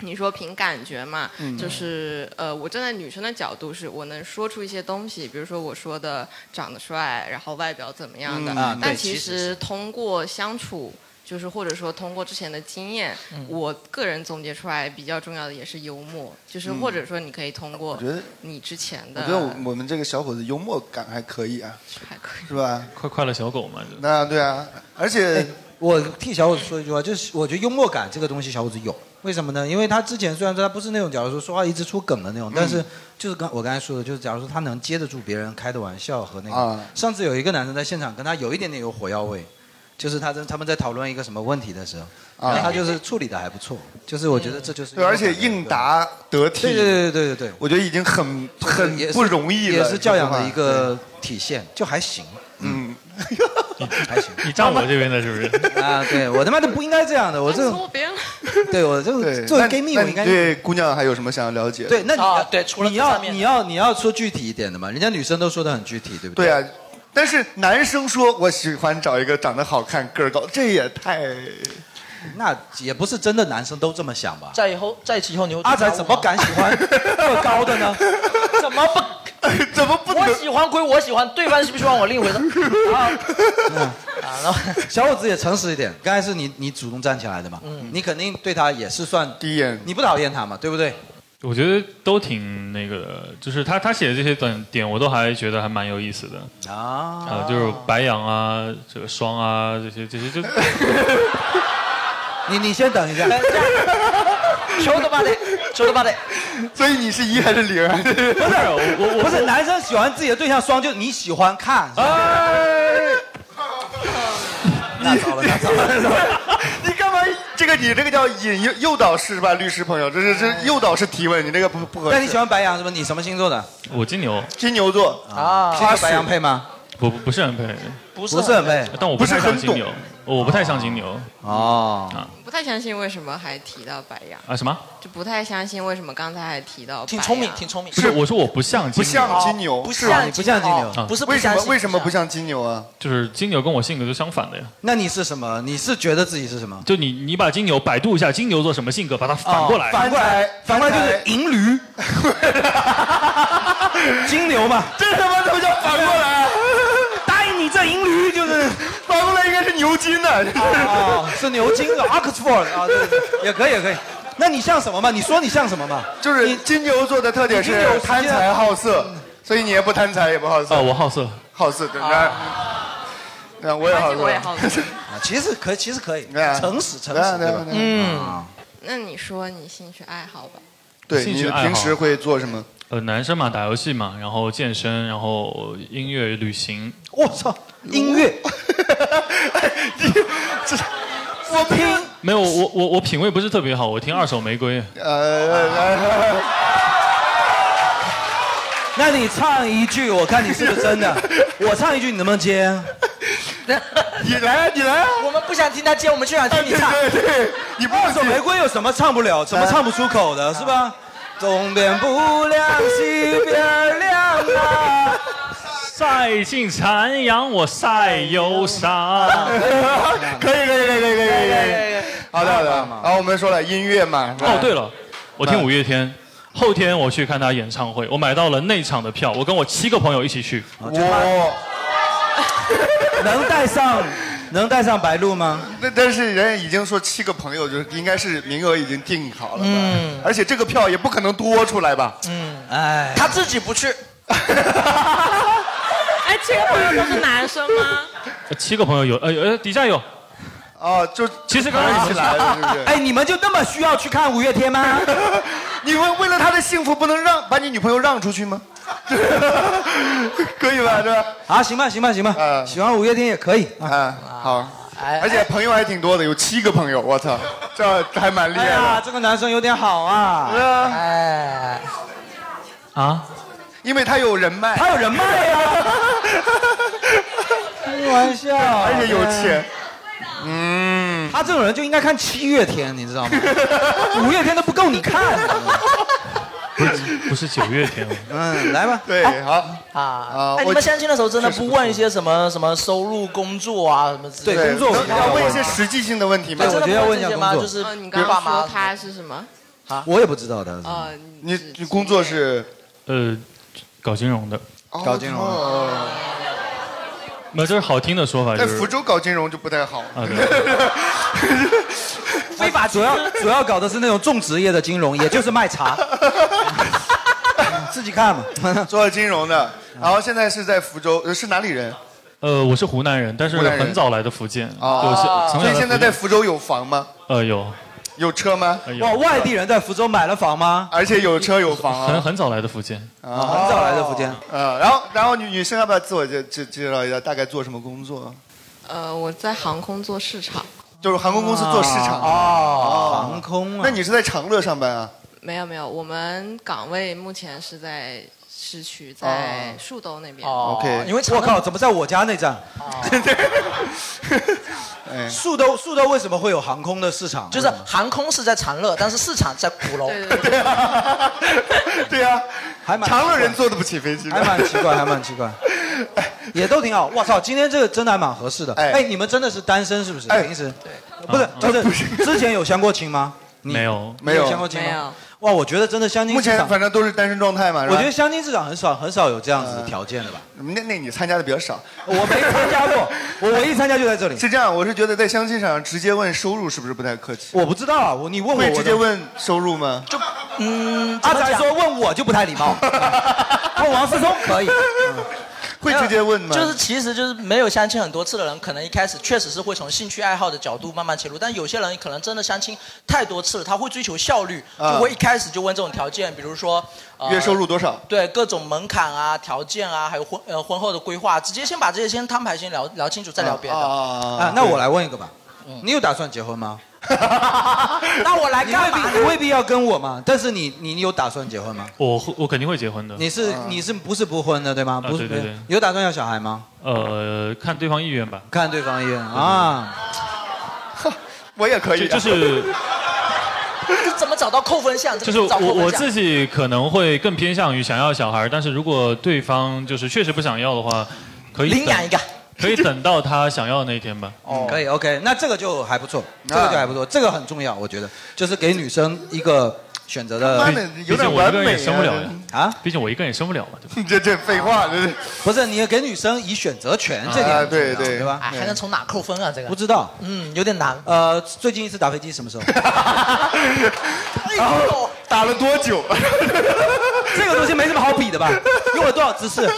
Speaker 13: 你说凭感觉嘛，
Speaker 16: 嗯
Speaker 13: 就是呃，我站在女生的角度是，我能说出一些东西，比如说我说的长得帅，然后外表怎么样的，
Speaker 16: 嗯啊
Speaker 13: 但
Speaker 16: 对
Speaker 13: 其
Speaker 16: 其实
Speaker 13: 实通过相处。就是或者说通过之前的经验，
Speaker 16: 嗯
Speaker 13: 我个人总结出来比较重要的也是幽默，就是
Speaker 2: 嗯
Speaker 13: 或者说你可以通过
Speaker 2: 觉得
Speaker 13: 你之前
Speaker 2: 我
Speaker 13: 的，
Speaker 2: 觉得我我们这个小伙子幽默感还可以啊，
Speaker 13: 还可
Speaker 2: 以，是吧？
Speaker 3: 快快乐小狗嘛，
Speaker 2: 那对啊，而且
Speaker 4: 哎我替小伙子说一句话，就是我觉得幽默感这个东西小伙子有，为什么呢？因为他之前虽然说他不是那种，假如说说话一直出梗的那种，但
Speaker 2: 嗯
Speaker 4: 是就是刚我刚才说的，就是假如说他能接得住别人开的玩笑和那个。
Speaker 2: 啊
Speaker 4: 上次有一个男生在现场跟他有一点点有火药味，就是他在他们在讨论一个什么问题的时候，
Speaker 2: 啊
Speaker 4: 啊、他就是处理的还不错，就是我觉得这就是
Speaker 2: 对，而且应答得体，
Speaker 4: 对对对对对对，
Speaker 2: 我觉得已经很很
Speaker 4: 也是
Speaker 2: 不容易了，
Speaker 4: 也是教养的一
Speaker 2: 说实
Speaker 4: 个
Speaker 2: 话。
Speaker 4: 体现，就还行。嗯，
Speaker 3: 你站我这边的是不 是？
Speaker 4: 啊，对我他妈的不应该这样的，我这种
Speaker 13: 说别人了
Speaker 4: 对我这
Speaker 2: 对
Speaker 4: 种作为
Speaker 2: 那
Speaker 4: gay 蜜，
Speaker 2: 那
Speaker 4: 我
Speaker 2: 你
Speaker 4: 应该
Speaker 2: 对姑娘还有什么想要了解？
Speaker 4: 对，那你、
Speaker 1: 啊对，除了
Speaker 4: 你要你要你要说具体一点的嘛，人家女生都说的很具体，对不对？
Speaker 2: 对啊，但是男生说我喜欢找一个长得好看、个儿高，这也太……
Speaker 4: 那也不是真的男生都这么想吧？
Speaker 1: 在以后在一起以后，你
Speaker 4: 阿仔怎么敢喜欢个高的呢？
Speaker 1: 怎么不？
Speaker 2: 怎么不？
Speaker 1: 我喜欢归我喜欢，对方喜不喜欢我另一回 事。啊
Speaker 4: 小伙子也诚实一点，刚才
Speaker 1: 嗯
Speaker 4: 是你你主动站起来的嘛，你肯定对他也是算
Speaker 2: 第一眼，
Speaker 4: 你不讨厌他嘛，对不对？
Speaker 3: 我觉得都挺那个的，就是他他写的这些短点，我都还觉得还蛮有意思的啊、呃就是白羊啊，这个霜啊，这些这些就
Speaker 5: 你你先等一下，
Speaker 1: 求的吧得，求的吧得。
Speaker 2: 所以你是一还是零？啊 不是
Speaker 4: 我我我不是男生喜欢自己的对象双，就是你喜欢看。
Speaker 2: 那糟了，那糟了！ 你干嘛？这个你这个叫引诱诱导式是吧，律师朋友？这是
Speaker 4: 哎
Speaker 2: 这诱导式提问，你这个不不合适。
Speaker 5: 那你喜欢白羊是吧？你什么星座的？
Speaker 3: 我金牛
Speaker 2: 金牛座
Speaker 5: 啊是跟白羊配吗？
Speaker 3: 不不不是很配，
Speaker 1: 不
Speaker 5: 是很配
Speaker 3: 但我
Speaker 5: 不
Speaker 3: 不
Speaker 5: 是
Speaker 3: 太像
Speaker 5: 很
Speaker 3: 金
Speaker 5: 懂
Speaker 3: 牛，我不太像金牛
Speaker 5: 哦
Speaker 3: 啊
Speaker 13: 不太相信为什么还提到白羊
Speaker 3: 啊什么？
Speaker 13: 就不太相信为什么刚才还提到白羊。
Speaker 1: 挺聪明，挺聪明。
Speaker 3: 不是我说我不像金牛，
Speaker 1: 不像金牛
Speaker 2: 不
Speaker 1: 是啊你不像金牛
Speaker 3: 啊
Speaker 1: 不是不
Speaker 2: 为什么
Speaker 1: 相信
Speaker 2: 为什么不像金牛啊？
Speaker 3: 就是金牛跟我性格就相反的呀。
Speaker 5: 那你是什么？你是觉得自己是什么？
Speaker 3: 就你你把金牛百度一下金牛座什么性格，把它反过来，
Speaker 5: 哦反过来，反过来就是 银驴，
Speaker 4: 金牛嘛，
Speaker 2: 这他妈怎么叫反过来？
Speaker 4: 答应你这银驴就是
Speaker 2: 反过来应该是牛津的，
Speaker 4: 哦，是牛津的 Oxford 啊，对，对对也可以也可以。那你像什么嘛？你说你像什么嘛？
Speaker 2: 就是金牛座的特点是
Speaker 4: 你金牛
Speaker 2: 贪财好色，所以你也不贪财也不好色。
Speaker 3: 哦，我好色，
Speaker 2: 好色，对吧？那我也好色，
Speaker 13: 我也好色
Speaker 5: 啊其实可其实可以，
Speaker 2: 啊
Speaker 5: 诚实诚
Speaker 2: 对啊
Speaker 5: 实
Speaker 2: 对啊
Speaker 5: 吧？
Speaker 2: 对啊
Speaker 5: 嗯，
Speaker 13: 那你说你兴趣爱好吧？
Speaker 2: 对
Speaker 3: 兴
Speaker 2: 你
Speaker 3: 趣爱好
Speaker 2: 平时会做什么？
Speaker 3: 呃，男生嘛，打游戏嘛，然后健身，然后音乐、旅行。
Speaker 5: 我操，音乐，
Speaker 2: 我拼
Speaker 3: 没有，我我我品味不是特别好，我听二手玫瑰。
Speaker 2: 呃，
Speaker 4: 那你唱一句，我看你是不是真 的。我唱一句，你能不能接？
Speaker 2: 你来，啊你来。
Speaker 1: 我们不想听他接，我们就想听你唱。
Speaker 2: 你
Speaker 4: 二手哦玫瑰有什么唱不了，怎么唱不出口的，是吧？东边不亮西边亮啊，
Speaker 3: 晒尽残阳，我晒忧伤。
Speaker 2: 可以可以可以可以可以
Speaker 3: 哎
Speaker 2: 可以。好的好的，然后我们说了音乐嘛。是吧
Speaker 3: 哦，对了，我听五月天，后天我去看他演唱会，我买到了内场的票，我跟我七个朋友一起去。
Speaker 2: 哦我
Speaker 4: 能带上能带上白鹿吗？
Speaker 2: 那但是人家已经说七个朋友，就是应该是名额已经定好了吧？
Speaker 4: 嗯
Speaker 2: 而且这个票也不可能多出来吧？
Speaker 1: 嗯，
Speaker 4: 哎，
Speaker 1: 他自己不 去，
Speaker 13: 哎，这个朋友都是男生吗？
Speaker 3: 呃七个朋友有，呃呃，底下有。
Speaker 2: 哦，就
Speaker 3: 其实刚刚
Speaker 2: 一起来了，是不是？
Speaker 4: 哎，你们就那么需要去看五月天吗？
Speaker 2: 你为为了他的幸福，不能让把你女朋友让出去吗？ 可以吧？对吧？
Speaker 4: 啊，行吧，行吧，行吧，喜欢五月天也可以哎
Speaker 2: 啊。好，而且朋友还挺多的，有七个朋友，我操， 这还蛮厉害
Speaker 4: 哎
Speaker 2: 的。
Speaker 4: 呀，这个男生有点好啊。
Speaker 2: 对啊
Speaker 4: 哎，
Speaker 3: 啊，
Speaker 2: 因为他有人脉，
Speaker 4: 他有人脉啊呀、开玩笑，
Speaker 2: 而且有钱。
Speaker 4: 哎嗯，他这种人就应该看七月天，你知 道吗？五月天都不够你 看。
Speaker 3: 不是不是九月天，哦
Speaker 4: 嗯，来吧。
Speaker 2: 对，好
Speaker 1: 啊啊！哎
Speaker 2: 我
Speaker 1: 你们相亲的时候真的不问一些什么什么收入、工作啊什么之类的？
Speaker 2: 要问一些实际性的问题吗？
Speaker 1: 对我觉得要问一下工作嗯
Speaker 13: 哦，你刚刚说他是什么？
Speaker 5: 我也不知道的。
Speaker 13: 哦，
Speaker 2: 你你工作是
Speaker 3: 呃，搞金融的。
Speaker 2: 搞金融的哦
Speaker 3: 那这是好听的说啊法，就
Speaker 2: 在
Speaker 3: 是
Speaker 2: 福州搞金融就不太好。
Speaker 3: 啊对
Speaker 4: 非法啊主要主要搞的是那种种植业的金融，也就是卖 茶。自己看嘛。 嗯
Speaker 2: 做金融的，然后现在是在福州，呃是哪里人？
Speaker 3: 呃，我是湖南人，但是
Speaker 2: 湖南人
Speaker 3: 很早来的福建，有些
Speaker 2: 哦，
Speaker 3: 从
Speaker 2: 所
Speaker 3: 小
Speaker 2: 以现在哦在
Speaker 3: 建
Speaker 2: 福州有房吗？
Speaker 3: 呃有
Speaker 2: 有车吗？
Speaker 3: 哎
Speaker 4: 哇，外地人在福州买了房吗？哦
Speaker 2: 而且有车有房
Speaker 3: 很
Speaker 2: 啊，
Speaker 3: 很早来的福建，
Speaker 2: 很
Speaker 4: 早来的福建。
Speaker 2: 呃，然后然后女女生要不要自我介介介绍一下，大概做什么工作？
Speaker 13: 呃，我在航空做市场，
Speaker 2: 就是航空公司做市场
Speaker 13: 啊
Speaker 2: 哦
Speaker 4: 航空啊
Speaker 2: 那你是在长乐上班啊？
Speaker 13: 没有没有，我们岗位目前是在市区，
Speaker 1: 哦
Speaker 13: 在树兜那边。
Speaker 4: 因哦为我靠，怎么在我家那站？哦 树都树都为什么会有航空的市场？
Speaker 1: 就是航空是在长乐，但是市场在鼓楼。 啊
Speaker 2: 对呀，
Speaker 4: 还蛮
Speaker 2: 长乐人坐的不起飞机的，
Speaker 4: 还蛮奇怪， 还蛮奇怪，也都挺好。我操，今天这个真的还蛮合适的。
Speaker 2: 哎
Speaker 4: 哎，你们真的是单身是不是？
Speaker 2: 哎
Speaker 4: 平时 不
Speaker 3: 嗯
Speaker 4: 是，就是之前有相过亲吗？
Speaker 3: 没有
Speaker 4: 你有相过亲吗？。哇，我觉得真的相亲
Speaker 2: 目
Speaker 4: 市
Speaker 2: 前
Speaker 4: 场，
Speaker 2: 反正都是单身状态嘛。是
Speaker 4: 我
Speaker 2: 吧
Speaker 4: 觉得相亲市场很少很少有这样子的条件的吧。
Speaker 2: 那那你参加的比较少，
Speaker 4: 我没参加 过，我唯一参加就在这里。
Speaker 2: 是这样，我是觉得在相亲场上直接问收入是不是不太客气？
Speaker 4: 我不知道啊，我你问我
Speaker 2: 会
Speaker 4: 我
Speaker 2: 直接问收入吗？
Speaker 1: 就嗯，
Speaker 4: 阿宅说问我就不太礼貌，问王思聪可以。
Speaker 2: 会直接问吗
Speaker 1: 就是其实就是没有相亲很多次的人，可能一开始确实是会从兴趣爱好的角度慢慢切入，但有些人可能真的相亲太多次了，他会追求效率，
Speaker 2: 啊
Speaker 1: 就会一开始就问这种条件，比如说、呃
Speaker 2: 月收入多少？
Speaker 1: 对各种门槛啊、条件啊，还有婚呃婚后的规划，直接先把这些先摊牌，先聊聊清楚，再聊别的。
Speaker 4: 啊，那我来问一个吧，你有打算结婚吗？
Speaker 1: 那我来
Speaker 4: 你未
Speaker 1: 干嘛
Speaker 4: 必你未必要跟我嘛，但是你你有打算结婚吗？
Speaker 3: 我会我肯定会结婚的。
Speaker 4: 你是你是不是不婚的对吗？
Speaker 3: 啊
Speaker 4: 不是，
Speaker 3: 对对对
Speaker 4: 有打算要小孩吗？
Speaker 3: 呃，看对方意愿吧。
Speaker 4: 看对方意愿啊，
Speaker 2: 我也可啊
Speaker 3: 以就就是
Speaker 1: 这怎么找到扣分项？
Speaker 3: 就是
Speaker 1: 怎么找扣
Speaker 3: 我
Speaker 1: 分
Speaker 3: 我
Speaker 1: 项
Speaker 3: 自己可能会更偏向于想要小孩，但是如果对方就是确实不想要的话，可以
Speaker 4: 领养
Speaker 3: 等
Speaker 4: 一个，
Speaker 3: 可以等到他想要的那一天吧。
Speaker 4: 哦，可以，OK，那这个就还不错，这个就还不错，这个很重要，我觉得就是给女生一个选择的
Speaker 3: 他妈的毕有点毕竟我一个人也完美啊生不了呀
Speaker 4: 啊，
Speaker 3: 毕竟我一个人也生不了嘛，对
Speaker 2: 吧？这这废话，
Speaker 4: 不是你也给女生以选择权，这
Speaker 1: 啊
Speaker 4: 点
Speaker 1: 对
Speaker 4: 对
Speaker 1: 对
Speaker 4: 对吧？嗯
Speaker 1: 哎还能从哪扣分啊？这个
Speaker 4: 不知道，
Speaker 1: 嗯，有点难。
Speaker 4: 呃，最近一次打飞机什么时候？
Speaker 1: 然后
Speaker 2: 打了多久？
Speaker 4: 这个东西没什么好比的吧？用了多少姿 势？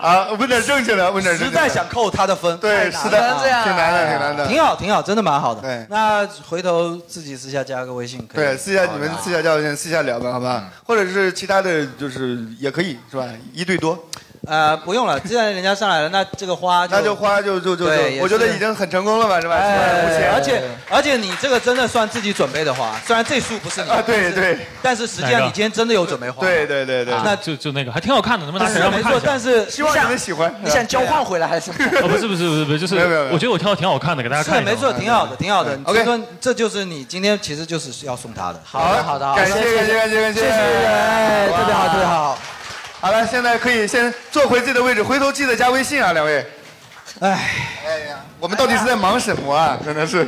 Speaker 2: 啊，问点正经的，问点正经的
Speaker 4: 实在想扣他的分，太
Speaker 2: 对
Speaker 4: 难了
Speaker 2: 实在不能
Speaker 1: 啊
Speaker 4: 啊
Speaker 2: 这样挺难的挺难的
Speaker 4: 挺好，挺好，真的蛮好的。
Speaker 2: 对
Speaker 4: 那回头自己私下加个微信，可以
Speaker 2: 对，私下你们
Speaker 4: 好的嗯
Speaker 2: 私下交流先私下聊吧，好吧？或者是其他的就是也可以是吧？一对多。
Speaker 4: 呃，不用了，既然人家上来了，那这个花
Speaker 2: 那就花就就就
Speaker 4: 对也
Speaker 2: 就，
Speaker 4: 是
Speaker 2: 我觉得已经很成功了吧，是吧？目前
Speaker 4: 哎而且而且你这个真的算自己准备的花，虽然这束不是你的
Speaker 2: 啊对
Speaker 4: 但是
Speaker 2: 对
Speaker 4: 但是实际上
Speaker 3: 哪
Speaker 4: 你
Speaker 3: 个
Speaker 4: 今天真的有准备花，
Speaker 2: 对对对对
Speaker 4: 啊
Speaker 3: 那就就那个还挺好看的，能不能拿起来让我
Speaker 4: 没
Speaker 3: 们看一
Speaker 4: 错
Speaker 3: 下？，
Speaker 4: 但是
Speaker 2: 希望你们喜欢
Speaker 1: 你想交换回来还是什么？
Speaker 3: 哦，不是不是不是不是，就是
Speaker 4: 没有没有没有
Speaker 3: 我觉得我跳的挺好看的，给大家
Speaker 4: 是
Speaker 3: 看
Speaker 4: 的，
Speaker 3: 一下嘛。
Speaker 4: 没错，挺好的，挺好的。
Speaker 3: OK
Speaker 4: 这段这就是你今天其实就是要送他的。
Speaker 2: 好的
Speaker 4: 好的，
Speaker 2: 感谢感谢感谢感谢，
Speaker 4: 谢谢，哎特别好，特别好。
Speaker 2: 好了，现在可以先坐回自己的位置，回头记得加微信啊，两位。
Speaker 4: 哎，
Speaker 2: 哎呀，我们到底是在忙什么啊？真的是，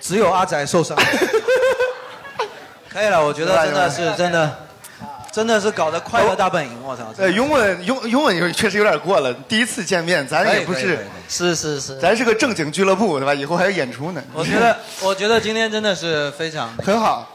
Speaker 4: 只有阿仔受伤。可以了，我觉得真的是真的，真的是搞得快乐大本营，我操！真的
Speaker 2: 呃，拥吻拥拥吻有确实有点过了，第一次见面，咱也不
Speaker 4: 可以可以
Speaker 2: 是
Speaker 4: 可以，是是是，
Speaker 2: 咱是个正经俱乐部，对吧？以后还有演出呢。
Speaker 4: 我觉得，我觉得今天真的是非常
Speaker 2: 很好，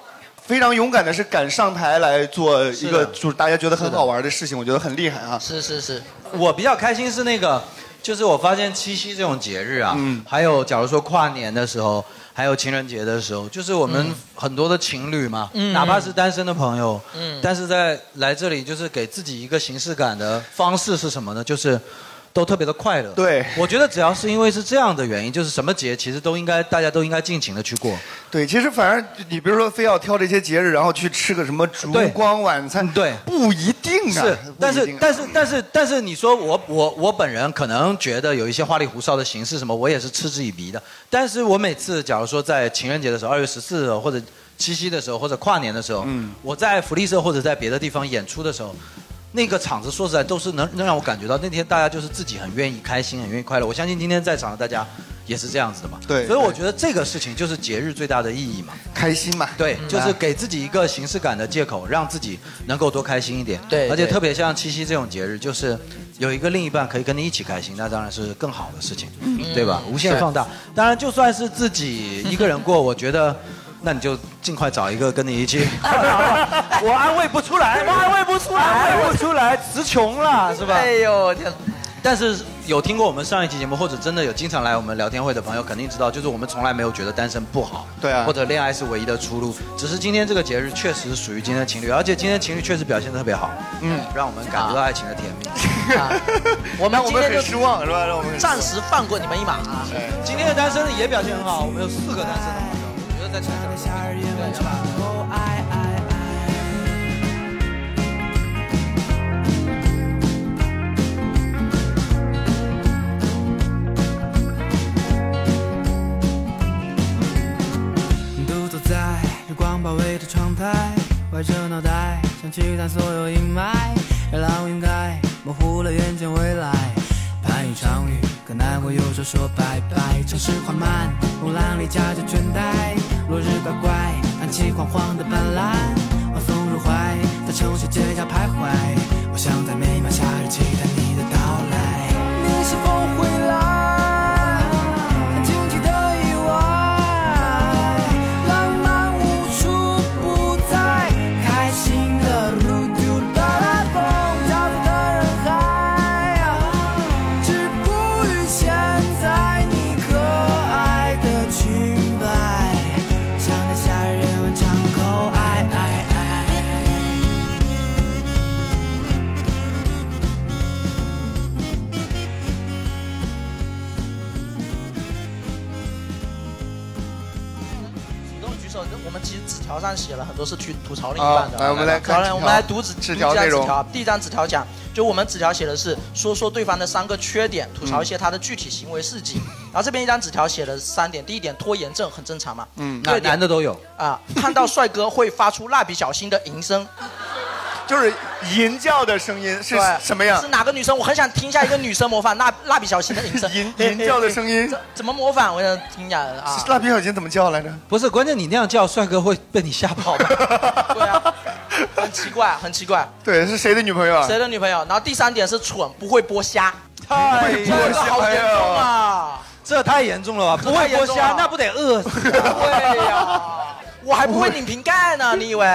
Speaker 2: 非常勇敢的是敢上台来做一个
Speaker 4: 是的
Speaker 2: 就是大家觉得很好玩的事情，我觉得很厉害啊。
Speaker 1: 是是是，
Speaker 4: 我比较开心是那个，就是我发现七夕这种节日啊，
Speaker 1: 嗯
Speaker 4: 还有假如说跨年的时候，还有情人节的时候，就是我们
Speaker 1: 嗯
Speaker 4: 很多的情侣嘛，
Speaker 1: 嗯
Speaker 4: 哪怕是单身的朋友，
Speaker 1: 嗯
Speaker 4: 但是在来这里就是给自己一个形式感的方式是什么呢？就是。都特别的快乐，
Speaker 2: 对，
Speaker 4: 我觉得只要是因为是这样的原因，就是什么节其实都应该大家都应该尽情的去过，
Speaker 2: 对，其实反而你比如说非要挑这些节日，然后去吃个什么烛光晚餐，
Speaker 4: 对，
Speaker 2: 不一定啊。
Speaker 4: 是，但
Speaker 2: 不一
Speaker 4: 是
Speaker 2: 定啊
Speaker 4: 但是但是但是，你说我我我本人可能觉得有一些花里胡哨的形式什么，我也是嗤之以鼻的。但是我每次假如说在情人节的时候，二月十四的时候或者七夕的时候，或者跨年的时候，我在福利社或者在别的地方演出的时候。那个场子说实在都是能能让我感觉到那天大家就是自己很愿意开心，很愿意快乐。我相信今天在场的大家也是这样子的嘛。
Speaker 2: 对
Speaker 4: 所以
Speaker 2: 对
Speaker 4: 我觉得这个事情就是节日最大的意义嘛。
Speaker 2: 开心嘛。
Speaker 4: 对，
Speaker 2: 嗯
Speaker 4: 就是给自己一个形式感的借口，让自己能够多开心一点。对而且
Speaker 1: 对
Speaker 4: 特别像七夕这种节日，就是有一个另一半可以跟你一起开心，那当然是更好的事情，对吧？无限放大。当然，就算是自己一个人过，我觉得。那你就尽快找一个跟你一起， 我安慰不出来，我安慰不出来，安慰不出来，词穷了是吧？
Speaker 1: 哎呦天！
Speaker 4: 但是有听过我们上一期节目，或者真的有经常来我们聊天会的朋友，肯定知道，就是我们从来没有觉得单身不好，
Speaker 2: 对啊
Speaker 4: 或者恋爱是唯一的出路。只是今天这个节日确实属于今天的情侣，而且今天情侣确实表现得特别好，嗯，让我们感觉到爱情的甜蜜。
Speaker 1: 啊我们
Speaker 4: 让我
Speaker 1: 今
Speaker 4: 们
Speaker 1: 天就
Speaker 4: 很失望是吧让我们很失望
Speaker 1: 暂时放过你们一马啊。
Speaker 4: 今天的单身的也表现很好，我们有四个单身的朋友，我觉得在台上对吧
Speaker 16: 独坐在日光包围的窗台，歪着脑袋想驱散所有阴霾，热浪掩盖模糊了远见未来。盼一场雨，可难过有时说拜拜。城市缓慢，木兰里夹着倦怠，落日乖乖，暗器晃晃的斑斓，晚风入怀，在城市街角徘徊。我想在每秒夏日期待你的到来。你是否回来？很惊奇的意外，浪漫无处不在。开
Speaker 1: 们其实纸条上写了很多是去吐槽另一半的。
Speaker 4: 啊
Speaker 2: 好来我们来看
Speaker 1: 好
Speaker 2: 纸
Speaker 1: 来
Speaker 2: 条
Speaker 1: 我们来读纸
Speaker 2: 纸条
Speaker 1: 第一张
Speaker 2: 内容
Speaker 1: 纸条第一张纸条讲，就我们纸条写的是说说对方的三个缺点，吐槽一些他的具体行为事迹。然后这边一张纸条写了三点，第一点拖延症很正常嘛，
Speaker 4: 嗯，
Speaker 1: 第二
Speaker 4: 男
Speaker 1: 点
Speaker 4: 男的都有。
Speaker 1: 啊，看到帅哥会发出蜡笔小新的吟声，
Speaker 2: 就是吟叫的声音是
Speaker 1: 对
Speaker 2: 什么样
Speaker 1: 是哪个女生？我很想听一下一个女生模仿蜡蜡笔小新的吟 声，
Speaker 2: 吟吟叫的 声音
Speaker 1: 怎怎么模仿？我想听一下啊。
Speaker 2: 蜡笔小新怎么叫来着？
Speaker 4: 不是，关键你那样叫帅哥会被你吓跑的。
Speaker 1: 很奇怪，很奇怪。
Speaker 2: 对，是谁的女朋友啊？
Speaker 1: 谁的女朋友？然后第三点是蠢，不会剥虾。
Speaker 4: 太
Speaker 1: 这个好严重啊！
Speaker 4: 这太严重啊了吧？不会剥虾，那不得饿死？
Speaker 1: 对呀，我还不会拧瓶盖呢，你以为？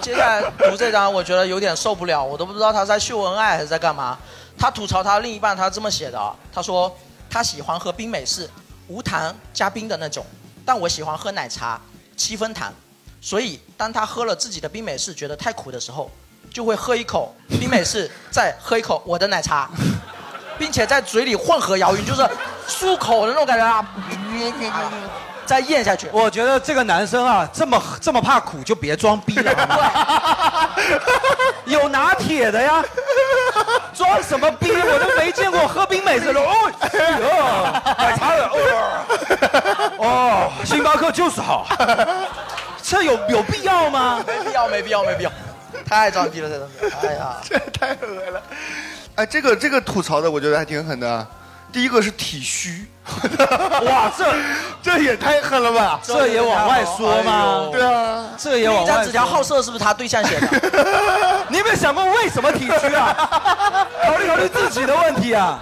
Speaker 1: 接下来读这张，我觉得有点受不了，我都不知道他在秀恩爱还是在干嘛。他吐槽他另一半，他这么写的啊，他说他喜欢喝冰美式，无糖加冰的那种，但我喜欢喝奶茶，七分糖。所以当他喝了自己的冰美式觉得太苦的时候，就会喝一口冰美式，再喝一口我的奶茶，并且在嘴里混合摇匀，就是漱口的那种感觉啊，再咽下去。
Speaker 4: 我觉得这个男生啊，这么这么怕苦，就别装逼了。好吗有拿铁的呀，装什么逼？我都没见过喝冰美式的哦，哟奶茶的哦， 哦，星巴克就是好，这有有必要吗？
Speaker 1: 没必要，没必要，没必要，太装逼了，太装逼了！哎呀，
Speaker 2: 这太恶了。哎，这个这个吐槽的，我觉得还挺狠的啊。第一个是体虚，
Speaker 4: 哇，这
Speaker 2: 这也太狠了吧？
Speaker 1: 这也往外说吗哎呦
Speaker 2: 对啊，
Speaker 4: 这也往外说
Speaker 1: 那张纸条好色是不是他对象写的？
Speaker 4: 你有没有想过为什么体虚啊？考虑考虑自己的问题啊。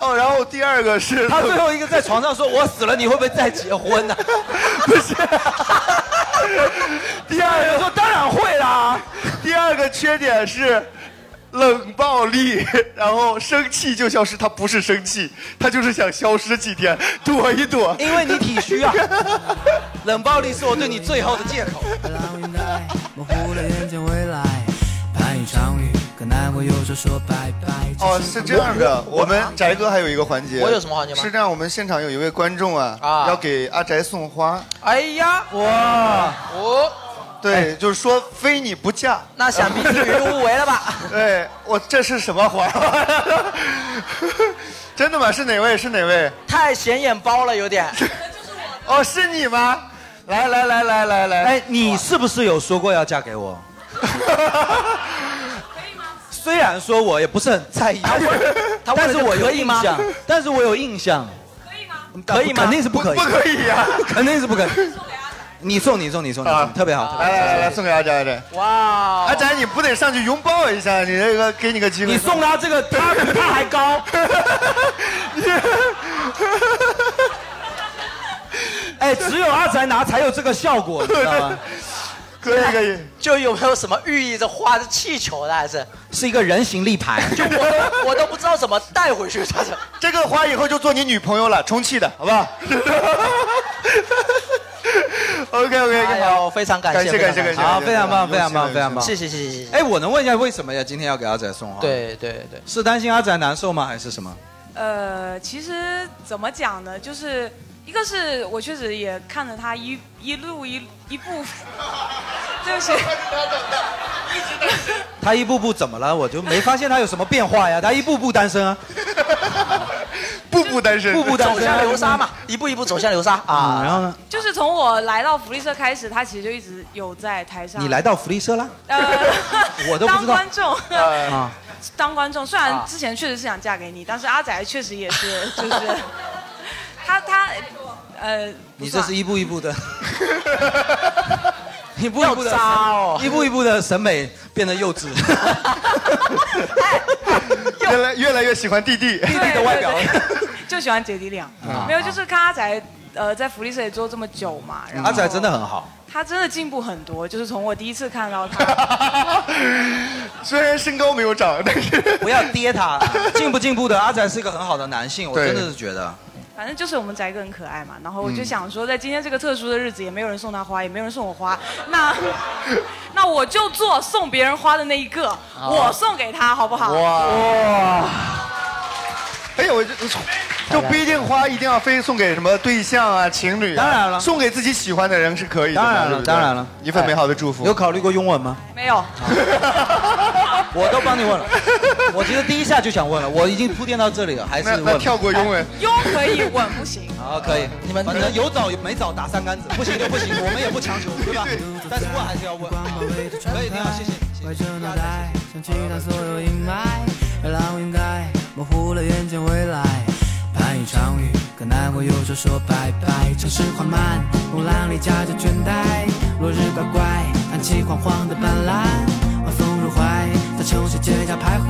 Speaker 2: 哦，然后第二个是
Speaker 4: 他最后一个在床上说：“我死了，你会不会再结婚啊呢、
Speaker 2: 不是，
Speaker 4: 第二个说当然会啦。
Speaker 2: 第二个缺点是冷暴力，然后生气就消失。他不是生气，他就是想消失几天，躲一躲。
Speaker 4: 因为你体虚 啊。冷暴力是我对你最后的借口。
Speaker 16: 模糊了眼睛未来，盼一场雨，可难过有时说拜拜。
Speaker 2: 哦，是这样的，我们翟哥还有一个环节。
Speaker 1: 我有什么环节吗
Speaker 2: 是这样，我们现场有一位观众啊，
Speaker 1: 啊
Speaker 2: 要给阿翟送花。
Speaker 1: 哎呀，
Speaker 2: 哇，
Speaker 1: 哦，
Speaker 2: 对，就是说非你不嫁，
Speaker 1: 那想必是云无为了吧？
Speaker 2: 对，我这是什么花？ 真的吗？是哪位？是哪位？
Speaker 1: 太显眼包了，有点。
Speaker 2: 哦，是你吗？来来来来来来，
Speaker 4: 哎，你是不是有说过要嫁给我？虽然说我也不是很在意，
Speaker 1: 他问
Speaker 4: 但
Speaker 1: 了
Speaker 4: 是
Speaker 1: 就
Speaker 4: 我有
Speaker 1: 可以
Speaker 4: 印
Speaker 1: 吗
Speaker 4: 象，但是我有印象。
Speaker 1: 可以吗
Speaker 4: 肯定是不可以，
Speaker 1: 不不可以啊
Speaker 4: 肯定是不可以。你送你送你送你送，特别好，特别
Speaker 2: 来
Speaker 4: 好
Speaker 2: 来来来，送给阿宅阿宅。
Speaker 1: 哇，
Speaker 2: 阿宅你不得上去拥抱一下？你这个给你个机会。
Speaker 4: 你送他这个，他比他还高。 哎，只有阿宅拿才有这个效果，你知道吗？
Speaker 2: 可以可以。
Speaker 1: 就有没有什么寓意？这花是气球的还是？
Speaker 4: 是一个人形立牌，
Speaker 1: 就我都我都不知道怎么带回去， 他这
Speaker 2: 这个花以后就做你女朋友了，充气的，好不好？OK OK，
Speaker 1: 哎
Speaker 2: 好，
Speaker 1: 呦非常感谢
Speaker 2: 感谢
Speaker 1: 非
Speaker 2: 感
Speaker 1: 常感
Speaker 2: 谢，
Speaker 1: 谢
Speaker 4: 好，非常棒，非常棒，非常棒。
Speaker 1: 谢谢谢谢谢谢。
Speaker 4: 哎，我能问一下为什么要今天要给阿宅送花？
Speaker 1: 对对对，
Speaker 4: 是担心阿宅难受吗？还是什么？
Speaker 17: 呃，其实怎么讲呢，就是一个是我确实也看着他一一路一一步， 对不起，
Speaker 4: 他一步步怎么了？我就没发现他有什么变化呀。他一步步单身啊，
Speaker 2: 步步单身
Speaker 4: 步步单身啊，
Speaker 1: 走
Speaker 4: 嗯
Speaker 1: 向流沙嘛，一步一步走向流沙啊。
Speaker 4: 然后呢？
Speaker 17: 就是从我来到福利社开始，他其实就一直有在台上。
Speaker 4: 你来到福利社啦？ 我都不
Speaker 17: 呃当
Speaker 4: 知道
Speaker 17: 观众，
Speaker 2: 呃
Speaker 4: 啊。
Speaker 17: 当观众。虽然
Speaker 4: 啊
Speaker 17: 之前确实是想嫁给你，但是阿仔确实也是，就是 他他呃，
Speaker 4: 你这是一步一 步的，一步一
Speaker 17: 要
Speaker 4: 步的审，
Speaker 17: 渣哦
Speaker 4: 一步一步的审美变得幼稚，
Speaker 2: 越来越来越喜欢弟弟，弟
Speaker 17: 弟的外表 就喜欢姐弟俩
Speaker 4: 啊。
Speaker 17: 没有，就是看阿仔呃在福利社也做这么久嘛，
Speaker 1: 嗯
Speaker 17: 然后
Speaker 4: 阿仔真的很好。
Speaker 17: 他真的进步很多，就是从我第一次看到他，
Speaker 2: 虽然身高没有长，但是
Speaker 4: 不要跌他， 进不进步的阿仔是一个很好的男性，我
Speaker 2: 对
Speaker 4: 真的是觉得。
Speaker 17: 反正就是我们宅哥很可爱嘛。然后我就
Speaker 4: 嗯
Speaker 17: 想说，在今天这个特殊的日子，也没有人送他花，也没有人送我花，那 那我就做送别人花的那一个，我送给他好不好？
Speaker 2: 哇！哎呀，我这就不一定花一定要非送给什么对象啊、情侣、啊，
Speaker 4: 当然了
Speaker 2: 送给自己喜欢的人是可以的嘛。
Speaker 4: 当然了
Speaker 2: 对不对
Speaker 4: 当然了哎
Speaker 2: 一份美好的祝福。有
Speaker 4: 考虑过拥吻吗？
Speaker 17: 没有，
Speaker 4: 我都帮你问了， 我其实第一下就想问了，我已经铺垫到这里了，还是
Speaker 2: 那
Speaker 4: 问
Speaker 2: 那跳过拥吻，
Speaker 17: 拥可以，吻不行。
Speaker 4: 好，可以，你们反正有找没找打三竿子，不行就不行，我们也不强求，对吧？但是问还是要问，可以，一定要谢谢。
Speaker 16: 歪着脑袋想击打所有阴霾，让云盖模糊了眼前未来。盼一场雨，跟难过忧愁说拜拜。城市缓慢，风浪里夹着倦怠。落日乖乖，弹起黄黄的斑斓，晚风入怀，在城市街角徘徊。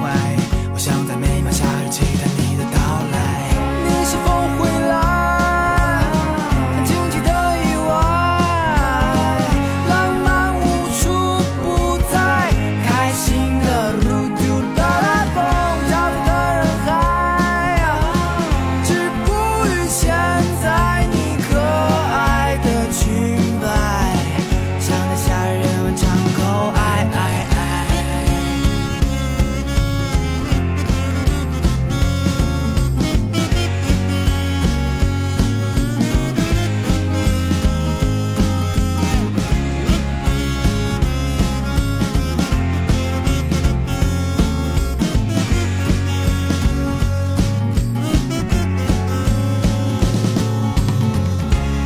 Speaker 16: 我想在每秒夏日期待你的到来。你是否会来？很惊奇的意外，浪漫无处不在，开心的路途到达风潮的人海，止步于现在你可爱的裙摆，像在夏日漫长后爱爱爱。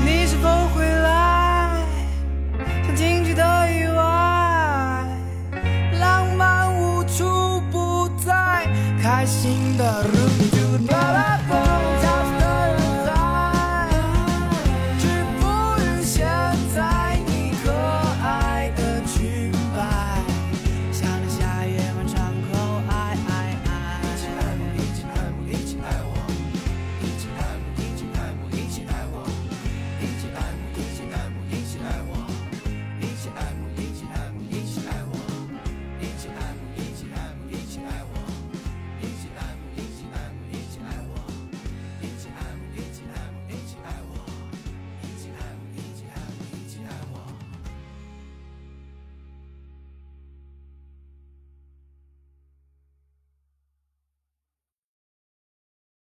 Speaker 11: 你是否会来？像惊奇的意外，浪漫无处不在，开心的 r o o